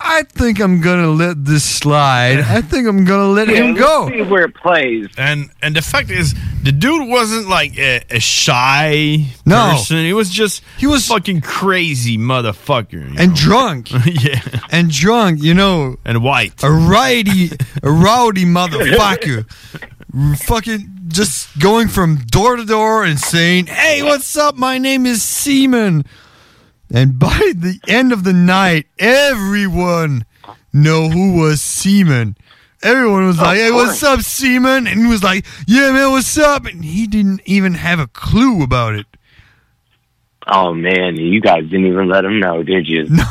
[SPEAKER 6] "I think I'm gonna let this slide. I think I'm gonna let him go."
[SPEAKER 27] See where it plays.
[SPEAKER 7] And and the fact is, the dude wasn't like a, a shy
[SPEAKER 6] No.
[SPEAKER 7] person. He was just he was fucking crazy motherfucker.
[SPEAKER 6] And drunk,
[SPEAKER 7] yeah,
[SPEAKER 6] and drunk, you know,
[SPEAKER 7] and white,
[SPEAKER 6] a rowdy, a rowdy
[SPEAKER 7] [LAUGHS]
[SPEAKER 6] motherfucker, fucking just going from door to door and saying, "Hey, what's up? My name is Seaman." And by the end of the night, everyone know who was Seaman. Everyone was like, "Hey, what's up, Seaman?" And he was like, "Yeah, man, what's up?" And he didn't even have a clue about it.
[SPEAKER 27] Oh man, you guys didn't even let him know, did you?
[SPEAKER 6] No,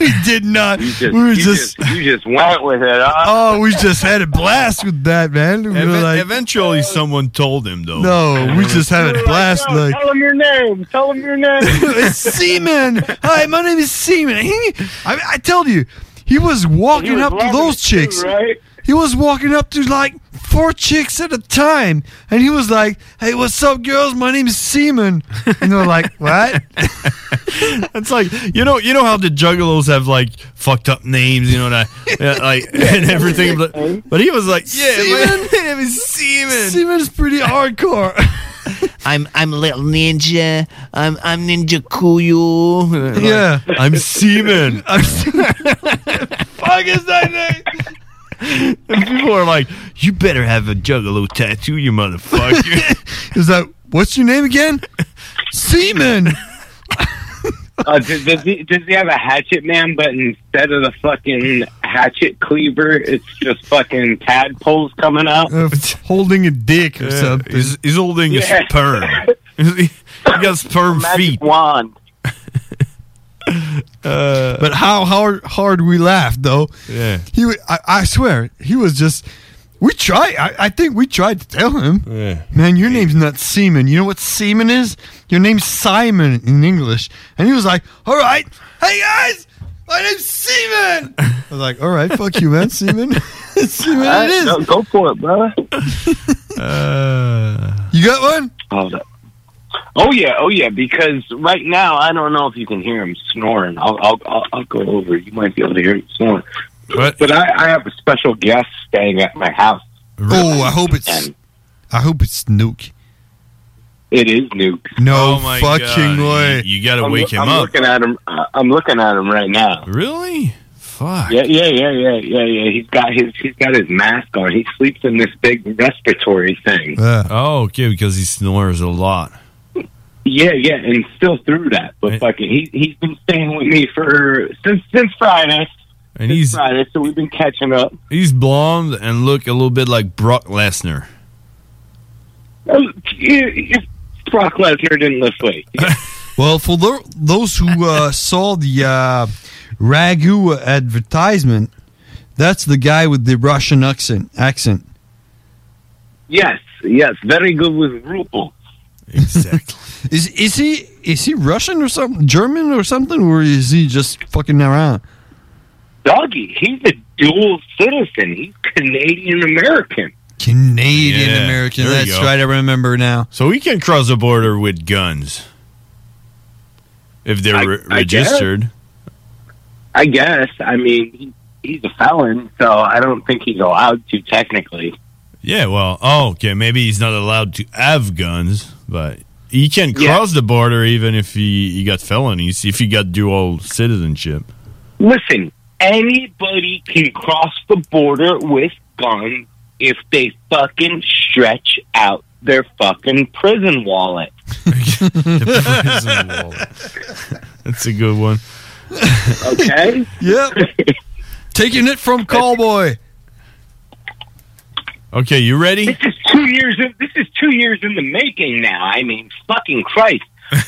[SPEAKER 6] we did not.
[SPEAKER 27] You just,
[SPEAKER 6] we were
[SPEAKER 27] you
[SPEAKER 6] just,
[SPEAKER 27] just, you just went with it. Huh?
[SPEAKER 6] oh, we just had a blast with that, man. We were
[SPEAKER 7] Even-
[SPEAKER 6] like,
[SPEAKER 7] eventually, someone told him though.
[SPEAKER 6] No, we just have a blast. Like,
[SPEAKER 27] Tell him your name. Tell him your
[SPEAKER 6] [LAUGHS]
[SPEAKER 27] name.
[SPEAKER 6] Seaman. Hi, my name is Seaman. He, I, I tell you, he was walking
[SPEAKER 27] He was
[SPEAKER 6] up to
[SPEAKER 27] loving
[SPEAKER 6] those
[SPEAKER 27] it too,
[SPEAKER 6] chicks.
[SPEAKER 27] right?
[SPEAKER 6] He was walking up to like four chicks at a time, and he was like, "Hey, what's up, girls? My name is Seaman." And they're like, [LAUGHS] "What?"
[SPEAKER 7] [LAUGHS] It's like you know, you know how the Juggalos have like fucked up names, you know that, [LAUGHS] yeah, like and everything. But, but he was like, [LAUGHS] yeah,
[SPEAKER 6] Seaman.
[SPEAKER 7] my [LAUGHS] name is Seaman.
[SPEAKER 6] Seaman's pretty hardcore.
[SPEAKER 28] [LAUGHS] I'm I'm little ninja. I'm I'm ninja Kuyu.
[SPEAKER 7] Yeah.
[SPEAKER 27] [LAUGHS]
[SPEAKER 7] I'm [LAUGHS] Seaman.
[SPEAKER 6] I'm
[SPEAKER 7] fuck is that name? [LAUGHS] And people are like, you better have a Juggalo tattoo, you [LAUGHS] motherfucker.
[SPEAKER 6] Is that what's your name again? Seaman.
[SPEAKER 27] Uh, does, does, he, does he have a hatchet man, but instead of the fucking hatchet cleaver, it's just fucking tadpoles coming out?
[SPEAKER 6] Uh,
[SPEAKER 7] [LAUGHS]
[SPEAKER 6] holding a dick or something.
[SPEAKER 7] He's, he's holding
[SPEAKER 27] Yeah.
[SPEAKER 7] a sperm.
[SPEAKER 27] [LAUGHS]
[SPEAKER 7] he got sperm feet. [LAUGHS]
[SPEAKER 27] Wand.
[SPEAKER 6] but how hard hard we laughed though.
[SPEAKER 7] Uh, Yeah.
[SPEAKER 6] He, wa- I, I swear, he was just. We tried. I, I think we tried to tell him,
[SPEAKER 7] Yeah.
[SPEAKER 6] man, your name's not Seaman. You know what Seaman is? Your name's Simon in English. And he was like, all right, hey guys, my name's
[SPEAKER 7] [LAUGHS]
[SPEAKER 6] Seaman. I was like, all right, fuck you, man, Seaman. [LAUGHS]
[SPEAKER 8] [LAUGHS]
[SPEAKER 6] Seaman
[SPEAKER 27] All
[SPEAKER 6] it
[SPEAKER 27] right,
[SPEAKER 6] is.
[SPEAKER 27] no, go for it, brother.
[SPEAKER 7] Uh,
[SPEAKER 6] You got one?
[SPEAKER 27] Oh yeah, oh yeah. Because right now, I don't know if you can hear him snoring. I'll I'll I'll, I'll go over. You might be able to hear him snoring. But I, I have a special guest staying at my house.
[SPEAKER 6] Oh, I hope it's. I hope it's Nuke.
[SPEAKER 27] It is Nuke.
[SPEAKER 6] No fucking way.
[SPEAKER 7] Oh, You, gotta
[SPEAKER 27] I'm,
[SPEAKER 7] wake him
[SPEAKER 27] I'm
[SPEAKER 7] up.
[SPEAKER 27] looking at him. uh, I'm looking at him right now.
[SPEAKER 7] Really? Fuck.
[SPEAKER 27] Yeah, yeah, yeah, yeah, yeah, yeah. He's got his he's got his mask on. He sleeps in this big respiratory thing.
[SPEAKER 7] Oh, okay, because he snores a lot.
[SPEAKER 27] Yeah, yeah, and still through that. But fucking, he he's been staying with me for since since Friday.
[SPEAKER 7] And
[SPEAKER 27] since
[SPEAKER 7] he's-
[SPEAKER 27] Friday, so we've been catching up.
[SPEAKER 7] He's blonde and look a little bit like Brock Lesnar.
[SPEAKER 27] Oh, yeah, Brock Lesnar didn't lift
[SPEAKER 7] [LAUGHS]
[SPEAKER 27] weight.
[SPEAKER 6] Well, for tho- those who uh, saw the uh, ragu advertisement, that's the guy with the Russian accent. Accent.
[SPEAKER 27] Yes, yes, very good with Rupo.
[SPEAKER 8] Exactly. [LAUGHS] is is he is he Russian or something? German or something? Or is he just fucking around?
[SPEAKER 27] Doggy, he's a dual citizen. He's Canadian American.
[SPEAKER 8] Canadian
[SPEAKER 7] Yeah,
[SPEAKER 8] American.
[SPEAKER 7] there you
[SPEAKER 8] That's
[SPEAKER 7] go. [LAUGHS]
[SPEAKER 8] right. I remember now.
[SPEAKER 7] So he can cross the border with guns if they're re-
[SPEAKER 27] I guess.
[SPEAKER 7] registered.
[SPEAKER 27] I guess. I mean, he, he's a felon, so I don't think he's allowed to technically.
[SPEAKER 7] Yeah, well, oh, okay, maybe he's not allowed to have guns, but he can cross the border even if he, he got felonies, if he got dual citizenship.
[SPEAKER 27] Listen, [LAUGHS] anybody can cross the border with guns if they fucking stretch out their fucking prison wallet.
[SPEAKER 7] [LAUGHS] That's a good one. [LAUGHS]
[SPEAKER 27] Okay.
[SPEAKER 8] yep. Taking it from Cowboy.
[SPEAKER 7] Okay, you ready?
[SPEAKER 27] This is two years. In, this is two years in the making now. I mean, fucking Christ!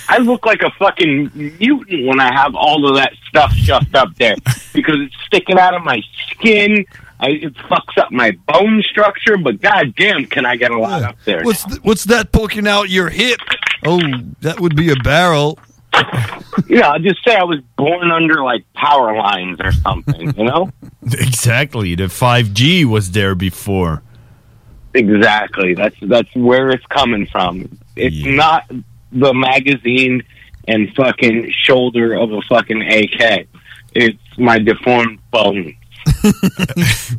[SPEAKER 27] I look like a fucking mutant when I have all of that stuff shoved up there because it's sticking out of my skin. I, it fucks up my bone structure, but goddamn, can I get a lot up there?
[SPEAKER 8] What's th- what's that poking out your hip? Oh, that would be a barrel.
[SPEAKER 27] You know, I'll just say I was born under like power lines or something. You know,
[SPEAKER 7] Exactly. The 5G was there before. [LAUGHS]
[SPEAKER 27] exactly. That's that's where it's coming from. It's not the magazine and fucking shoulder of a fucking AK. It's my deformed bone.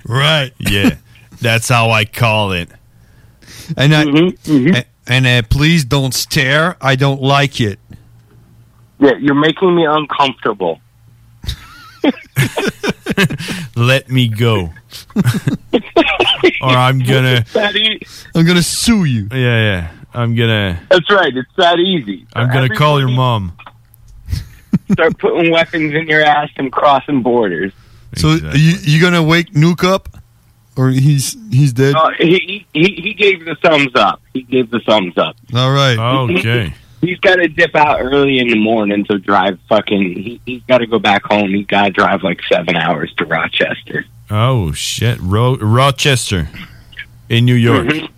[SPEAKER 7] Right. Yeah. That's how I call it.
[SPEAKER 8] And I,
[SPEAKER 27] Mm-hmm.
[SPEAKER 8] a- and, uh, please don't stare. I don't like it.
[SPEAKER 27] Yeah, you're making me uncomfortable.
[SPEAKER 7] Let me
[SPEAKER 27] [LAUGHS]
[SPEAKER 7] go. or I'm gonna
[SPEAKER 8] I'm gonna sue you.
[SPEAKER 7] Yeah, yeah. I'm gonna
[SPEAKER 27] That's right. It's that easy.
[SPEAKER 7] I'm gonna call your mom.
[SPEAKER 27] Start putting weapons in your ass and crossing borders.
[SPEAKER 8] So you you gonna wake Nuke up, or he's he's dead?
[SPEAKER 27] Uh, he, he he gave the thumbs up. He gave the thumbs up.
[SPEAKER 8] All right.
[SPEAKER 27] He's got to dip out early in the morning to drive fucking. He, he's got to go back home. He's got to drive like seven hours to Rochester.
[SPEAKER 7] Oh shit. Ro- Rochester. In New York.
[SPEAKER 27] Mhm.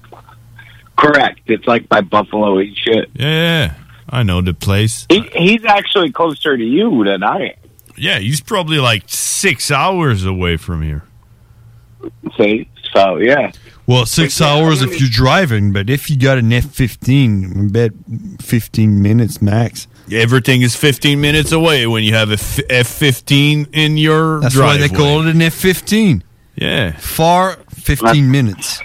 [SPEAKER 27] [LAUGHS] Correct. It's like by Buffalo and shit.
[SPEAKER 7] Yeah, yeah. I know the place.
[SPEAKER 27] He, he's actually closer to you than I am.
[SPEAKER 7] Yeah, he's probably like six hours away from here.
[SPEAKER 27] See? So yeah.
[SPEAKER 8] Well, six hours if you're driving, but if you got an F fifteen, bet fifteen minutes max.
[SPEAKER 7] Everything is 15 minutes away when you have a f- F15 in your
[SPEAKER 8] That's
[SPEAKER 7] driveway.
[SPEAKER 8] why they call it an F fifteen.
[SPEAKER 7] Yeah.
[SPEAKER 8] Far fifteen minutes.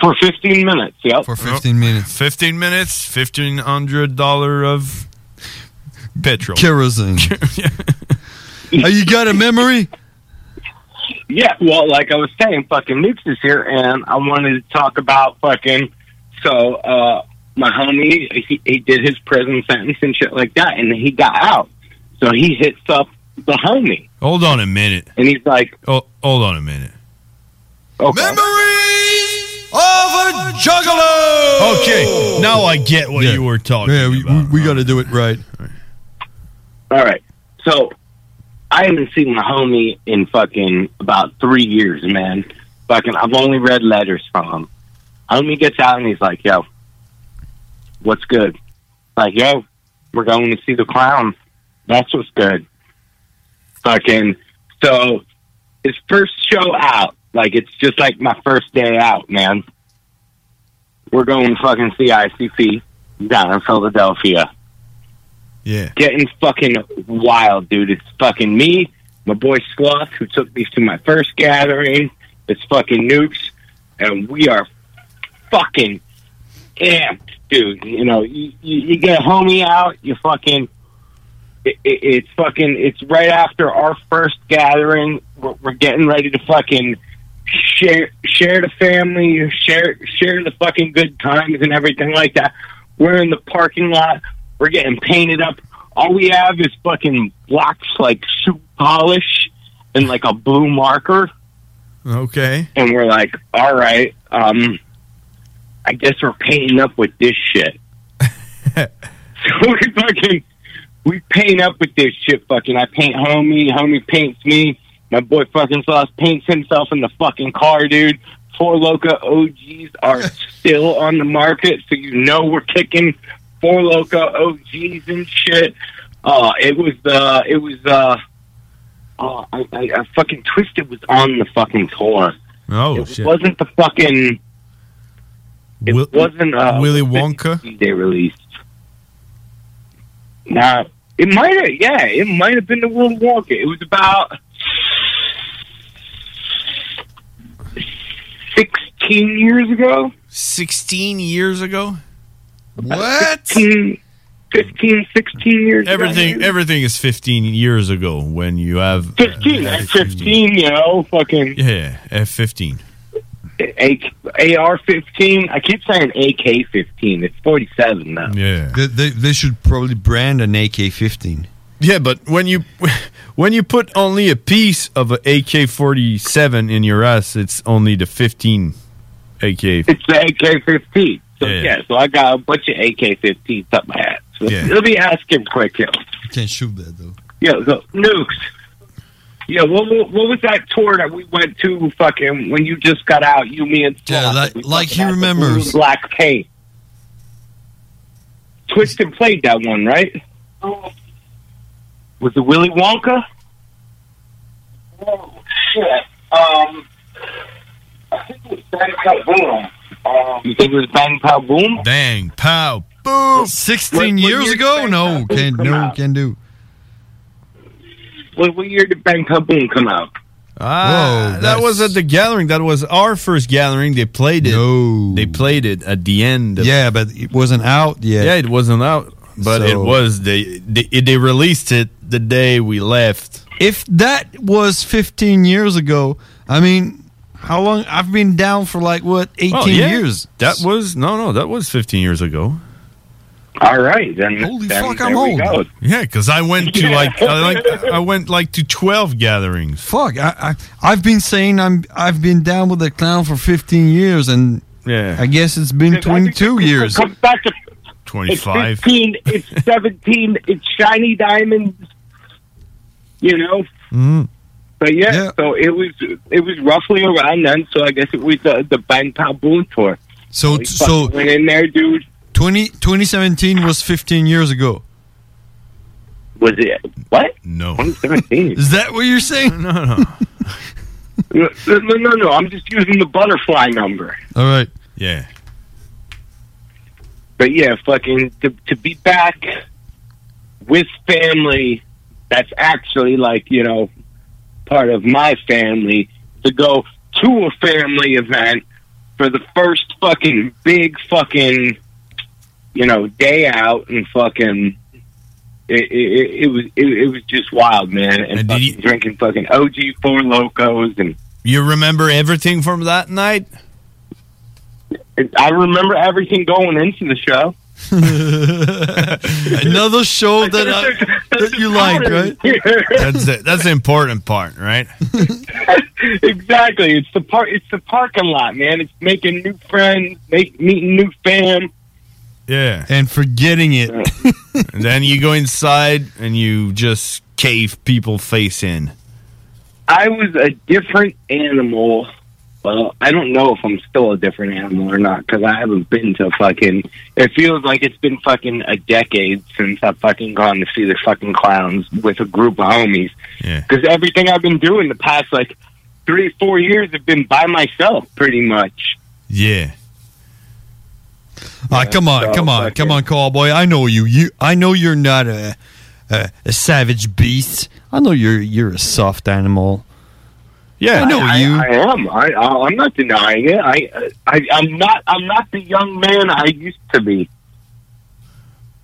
[SPEAKER 27] For, for 15 minutes, yep.
[SPEAKER 8] For 15 minutes.
[SPEAKER 7] 15 minutes, $1,500 of petrol.
[SPEAKER 8] Kerosene. Oh, you got a memory?
[SPEAKER 27] [LAUGHS] Yeah, well, like I was saying, fucking Nukes is here, and I wanted to talk about fucking. So, uh, my homie, he, he did his prison sentence and shit like that, and he got out. So he hits up the homie,
[SPEAKER 7] Hold on a minute.
[SPEAKER 27] and he's like,
[SPEAKER 7] Oh, hold on a minute.
[SPEAKER 27] okay.
[SPEAKER 8] Of a juggalo.
[SPEAKER 7] Okay, now I get what you were talking
[SPEAKER 8] Yeah, we, we, we got to do it right.
[SPEAKER 27] All right. So I haven't seen my homie in fucking about three years, man. Fucking, I've only read letters from him. Homie gets out and he's like, yo, what's good? Like, yo, we're going to see the clown. That's what's good. Fucking, so his first show out, like, it's just like my first day out, man. We're going to fucking see ICP down in Philadelphia
[SPEAKER 7] Yeah.
[SPEAKER 27] getting fucking wild, dude. It's fucking me, my boy Sloth, who took me to my first gathering. It's fucking Nukes, and we are fucking amped, dude. You know, you, you, you get a homie out, you fucking. It, it, it's fucking. It's right after our first gathering. We're, we're getting ready to fucking share share the family, share share the fucking good times and everything like that. We're in the parking lot. We're getting painted up. All we have is fucking blocks like shoe polish and like a blue marker.
[SPEAKER 7] Okay.
[SPEAKER 27] And we're like, all right, um, I guess we're painting up with this shit. [LAUGHS] so we fucking we paint up with this shit. Fucking, I paint homie, homie paints me. My boy fucking sauce paints himself in the fucking car, dude. Four Loca OGs are still on the market, so you know we're kicking Four Loca OGs and shit. Uh, it was uh, it was uh, uh, I, I, I fucking twisted was on the fucking tour.
[SPEAKER 21] Oh,
[SPEAKER 27] it
[SPEAKER 21] shit.
[SPEAKER 27] wasn't the fucking. It wasn't uh,
[SPEAKER 21] Willy Wonka.
[SPEAKER 27] They released. Nah, it might have. Yeah, it might have been the Willy Wonka. It was about sixteen years ago. Uh,
[SPEAKER 7] 16 years ago?
[SPEAKER 27] What? 15, 15 16 years ago.
[SPEAKER 7] Everything everything is 15 years ago when you have
[SPEAKER 27] 15, at 15, you know, fucking
[SPEAKER 7] yeah, F15.
[SPEAKER 27] A- AR 15. I keep saying AK 15. It's 47 now.
[SPEAKER 7] Yeah.
[SPEAKER 8] They, they, they should probably brand an AK-15.
[SPEAKER 7] Yeah, but when you [LAUGHS] when you put only a piece of a AK-47 in your ass, it's only the 15 AK.
[SPEAKER 27] It's the AK 15. So, yeah. so I got a bunch of AK 15s up my ass.
[SPEAKER 7] Yeah.
[SPEAKER 27] Let me ask him quick, yo.
[SPEAKER 8] You can't shoot that, though.
[SPEAKER 27] Yo, so, Nukes. Yeah, what, what, what was that tour that we went to fucking when you just got out, you, me, and Yeah, like, like he remembers. Black Paint. Twist and played that one, right? Oh, Was it Willy Wonka? Oh, shit. Um, I think it was Bang Pow Boom. Um, you think it was Bang Pow Boom?
[SPEAKER 7] Dang, pow.
[SPEAKER 8] Boom. 16 years ago? No, can't, no, can't do.
[SPEAKER 27] What, what year did Bang Pow Boom come out?
[SPEAKER 7] Ah,
[SPEAKER 27] Whoa,
[SPEAKER 7] that was at the gathering. That was our first gathering. They played it. They played it at the end. Of,
[SPEAKER 8] Yeah, but it wasn't out yet.
[SPEAKER 7] Yeah, it wasn't out, but it
[SPEAKER 8] So-
[SPEAKER 7] was. They, they they released it the day we left.
[SPEAKER 8] If that was 15 years ago, I mean, how long? I've been down for like, what, 18
[SPEAKER 7] Oh, yeah.
[SPEAKER 8] years?
[SPEAKER 7] That was no, no. That was 15 years ago.
[SPEAKER 27] All right, then. Holy
[SPEAKER 8] fuck, I'm old.
[SPEAKER 7] Yeah, because I went to like I like I went like to 12 gatherings.
[SPEAKER 8] Fuck, I, I, I've been saying I'm, I've been down with the clown for 15 years, and
[SPEAKER 7] yeah,
[SPEAKER 8] I guess it's been 22 years.
[SPEAKER 27] Comes back to It's 15, it's 17, it's shiny diamonds, you know?
[SPEAKER 8] Mm.
[SPEAKER 27] But yeah, so it was it was roughly around then, so I guess it was the, the Bang Pow Boom tour.
[SPEAKER 8] So-
[SPEAKER 27] We
[SPEAKER 8] so-
[SPEAKER 27] fucking went in there, dude.
[SPEAKER 8] 20, 2017 was 15 years ago.
[SPEAKER 27] Was it what?
[SPEAKER 7] No.
[SPEAKER 27] 2017.
[SPEAKER 8] Oh. [LAUGHS] Is that what you're saying?
[SPEAKER 7] No, no.
[SPEAKER 27] [LAUGHS] No, no, no, no. I'm just using the butterfly number.
[SPEAKER 8] All right.
[SPEAKER 7] Yeah.
[SPEAKER 27] But yeah, fucking to, to be back with family that's actually like, you know, part of my family to go to a family event for the first fucking big fucking you know, day out and fucking it, it, it was it, it was just wild, man, and, fucking drinking fucking OG four locos, and
[SPEAKER 7] You remember everything from that night?
[SPEAKER 27] I remember everything going into the show.
[SPEAKER 8] [LAUGHS] Another show that, I, that you
[SPEAKER 27] [LAUGHS]
[SPEAKER 8] like, right?
[SPEAKER 7] That's the, that's the important part, right?
[SPEAKER 27] exactly. It's the park. It's the parking lot, man. It's making new friends, make meeting new fam.
[SPEAKER 7] Yeah.
[SPEAKER 8] And forgetting it.
[SPEAKER 7] [LAUGHS] and then you go inside and you just cave people face in.
[SPEAKER 27] I was a different animal. Well, I don't know if I'm still a different animal or not because I haven't been to fucking. It feels like it's been fucking a decade since I've fucking gone to see the fucking clowns with a group of homies.
[SPEAKER 7] Yeah.
[SPEAKER 27] Because everything I've been doing the past like three, four years have been by myself, pretty much.
[SPEAKER 7] Yeah.
[SPEAKER 8] Ah, come on, come on, come on, cowboy. I know you. You, I know you're not a, a a savage beast. I know you're you're a soft animal. I know you.
[SPEAKER 27] I, am. I, I, I'm not denying it. I, I, I'm not. I'm not the young man I used to be.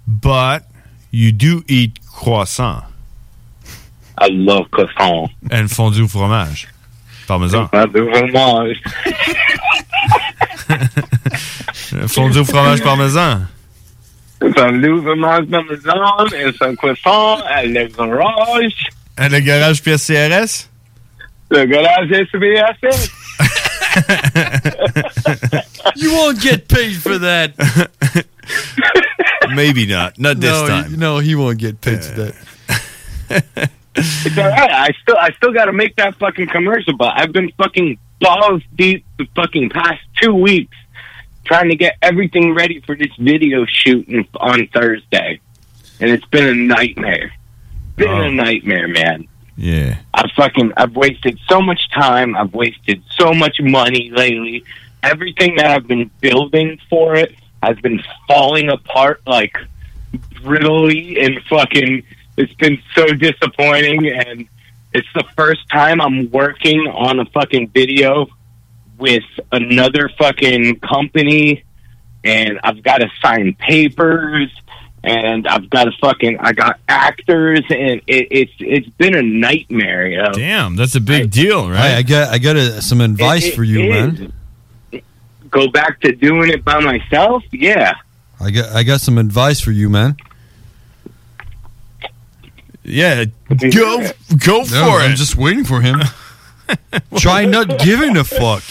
[SPEAKER 7] But you do eat croissant.
[SPEAKER 27] I love croissant.
[SPEAKER 7] And fondue au fromage. Parmesan.
[SPEAKER 27] Fondue fromage.
[SPEAKER 7] fondue au fromage parmesan.
[SPEAKER 27] Some Louvain Parmesan and some croissant at le garage.
[SPEAKER 7] And le garage pièce CRS?
[SPEAKER 27] Le garage SBS.
[SPEAKER 8] [LAUGHS] You won't get paid for that.
[SPEAKER 27] [LAUGHS]
[SPEAKER 7] Maybe not. Not this
[SPEAKER 8] no,
[SPEAKER 7] time.
[SPEAKER 8] He, no, he won't get paid for that.
[SPEAKER 27] It's all right. I still, I still got to make that fucking commercial, but I've been fucking balls deep the fucking past two weeks trying to get everything ready for this video shoot in- on Thursday, and it's been a nightmare. Been a nightmare, man.
[SPEAKER 3] Yeah.
[SPEAKER 27] I've fucking I've wasted so much time. I've wasted so much money lately. Everything that I've been building for it has been falling apart like brittly and fucking. It's been so disappointing, and it's the first time I'm working on a fucking video with another fucking company, and I've got to sign papers and I've got a fucking I got actors and it, it's it's been a nightmare. Yo.
[SPEAKER 6] Damn, that's a big deal, right?
[SPEAKER 8] I got I got uh some advice
[SPEAKER 27] It-
[SPEAKER 8] for you,
[SPEAKER 27] it
[SPEAKER 8] man.
[SPEAKER 27] Go back to doing it by myself. Yeah,
[SPEAKER 8] I got I got some advice for you, man.
[SPEAKER 6] Yeah,
[SPEAKER 8] go
[SPEAKER 6] go
[SPEAKER 8] for it. I'm just waiting
[SPEAKER 6] [LAUGHS]
[SPEAKER 8] for him. Try not giving a fuck.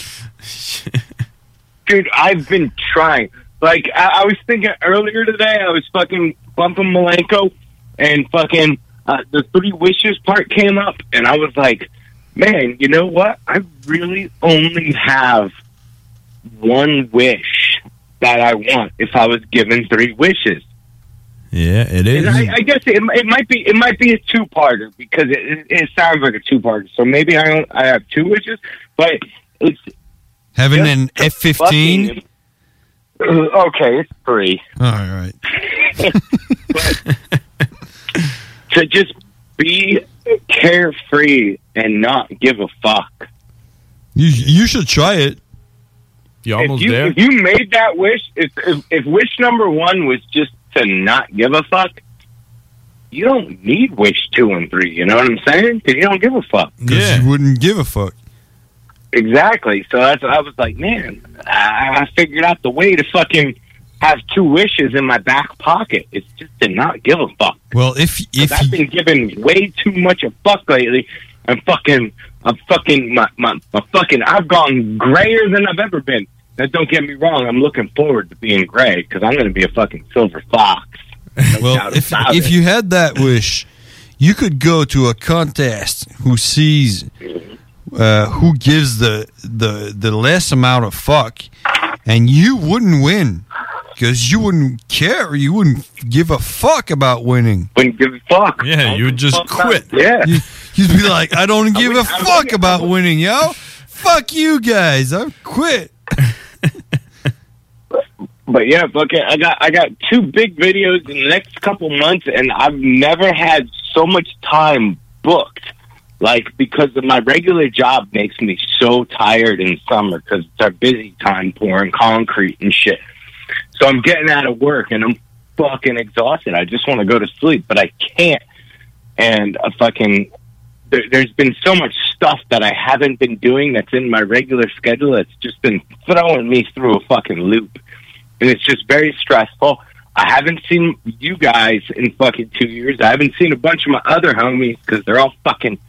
[SPEAKER 27] dude, I've been trying. Like I, I was thinking earlier today, I was fucking bumping Malenko, and fucking uh, the three wishes part came up, and I was like, man, you know what? I really only have one wish that I want. If I was given three wishes.
[SPEAKER 3] Yeah, it
[SPEAKER 27] And I, I guess it, it might be it might be a two parter because it, it, it sounds like a two parter. So maybe I don't I have two wishes, but it's
[SPEAKER 8] Having an F-15.
[SPEAKER 27] uh, okay. It's three.
[SPEAKER 8] All right.
[SPEAKER 27] to just be carefree and not give a fuck.
[SPEAKER 8] You you should try it.
[SPEAKER 6] You
[SPEAKER 27] If you, if you made that wish, if, if if wish number one was just to not give a fuck, you don't need wish two and three. You know what I'm saying? Because you don't give a fuck.
[SPEAKER 8] Because you wouldn't give a fuck.
[SPEAKER 27] Exactly. So that's I was like, man, I, I figured out the way to fucking have two wishes in my back pocket. It's just to not give a fuck.
[SPEAKER 8] Well, if if
[SPEAKER 27] I've been giving way too much a fuck lately, I'm fucking, I'm fucking, my, my, my fucking, I've gone grayer than I've ever been. Now, don't get me wrong. I'm looking forward to being gray because I'm going to be a fucking silver fox.
[SPEAKER 8] well, if if you had that wish, you could go to a contest who sees uh, who gives the the the less amount of fuck, and you wouldn't win because you wouldn't care. You wouldn't give a fuck about winning.
[SPEAKER 27] Wouldn't give a fuck.
[SPEAKER 8] Yeah, you would
[SPEAKER 3] just quit.
[SPEAKER 27] Yeah,
[SPEAKER 8] you, would be like,
[SPEAKER 27] [LAUGHS]
[SPEAKER 8] I don't give a fuck about winning, yo. Fuck you guys. I quit.
[SPEAKER 27] But yeah, fucking, I got I got two big videos in the next couple months, and I've never had so much time booked. Like because of my regular job makes me so tired in summer because it's our busy time pouring concrete and shit. So I'm getting out of work and I'm fucking exhausted. I just want to go to sleep, but I can't. And I fucking there, there's been so much stuff that I haven't been doing that's in my regular schedule that's just been throwing me through a fucking loop. And it's just very stressful. I haven't seen you guys in fucking two years. I haven't seen a bunch of my other homies because they're all fucking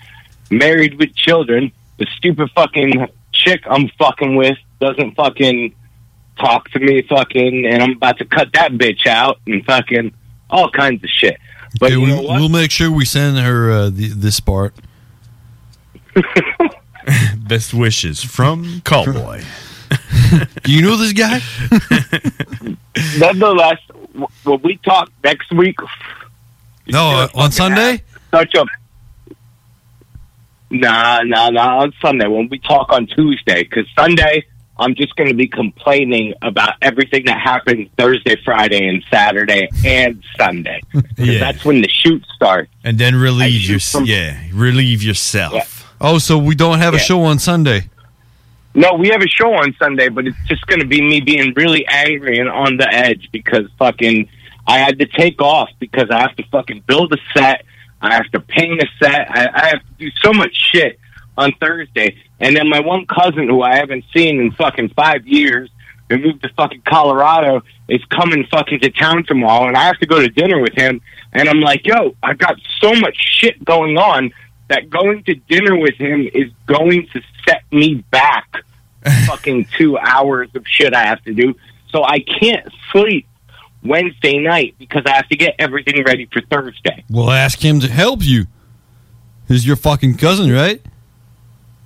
[SPEAKER 27] married with children. The stupid fucking chick I'm fucking with doesn't fucking talk to me fucking, and I'm about to cut that bitch out and fucking all kinds of shit. But
[SPEAKER 8] Okay,
[SPEAKER 27] you
[SPEAKER 8] we,
[SPEAKER 27] know what?
[SPEAKER 8] will make sure we send her uh, the, this part.
[SPEAKER 6] [LAUGHS] Best wishes from
[SPEAKER 27] [LAUGHS]
[SPEAKER 6] Cowboy.
[SPEAKER 8] [LAUGHS] you know this guy?
[SPEAKER 27] Nonetheless, w- when we talk next week,
[SPEAKER 8] No, uh, on Sunday.
[SPEAKER 27] such a nah, nah, nah. On Sunday, when we talk on Tuesday, because Sunday I'm just going to be complaining about everything that happened Thursday, Friday, and Saturday and Sunday.
[SPEAKER 8] [LAUGHS]
[SPEAKER 27] 'Cause
[SPEAKER 6] Yeah.
[SPEAKER 27] that's when the shoot starts.
[SPEAKER 6] And then relieve your yeah, relieve yourself.
[SPEAKER 8] Oh, so we don't have a
[SPEAKER 27] Yeah.
[SPEAKER 8] show on Sunday.
[SPEAKER 27] No, we have a show on Sunday, but it's just going to be me being really angry and on the edge because fucking I had to take off because I have to fucking build a set. I have to paint a set. I, I have to do so much shit on Thursday. And then my one cousin who I haven't seen in fucking five years who moved to fucking Colorado is coming fucking to town tomorrow and I have to go to dinner with him and I'm like, yo, I've got so much shit going on that going to dinner with him is going to set me back fucking two hours of shit I have to do. So I can't sleep Wednesday night because I have to get everything ready for Thursday.
[SPEAKER 8] We'll ask him to help you. He's your fucking cousin, right?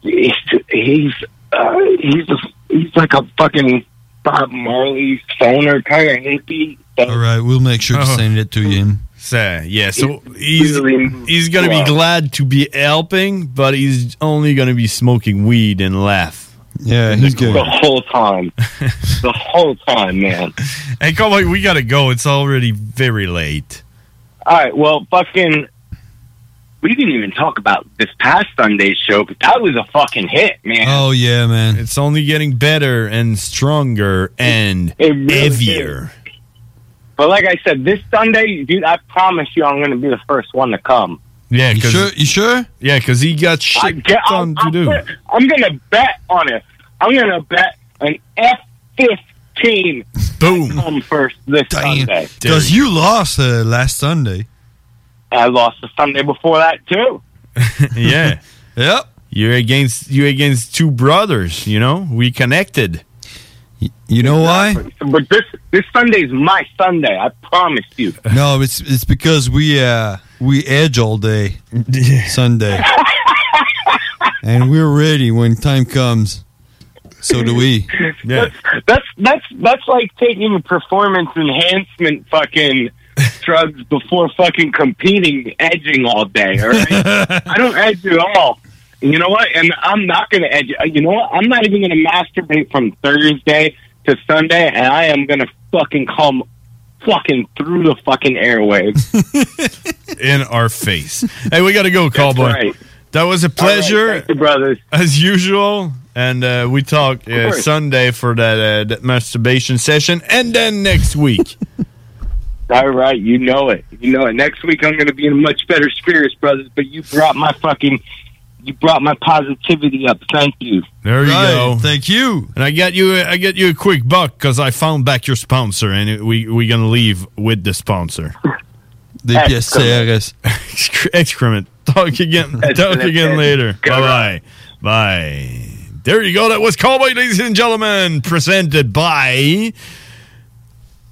[SPEAKER 27] He's, he's uh, he's just, he's like a fucking Bob Marley stoner kind of hippie.
[SPEAKER 8] All right, we'll make sure to send it to him.
[SPEAKER 7] So, Oh. yeah, so he's he's gonna be
[SPEAKER 27] Wow.
[SPEAKER 7] glad to be helping, but he's only gonna be smoking weed and laugh.
[SPEAKER 8] Yeah,
[SPEAKER 7] he's
[SPEAKER 27] good. The whole
[SPEAKER 7] [LAUGHS]
[SPEAKER 27] time. the whole time, man.
[SPEAKER 7] Hey, come on, we gotta go. It's already very late.
[SPEAKER 27] All right, well, fucking. We didn't even talk about this past Sunday's show because that was a fucking hit, man.
[SPEAKER 7] Oh yeah, man. It's only getting better and stronger and heavier.
[SPEAKER 27] But like I said, this Sunday, dude, I promise you, I'm going to be the first one to come.
[SPEAKER 7] Yeah, you sure? You sure? Yeah, because he got [LAUGHS]
[SPEAKER 27] I
[SPEAKER 7] shit
[SPEAKER 27] get,
[SPEAKER 7] on
[SPEAKER 27] I'm,
[SPEAKER 7] to do.
[SPEAKER 27] I'm going to bet on it. I'm going to bet an F-15
[SPEAKER 7] Boom.
[SPEAKER 27] come first this Sunday.
[SPEAKER 8] Because you lost uh, last
[SPEAKER 7] [LAUGHS]
[SPEAKER 8] Sunday.
[SPEAKER 27] I lost the Sunday before that too.
[SPEAKER 7] yeah.
[SPEAKER 8] yep.
[SPEAKER 7] You're against you against two brothers. You know we connected.
[SPEAKER 8] You know why?
[SPEAKER 27] But this this Sunday's my Sunday. I promise you.
[SPEAKER 8] No, it's it's because we uh we edge all day
[SPEAKER 7] [LAUGHS]
[SPEAKER 8] Sunday, and we're ready when time comes. So do we.
[SPEAKER 27] That's, that's that's that's like taking performance enhancement fucking drugs before fucking competing, edging all day. All right, I don't edge at all. And You know what? And I'm not going to edge. uh, You know what? I'm not even going to masturbate from Thursday to Sunday, and I am going to fucking come fucking through the fucking airwaves.
[SPEAKER 7] in our face. Hey, we got to go, Cowboy.
[SPEAKER 27] right.
[SPEAKER 7] That was a pleasure, brothers, as usual. And uh, we talk uh,
[SPEAKER 27] course.
[SPEAKER 7] Sunday for that, uh, that masturbation session, and then next week.
[SPEAKER 27] All right, you know it. You know it. Next week I'm going to be in much better spirits, brothers. But you brought my fucking, you brought my positivity up. Thank you.
[SPEAKER 7] there you go.
[SPEAKER 8] Thank you.
[SPEAKER 7] And I got you. I got you a quick buck because I found back your sponsor, and it- we we gonna leave with the sponsor.
[SPEAKER 8] Des pièces
[SPEAKER 7] [LAUGHS]
[SPEAKER 8] CRS.
[SPEAKER 7] Excrement. Talk again. Talk again later. Bye bye. Bye. There you go. That was Cowboy, ladies and gentlemen, presented by.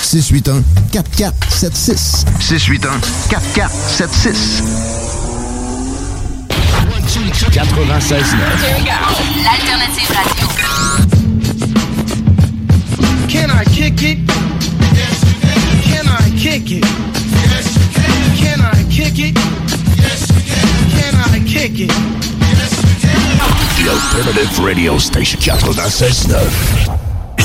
[SPEAKER 21] 681 4476.
[SPEAKER 20] 681 4476. 96.9.
[SPEAKER 9] L'alternative radio.
[SPEAKER 20] Can I kick it? Yes, you can. Can I kick it? Yes, you can. Can I kick it? Yes, you can. Can I kick it?
[SPEAKER 4] The alternative radio station. 96.9.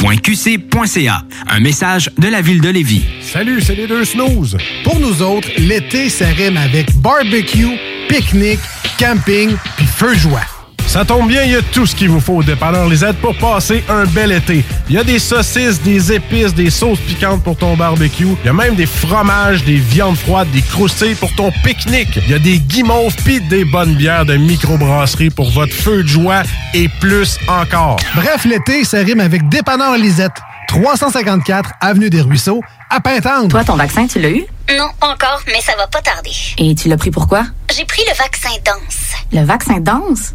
[SPEAKER 11] ville.levy.qc.ca. Un message de la ville de Lévis.
[SPEAKER 12] Salut, c'est les deux snooze. Pour nous autres, l'été, ça rime avec barbecue, pique-nique, camping, puis feu joie.
[SPEAKER 13] Ça tombe bien, il y a tout ce qu'il vous faut au dépanneur Lisette pour passer un bel été. Il y a des saucisses, des épices, des sauces piquantes pour ton barbecue. Il y a même des fromages, des viandes froides, des croustilles pour ton pique-nique. Il y a des guimauves pis des bonnes bières de microbrasserie pour votre feu de joie et plus encore.
[SPEAKER 29] Bref, l'été, ça rime avec Dépanneur Lisette. 354 Avenue des Ruisseaux, à Pintendre. Toi,
[SPEAKER 11] ton vaccin, tu l'as eu?
[SPEAKER 15] Non, pas encore, mais ça va pas tarder.
[SPEAKER 11] Et tu l'as pris pourquoi?
[SPEAKER 15] J'ai pris le vaccin danse. [LAUGHS]
[SPEAKER 11] Le vaccin danse?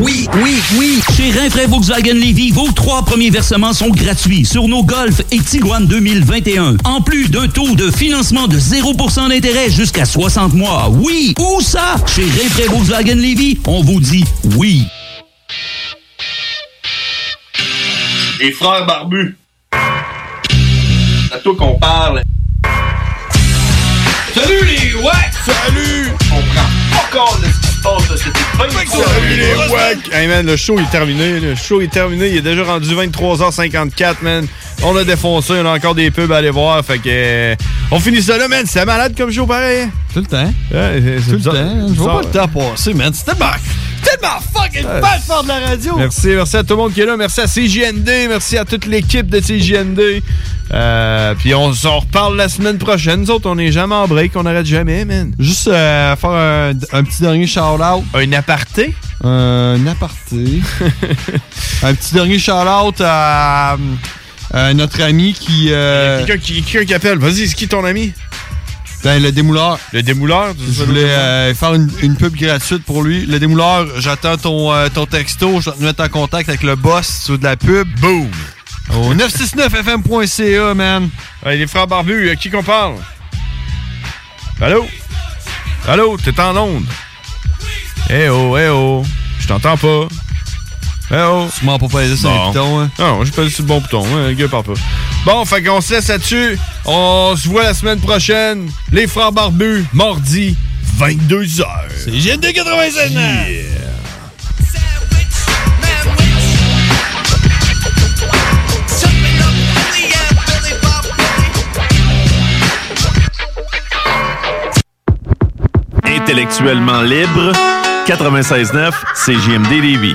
[SPEAKER 10] Oui, oui, oui. Chez Rainfray Volkswagen Levy, vos trois premiers versements sont gratuits sur nos Golf et Tiguan 2021. En plus d'un taux de financement de 0% d'intérêt jusqu'à 60 mois. Oui, où ça? Chez Rainfray Volkswagen Levy, on vous dit oui.
[SPEAKER 6] Les frères barbus. C'est à toi qu'on parle. Salut les ouais! Salut! On prend pas compte de ce qui se passe, là, c'était pas
[SPEAKER 7] Salut les wack! Hey man, le show est terminé. Le show est terminé. Il est déjà rendu 23h54, man. On a défoncé. On a encore des pubs à aller voir. Fait que. euh, On finit ça là, man. C'est malade comme show, pareil. Tout le temps.
[SPEAKER 8] Tout le temps. Je vois pas le temps passer, man. C'était bien.
[SPEAKER 6] Tellement fucking
[SPEAKER 8] Ouais.
[SPEAKER 6] pas de faire de la radio!
[SPEAKER 7] Merci, merci à tout le monde qui est là. Merci à CJND. Merci à toute l'équipe de CJND. Euh, puis on s'en reparle la semaine prochaine. Nous autres, on n'est jamais en break. On n'arrête jamais, man.
[SPEAKER 8] Juste euh, faire un, un petit dernier shout-out.
[SPEAKER 7] Un aparté?
[SPEAKER 8] un
[SPEAKER 7] [LAUGHS]
[SPEAKER 8] aparté. un petit dernier shout-out à, à notre ami qui... euh,
[SPEAKER 7] Quelqu'un qui, quelqu'un qui appelle. Vas-y, c'est qui ton ami?
[SPEAKER 8] ben, le démouleur.
[SPEAKER 7] Le démouleur?
[SPEAKER 8] Je voulais euh, faire une, une pub gratuite pour lui. Le démouleur, j'attends ton, euh, ton texto. Je vais te mettre en contact avec le boss sur de la pub.
[SPEAKER 7] Boom!
[SPEAKER 8] Au 969fm.ca, man.
[SPEAKER 7] les frères barbus, à qui qu'on parle? Allô? Allô, t'es en onde? Eh oh, eh oh. Je t'entends pas. Eh oh. Tu
[SPEAKER 8] m'en pas passer sur le
[SPEAKER 7] bouton, hein? Non, j'ai pas sur le bon bouton, hein. Le gars parle pas. Bon, fait qu'on se laisse là-dessus. On se voit la semaine prochaine. Les frères barbus, mardi, 22h. C'est GND96!
[SPEAKER 30] Intellectuellement libre, 96.9 CGMD Lévis.